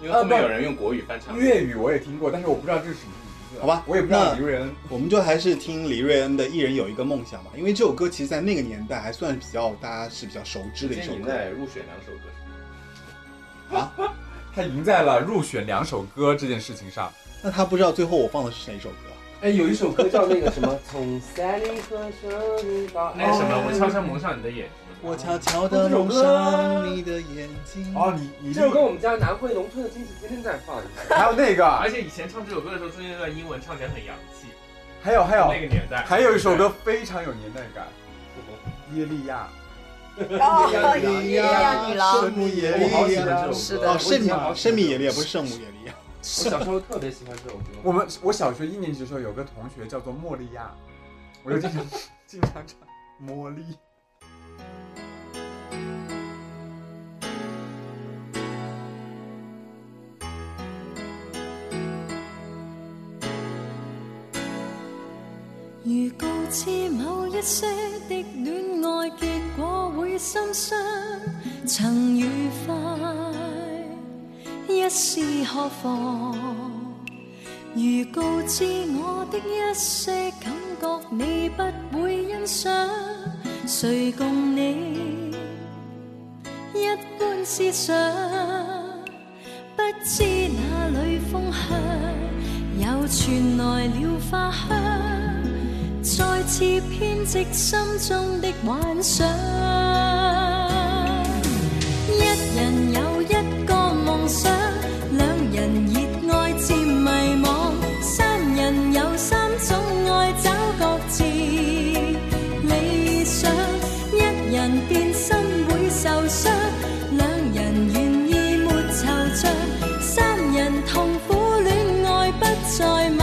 Speaker 2: 因为
Speaker 4: 啊
Speaker 2: 后面
Speaker 4: 不
Speaker 2: 有人用国语翻唱。
Speaker 4: 粤语我也听过，但是我不知道这是什么名字。
Speaker 1: 好吧
Speaker 4: 我也不知道
Speaker 1: 那
Speaker 4: 李瑞恩。
Speaker 1: 我们就还是听黎瑞恩的《一人有一个梦想》吧，因为这首歌其实，在那个年代还算比较大家是比较熟知的一
Speaker 2: 今
Speaker 1: 首
Speaker 2: 天你
Speaker 1: 歌。
Speaker 2: 在入选两首歌，
Speaker 4: 他赢在了入选两首歌这件事情上。
Speaker 1: 那他不知道最后我放的是哪首歌？啊
Speaker 6: 哎，有一首歌叫那个什么， 从三里河手里到
Speaker 2: 那什么，我悄悄蒙上你的眼睛。
Speaker 1: 我悄悄
Speaker 6: 地蒙上
Speaker 1: 你的眼睛
Speaker 4: 啊哦，你你
Speaker 6: 这首歌我们家南汇农村的亲戚天天在放，你看
Speaker 4: 还有那个，
Speaker 2: 而且以前唱这首歌的时候，中间那段英文唱起来很洋气，
Speaker 4: 还有还有
Speaker 2: 那个年代。
Speaker 4: 还有一首歌非常有年代感，耶利亚，
Speaker 5: 哦，
Speaker 1: 一
Speaker 5: 一
Speaker 1: 样
Speaker 5: 样女郎，
Speaker 1: 圣母耶
Speaker 4: 我好
Speaker 1: 利
Speaker 4: 喜欢这
Speaker 1: 亚
Speaker 4: 首歌。
Speaker 5: 是的
Speaker 1: 哦，圣
Speaker 4: 我以前好像
Speaker 1: 母圣母耶利亚不是圣母耶利亚。
Speaker 6: 我小时候特别喜欢这首歌。
Speaker 4: 我们我小学一年级的时候有个同学叫做莫利亚，我就经常经常唱茉莉。
Speaker 13: 如告知某一些的恋爱结果会心伤，曾愉快，一试何妨？如告知我的一些感觉你不会欣赏，谁共你一般思想？不知哪里风向，又傳來了花香。再次编织心中的幻想。一人有一个梦想，两人热爱渐迷惘，三人有三种爱，找各自理想。一人變心會受傷，兩人願意沒惆怅，三人痛苦戀愛不再問。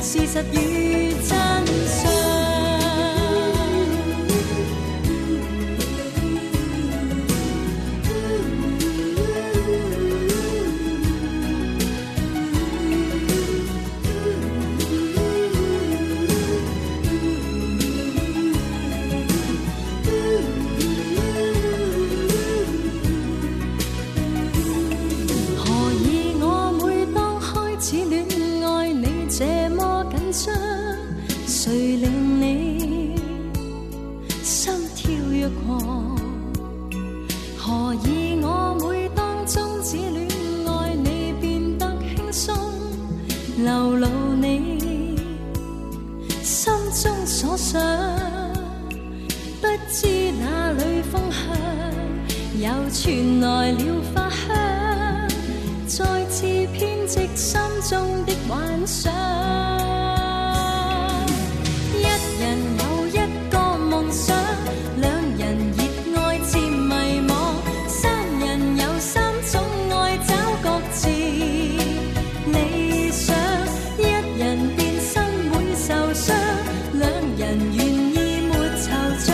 Speaker 13: 事實與真相。何以我每當開始戀愛，你這麼緊張？心中所想，不知哪里方向，又傳來了花香，再次編織心中的幻想。一人有一個夢想，兩人熱愛漸迷惘，三人有三種愛找各自理想。一人變心會受傷，兩人願意沒惆悵，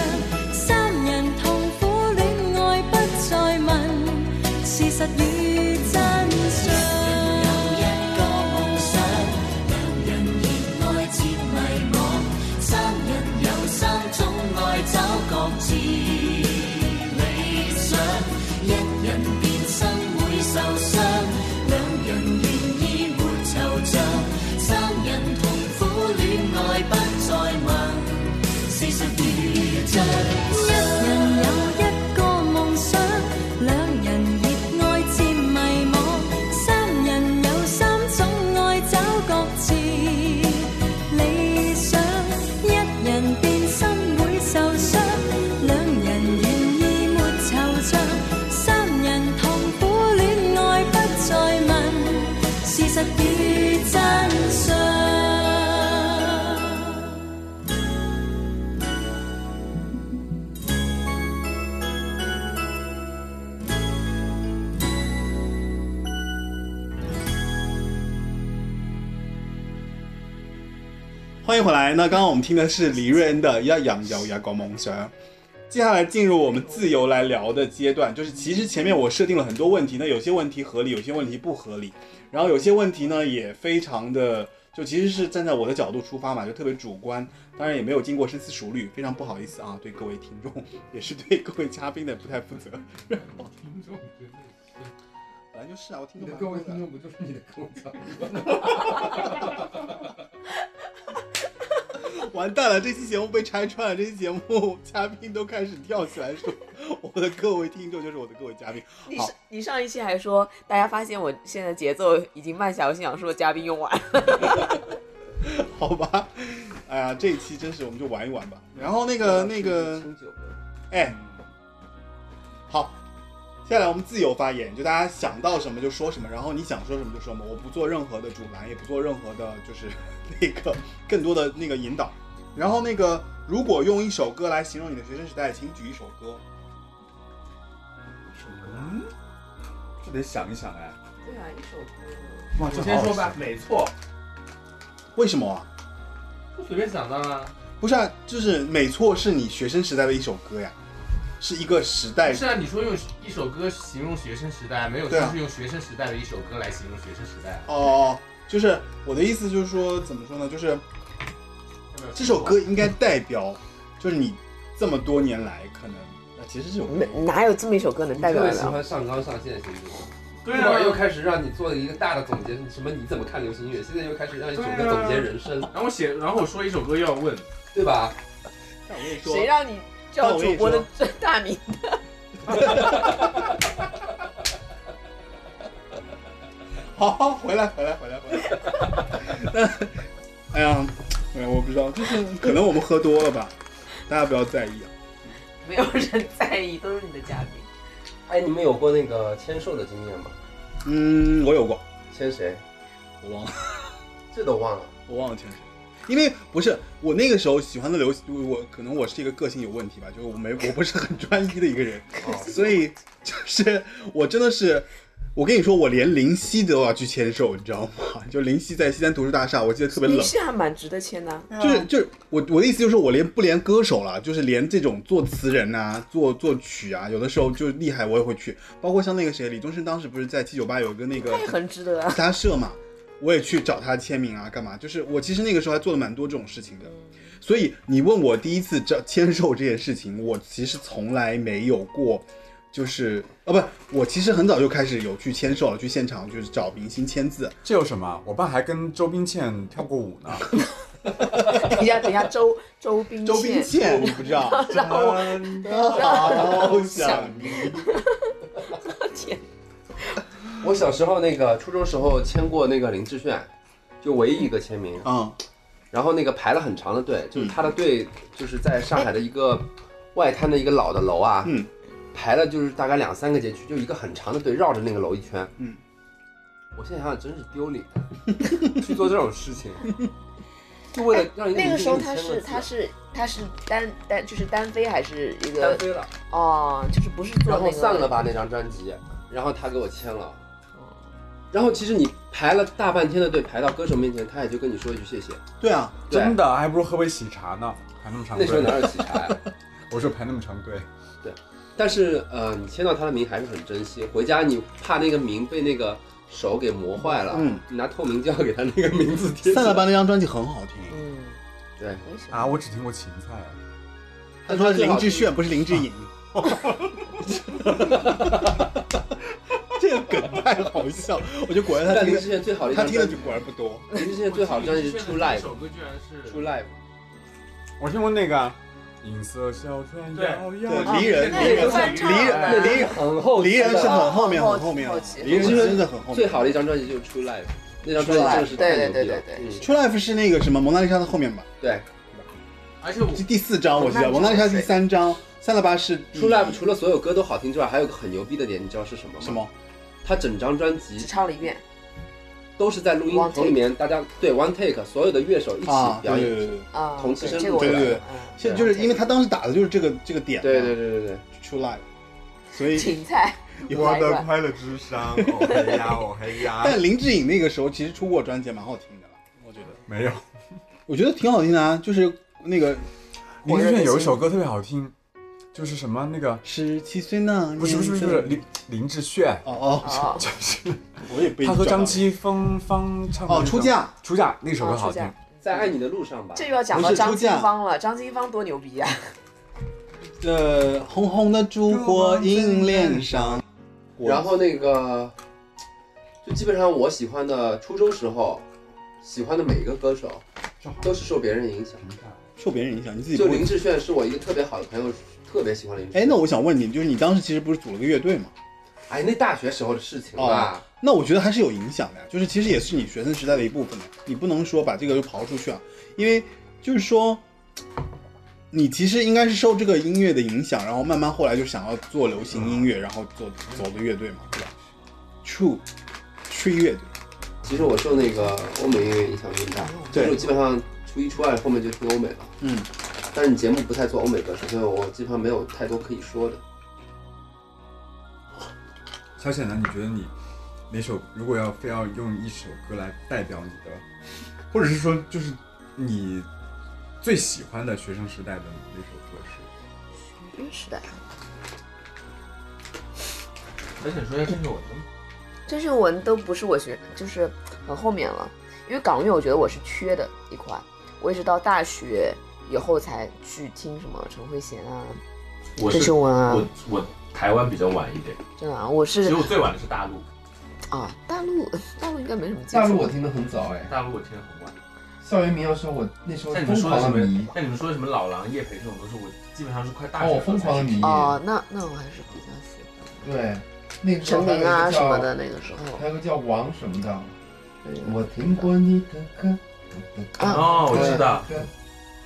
Speaker 13: 三人痛苦戀愛不再問事實與真相。有一個夢想，兩人熱愛漸迷惘。三人有三種愛，找各自理想。一人變身會受傷，兩人願意沒惆悵。三人痛苦戀愛不再問，事實與真相。一人有一個夢想，兩人熱愛漸迷惘。三人有三種愛，找各自。理想，一人變心會受傷，兩人願意沒惆悵，三人痛苦戀愛不再問，事實與真相。
Speaker 1: 欢迎回来。那刚刚我们听的是黎瑞恩的《要养有牙搞梦想》，接下来进入我们自由来聊的阶段，就是其实前面我设定了很多问题，那有些问题合理，有些问题不合理，然后有些问题呢也非常的，就其实是站在我的角度出发嘛，就特别主观，当然也没有经过深思熟虑，非常不好意思啊，对各位听众，也是对各位嘉宾的不太负责。
Speaker 14: 听众觉得
Speaker 1: 本来就是啊，我听
Speaker 14: 你
Speaker 1: 众
Speaker 14: 的
Speaker 1: 蛮
Speaker 14: 各
Speaker 1: 多
Speaker 14: 位听
Speaker 1: 的，
Speaker 14: 众不就是你的口罩？
Speaker 1: 完蛋了，这期节目被拆穿了，这期节目嘉宾都开始跳起来说，我的各位听众就是我的各位嘉宾。
Speaker 5: 你
Speaker 1: 好
Speaker 5: 上你上一期还说，大家发现我现在节奏已经慢下来，我心想说嘉宾用完了。
Speaker 1: 好吧，哎呀，这一期真是我们就玩一玩吧。然后那个那个，
Speaker 6: 清酒的
Speaker 1: 哎，好，接下来我们自由发言，就大家想到什么就说什么，然后你想说什么就说什么，我不做任何的阻拦，也不做任何的，就是 那个更多的那个引导。然后那个，如果用一首歌来形容你的学生时代，请举一首歌。
Speaker 4: 这嗯得想一想哎。
Speaker 5: 对啊，一首歌。
Speaker 4: 哇，
Speaker 2: 我先说吧，，没错，
Speaker 1: 为什么啊？
Speaker 2: 我随便想到啊，
Speaker 1: 不是啊，就是美错是你学生时代的一首歌呀，是一个时代
Speaker 4: 哎
Speaker 2: 不是啊，你说用一首歌形容学生时代，没有
Speaker 1: 对
Speaker 2: 说
Speaker 1: 啊
Speaker 2: 是用学生时代的一首歌来形容学生时代啊。
Speaker 1: 哦，就是我的意思就是说，怎么说呢？就是这首歌应该代表，就是你这么多年来可能，啊，其实这首歌
Speaker 5: 没哪有这么一首歌能代表啊
Speaker 6: 特别喜
Speaker 5: 了？
Speaker 6: 欢上纲上线型歌。
Speaker 2: 对
Speaker 6: 一会儿又
Speaker 2: 啊，
Speaker 6: 开始让你做一个大的总结，什么你怎么看流行音乐？现在又开始让你总结总结人生，
Speaker 2: 啊然后我写，然后我说一首歌又要问，
Speaker 6: 对吧？
Speaker 1: 但我跟你说
Speaker 5: 谁，让你叫主播的最大名？
Speaker 1: 好好回来回来回来回来。那， 哎呀，哎呀，我不知道，就是可能我们喝多了吧，大家不要在意啊。
Speaker 5: 没有人在意，都是你的嘉宾。
Speaker 6: 哎，你们有过那个签售的经验吗？
Speaker 1: 嗯，我有过，
Speaker 6: 签谁？
Speaker 1: 我忘了，
Speaker 6: 这都忘了。
Speaker 1: 我忘了前谁。因为不是我那个时候喜欢的流行，我可能我是一个个性有问题吧，就是我没我不是很专一的一个 人，啊所以就是我真的是，我跟你说，我连林夕都要去签售，你知道吗？就林夕在西单图书大厦， 我记得特别 冷
Speaker 5: 你，是还蛮值得签的啊。
Speaker 1: 就是就是我我的意思就是，我连不连歌手了，就是连这种作词人呐、作作曲啊，有的时候就厉害我也会去，包括像那个谁，李宗盛当时不是在七九八有一个那个
Speaker 5: 那也很值得啊。
Speaker 1: 吉他社嘛，我也去找他签名啊，干嘛？就是我其实那个时候还做了蛮多这种事情的。
Speaker 5: 嗯
Speaker 1: 所以你问我第一次这签售这件事情，我其实从来没有过，就是啊不，我其实很早就开始有去签售了，去现场就是找明星签字。
Speaker 4: 这有什么？啊我爸还跟周冰倩跳过舞呢。
Speaker 5: 等一下，等一下，周周冰
Speaker 1: 周冰
Speaker 5: 倩，
Speaker 1: 倩，你不知 道，
Speaker 4: 真的
Speaker 1: 好想你。
Speaker 6: 我小时候那个初中时候签过那个林志炫，就唯一一个签名，
Speaker 1: 嗯，
Speaker 6: 然后那个排了很长的队，就是他的队就是在上海的一个外滩的一个老的楼啊，
Speaker 1: 嗯，
Speaker 6: 排了就是大概两三个街区，就一个很长的队绕着那个楼一圈，
Speaker 1: 嗯，
Speaker 6: 我现在想想真是丢脸，去做这种 事情，就为了让一个
Speaker 5: 那
Speaker 6: 明
Speaker 5: 个
Speaker 6: 星
Speaker 5: 时候
Speaker 6: 给你
Speaker 5: 他
Speaker 6: 签
Speaker 5: 是
Speaker 6: 字
Speaker 5: 他是他是单单就是单飞还是一
Speaker 6: 单
Speaker 5: 个
Speaker 6: 飞了，
Speaker 5: 哦，就是不是做
Speaker 6: 然
Speaker 5: 那
Speaker 6: 后
Speaker 5: 个
Speaker 6: 散了吧那张专辑，然后他给我签了。然后其实你排了大半天的队，排到歌手面前，他也就跟你说一句谢谢。
Speaker 1: 对啊，
Speaker 6: 对
Speaker 4: 真的还不如喝杯喜茶呢，排那么长
Speaker 6: 那时候哪
Speaker 4: 队。
Speaker 6: 有喜茶呀？
Speaker 4: 我说排那么长队，
Speaker 6: 但是呃，你签到他的名还是很珍惜。回家你怕那个名被那个手给磨坏了，
Speaker 1: 嗯，
Speaker 6: 你拿透明胶给他那个名字贴。
Speaker 1: 散了吧。那张专辑很好听，
Speaker 5: 嗯，
Speaker 6: 对，
Speaker 5: 我也喜欢
Speaker 4: 啊，我只听过芹菜。
Speaker 1: 他说是林志炫，不是林志颖。 这个梗太好笑，我觉得果然他
Speaker 6: 但
Speaker 1: 听
Speaker 6: 林
Speaker 1: 的
Speaker 6: 志炫最好的一
Speaker 1: 他
Speaker 6: 张
Speaker 1: 听的
Speaker 6: 专
Speaker 1: 就
Speaker 6: 辑，
Speaker 1: 果然不多。
Speaker 6: 林志炫最好的专辑是《出 Live
Speaker 14: 首歌居然》，是
Speaker 6: 《出 Live》。
Speaker 4: 我听过那个银色小船摇
Speaker 1: 对，
Speaker 4: 摇，
Speaker 1: 离人，
Speaker 5: 那
Speaker 1: 离人，
Speaker 5: 个翻唱
Speaker 1: 离人，
Speaker 5: 啊
Speaker 1: 那离人
Speaker 6: 很后
Speaker 1: 离人是很后面，
Speaker 5: 后
Speaker 1: 很后面
Speaker 5: 后
Speaker 1: 了，
Speaker 5: 期
Speaker 1: 离人
Speaker 6: 后期
Speaker 1: 真的很后
Speaker 6: 最
Speaker 1: 面。
Speaker 6: 好的一张专辑就是《出 Live》，那张专辑真的是太牛逼了。
Speaker 5: 对对对对
Speaker 6: 嗯
Speaker 1: True Life 是那个什么蒙娜丽莎的后面吧？
Speaker 6: 对。
Speaker 2: 而且我
Speaker 1: 是第四
Speaker 5: 哦
Speaker 1: 章，我记得蒙娜丽莎是第三章，三六八是第
Speaker 6: 出 Live 除了所有歌都好听之外，还有个很牛逼的点，你知道是什么吗？
Speaker 1: 嗯什？么？
Speaker 6: 他整张专
Speaker 5: 只
Speaker 6: 辑
Speaker 5: 唱了一遍，
Speaker 6: 都是在录音
Speaker 5: One
Speaker 6: 棚里面，大家对 one take，所有的乐手一起
Speaker 1: 啊，
Speaker 6: 表
Speaker 1: 对对
Speaker 6: 演。
Speaker 1: 对对，
Speaker 5: 啊，
Speaker 6: 同期
Speaker 5: 对
Speaker 6: 声
Speaker 5: 这
Speaker 6: 部
Speaker 5: 个我
Speaker 1: 对
Speaker 5: 也
Speaker 1: 对
Speaker 5: 喜
Speaker 1: 对
Speaker 5: 欢嗯
Speaker 1: 现在就是因为他当时打的就是这个这个点，
Speaker 6: 对对对对对，
Speaker 1: ，True Life，所以
Speaker 5: 芹菜，
Speaker 4: 我 的快乐之伤，哦嘿呀，哦嘿呀，
Speaker 1: 但林志颖那个时候其实出过专辑，蛮好听的了，我觉得，
Speaker 4: 没有。
Speaker 1: 我觉得挺好听的啊，就是那个
Speaker 4: 林志炫有一首歌特别好听，就是什么那个，
Speaker 1: 十七岁那年，
Speaker 4: 不是不是不是不是，林林志炫，啊
Speaker 1: 哦
Speaker 5: 哦，
Speaker 4: 就是
Speaker 1: 哦，我也被
Speaker 4: 他和张
Speaker 1: 机
Speaker 4: 基峰方唱的
Speaker 1: 哦
Speaker 4: 那首
Speaker 1: 出嫁，
Speaker 4: 出嫁那首歌
Speaker 5: 哦
Speaker 4: 好
Speaker 5: 出嫁
Speaker 4: 听，
Speaker 6: 在爱你的路上吧。
Speaker 5: 这又要讲
Speaker 1: 不
Speaker 5: 到
Speaker 1: 是
Speaker 5: 张
Speaker 1: 出
Speaker 5: 清
Speaker 1: 嫁
Speaker 5: 芳了，张清芳多牛逼啊！
Speaker 1: 呃红红的烛火映脸上，
Speaker 6: 然后那个，就基本上我喜欢的初中时候喜欢的每一个歌手，都是受别人影响。
Speaker 1: 受别人影响，你自己
Speaker 6: 就
Speaker 1: 不
Speaker 6: 林
Speaker 1: 会。
Speaker 6: 志炫是我一个特别好的朋友，特别喜欢林志炫。
Speaker 1: 哎，那我想问你，就是你当时其实不是组了个乐队吗？
Speaker 6: 哎那大学时候的事情
Speaker 1: 啊
Speaker 6: 吧，
Speaker 1: 哦那我觉得还是有影响的呀，就是其实也是你学生时代的一部分的，你不能说把这个就刨出去啊，因为就是说，你其实应该是受这个音乐的影响，然后慢慢后来就想要做流行音乐，然后做走的乐队嘛，对吧？True Tree 乐队，
Speaker 6: 其实我受那个欧美音乐影响更大，
Speaker 1: 对
Speaker 6: 就是我基本上初一初二后面就听欧美了。
Speaker 1: 嗯，
Speaker 6: 但是你节目不太做欧美歌手，所以我基本上没有太多可以说的。
Speaker 4: 小沈呢？你觉得你哪首如果要非要用一首歌来代表你的，或者是说就是你最喜欢的学生时代的哪首歌是？
Speaker 5: 是的，
Speaker 2: 而且说要郑秀文的吗？
Speaker 5: 郑秀文都不是我学，就是很后面了，因为港乐我觉得我是缺的一块，我也是到大学以后才去听什么陈慧娴啊、
Speaker 2: 我
Speaker 5: 郑
Speaker 2: 是
Speaker 5: 秀文啊，
Speaker 2: 我我台湾比较晚一点，
Speaker 5: 真的啊，我
Speaker 2: 其实
Speaker 5: 是
Speaker 2: 我最晚的是大陆，
Speaker 5: 啊，大陆大陆应该没什么接触。
Speaker 6: 听的很早哎，
Speaker 2: 大陆我听的很晚。
Speaker 6: 校园民谣时候我那时
Speaker 2: 像你们说的什么，像你们说的什么老狼、叶培这种东西，我基本上是快大学
Speaker 6: 哦
Speaker 2: 的时候才听。
Speaker 6: 迷
Speaker 5: 哦，那那我还是比较喜欢
Speaker 6: 对，那个
Speaker 5: 陈明啊什么的，那个时候。
Speaker 6: 有个叫王什么的，我听过你的歌，嗯
Speaker 5: 啊
Speaker 2: 哦，我知道，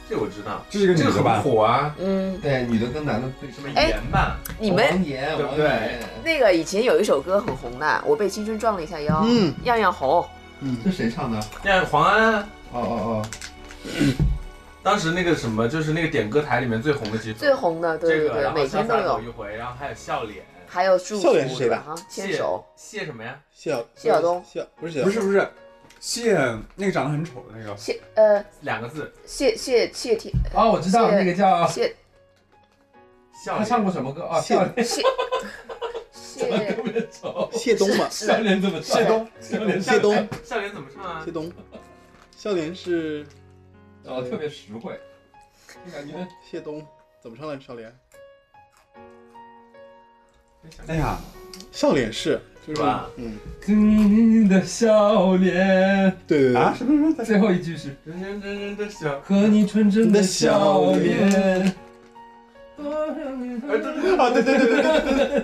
Speaker 2: 这我知道，
Speaker 4: 这是一个
Speaker 2: 这
Speaker 4: 女
Speaker 2: 个
Speaker 4: 的
Speaker 2: 很？
Speaker 4: 吧
Speaker 2: 火啊，
Speaker 5: 嗯，
Speaker 6: 对，女的跟男的对
Speaker 2: 什么
Speaker 5: 哎
Speaker 2: 盐吧？
Speaker 5: 你们
Speaker 6: 岩
Speaker 2: 对不对王源
Speaker 5: 那个以前有一首歌很红的，我被青春撞了一下腰，
Speaker 1: 嗯，
Speaker 5: 样样红。
Speaker 1: 嗯，
Speaker 6: 这谁唱的？
Speaker 2: 那黄安啊，
Speaker 6: 哦哦
Speaker 2: 当时那个什么，就是那个点歌台里面最红的几首，
Speaker 5: 最红的，对
Speaker 2: 这
Speaker 5: 对
Speaker 2: 个，
Speaker 5: 对，
Speaker 2: 然后
Speaker 5: 每天都
Speaker 2: 潇洒走
Speaker 5: 有，
Speaker 2: 一回，然后还有笑脸，
Speaker 5: 还有祝福
Speaker 1: 笑脸是谁的
Speaker 5: 啊，牵
Speaker 2: 谢
Speaker 5: 手，
Speaker 2: 谢什么呀？
Speaker 1: 谢晓
Speaker 5: 谢晓东
Speaker 1: 谢不是谢晓
Speaker 4: 不是不是，谢那个长得很丑的那个，
Speaker 5: 谢呃
Speaker 2: 两个字，
Speaker 5: 谢谢谢天
Speaker 6: 哦哦，我知道
Speaker 5: 谢
Speaker 6: 那个叫
Speaker 5: 谢
Speaker 2: 笑
Speaker 6: 他
Speaker 2: 脸。
Speaker 6: 唱过什么歌啊？
Speaker 1: 谢
Speaker 6: 笑脸
Speaker 5: 谢
Speaker 6: 特别丑，
Speaker 1: 谢东嘛，
Speaker 5: 是
Speaker 6: 笑脸怎么唱？
Speaker 4: 谢东，
Speaker 6: 笑脸
Speaker 1: 谢东
Speaker 2: 哎笑脸怎么唱啊
Speaker 1: 谢？ 东，笑脸是
Speaker 6: 长得特别实惠，就感觉
Speaker 1: 谢东怎么唱来着？笑脸，
Speaker 4: 哎呀，
Speaker 1: 笑脸是就是
Speaker 2: 吧？
Speaker 1: 嗯，
Speaker 6: 你的笑脸，
Speaker 1: 对对对，
Speaker 4: 啊什么时候
Speaker 6: 最后一句是
Speaker 2: 人人人人的笑，
Speaker 6: 和你纯真的笑脸。
Speaker 2: 哎，对对对
Speaker 4: 啊，对对对对对对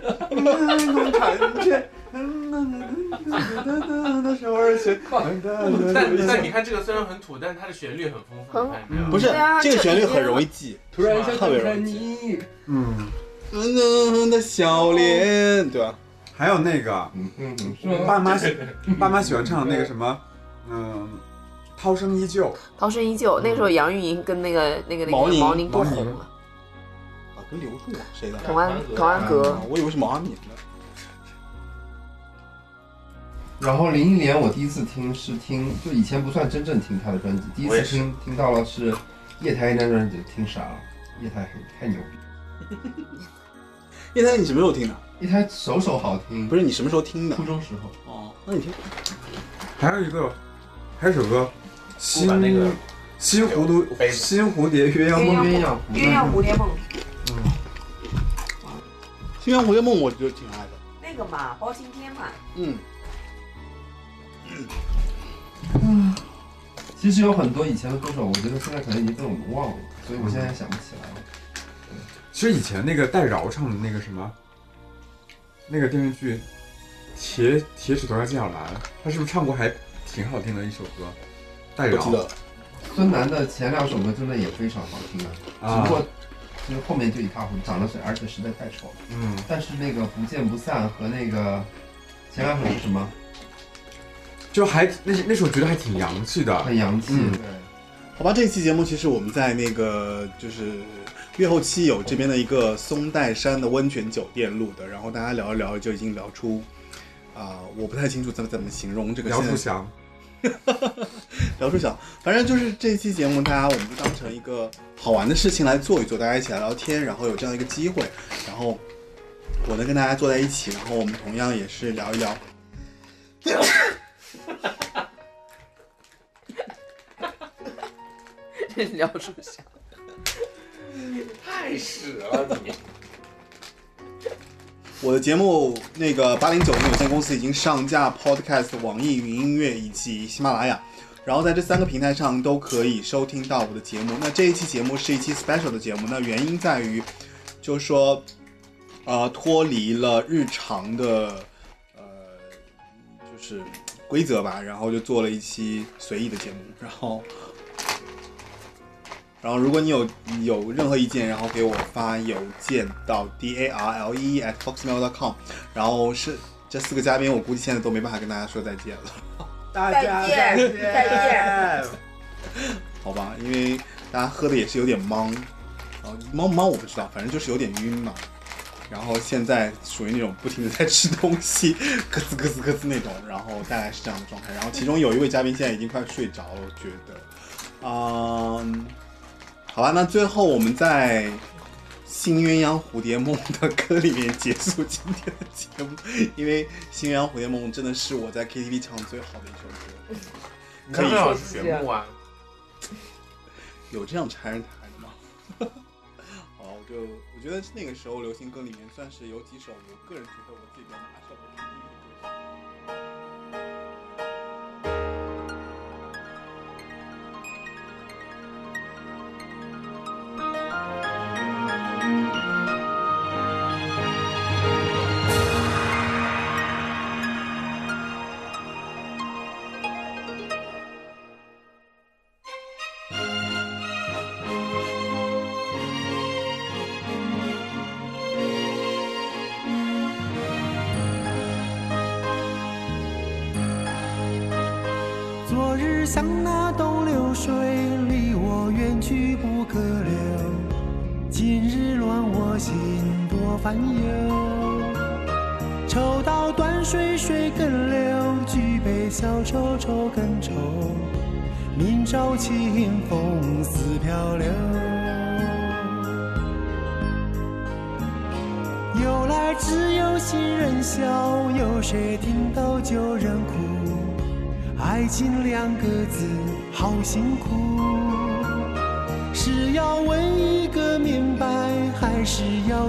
Speaker 4: 对，
Speaker 1: 那时候而且
Speaker 2: 但但你看这个虽然很土，但是它的旋律很丰富，
Speaker 5: 很
Speaker 2: 你看见没有？
Speaker 1: 不是
Speaker 5: 对啊
Speaker 1: 这个
Speaker 5: 这
Speaker 1: 旋律
Speaker 5: 已经
Speaker 1: 很容易记。
Speaker 6: 突然一下
Speaker 1: 特别
Speaker 6: 变
Speaker 1: 容
Speaker 6: 成
Speaker 1: 易记。
Speaker 6: 你，
Speaker 4: 嗯，
Speaker 1: 嗯嗯的笑脸，对吧？
Speaker 4: 还有那个
Speaker 15: 嗯，说
Speaker 4: 爸妈喜爸妈喜欢唱那个什么，嗯，涛声依旧，
Speaker 5: 涛声依旧，那时候杨钰莹跟那个那个那
Speaker 1: 毛
Speaker 5: 个
Speaker 1: 宁
Speaker 5: 毛宁不
Speaker 4: 毛宁
Speaker 5: 红了，
Speaker 1: 啊，跟刘柱谁的？
Speaker 5: 童安
Speaker 2: 童安
Speaker 5: 童
Speaker 2: 格
Speaker 5: 安格
Speaker 1: 啊，我以为是毛阿敏呢。
Speaker 6: 然后林忆莲，我第一次听是听，就以前不算真正听她的专辑，第一
Speaker 2: 我
Speaker 6: 次
Speaker 2: 也是
Speaker 6: 听听到了是夜台一张专辑，听傻了，夜台很太牛逼，
Speaker 1: 叶丹，你什么时候听的？
Speaker 6: 夜台首首好听，
Speaker 1: 不是你什么时候听的
Speaker 6: 初？中时候，
Speaker 1: 哦，那你听
Speaker 4: 还有一个，还有一首歌，新
Speaker 2: 把那个
Speaker 4: 新蝴蝶新蝴蝶鸳鸯梦，
Speaker 6: 鸳鸯蝴蝶梦
Speaker 5: 蝴蝶梦
Speaker 1: 《新鸳鸯蝴蝶梦》，我就挺爱的。
Speaker 5: 那个嘛，包青天嘛，
Speaker 1: 嗯，
Speaker 6: 其实有很多以前的歌手，我觉得现在可能已经被我们忘了，所以我现在想不起来了。
Speaker 4: 其实以前那个戴娆唱的那个什么，那个电视剧《铁铁齿铜牙纪晓岚》，他是不是唱过还挺好听的一首歌？戴
Speaker 1: 我记
Speaker 4: 娆
Speaker 1: 得
Speaker 6: 孙楠的前两首歌真的也非常好听啊，只
Speaker 4: 啊
Speaker 6: 不，过就是后面就一塌糊涂，长得是而且实在太丑了。
Speaker 4: 嗯，
Speaker 6: 但是那个不见不散和那个前两首是什么？
Speaker 4: 就还那那首觉得还挺洋气的，
Speaker 6: 很洋气，
Speaker 4: 嗯
Speaker 6: 对。
Speaker 1: 好吧，这期节目其实我们在那个就是月后期有这边的一个松代山的温泉酒店录的，然后大家聊一聊就已经聊出，啊、我不太清楚怎么怎么形容这个
Speaker 4: 姚
Speaker 1: 现
Speaker 4: 楚
Speaker 1: 在
Speaker 4: 翔，
Speaker 1: 聊出小，反正就是这期节目，大家我们就当成一个好玩的事情来做一做，大家一起来聊天，然后有这样一个机会，然后我能跟大家坐在一起，然后我们同样也是聊一聊。
Speaker 5: 聊出翔，
Speaker 2: 太屎了你！
Speaker 1: 我的节目那个八零九零有限公司已经上架 Podcast、网易云音乐以及喜马拉雅，然后在这三个平台上都可以收听到我的节目。那这一期节目是一期 special 的节目，那原因在于，就是说，呃，脱离了日常的呃，就是规则吧，然后就做了一期随意的节目，然后。然后，如果你有有任何意见，然后给我发邮件到 d a r l e at foxmail.com，然后是这四个嘉宾，我估计现在都没办法跟大家说再见了，
Speaker 4: 大
Speaker 5: 家再见再见
Speaker 4: 见。
Speaker 1: 好吧？因为大家喝的也是有点懵，啊，懵不懵我不知道，反正就是有点晕嘛。然后现在属于那种不停的在吃东西， 咯吱咯吱咯吱那种，然后大概是这样的状态。然后其中有一位嘉宾现在已经快睡着了，我觉得，嗯，好吧，那最后我们在《新鸳鸯蝴蝶梦》的歌里面结束今天的节目，因为《新鸳鸯蝴蝶梦》真的是我在 KTV 唱最好的一首歌，
Speaker 2: 你看最好是旋木啊，
Speaker 1: 有这样拆人台的吗？好吧，我就我觉得那个时候流行歌里面算是有几首我个人觉得我自己比较拿手的 KTV 歌曲。
Speaker 16: 昨日像那东流水，离我远去不可留；今日乱我心，多烦忧。抽刀断水，水更流；举杯消愁，愁更愁。明朝清风似飘流。有来只有新人笑，有谁听到旧人哭？爱情两个字好辛苦，是要问一个明白，还是要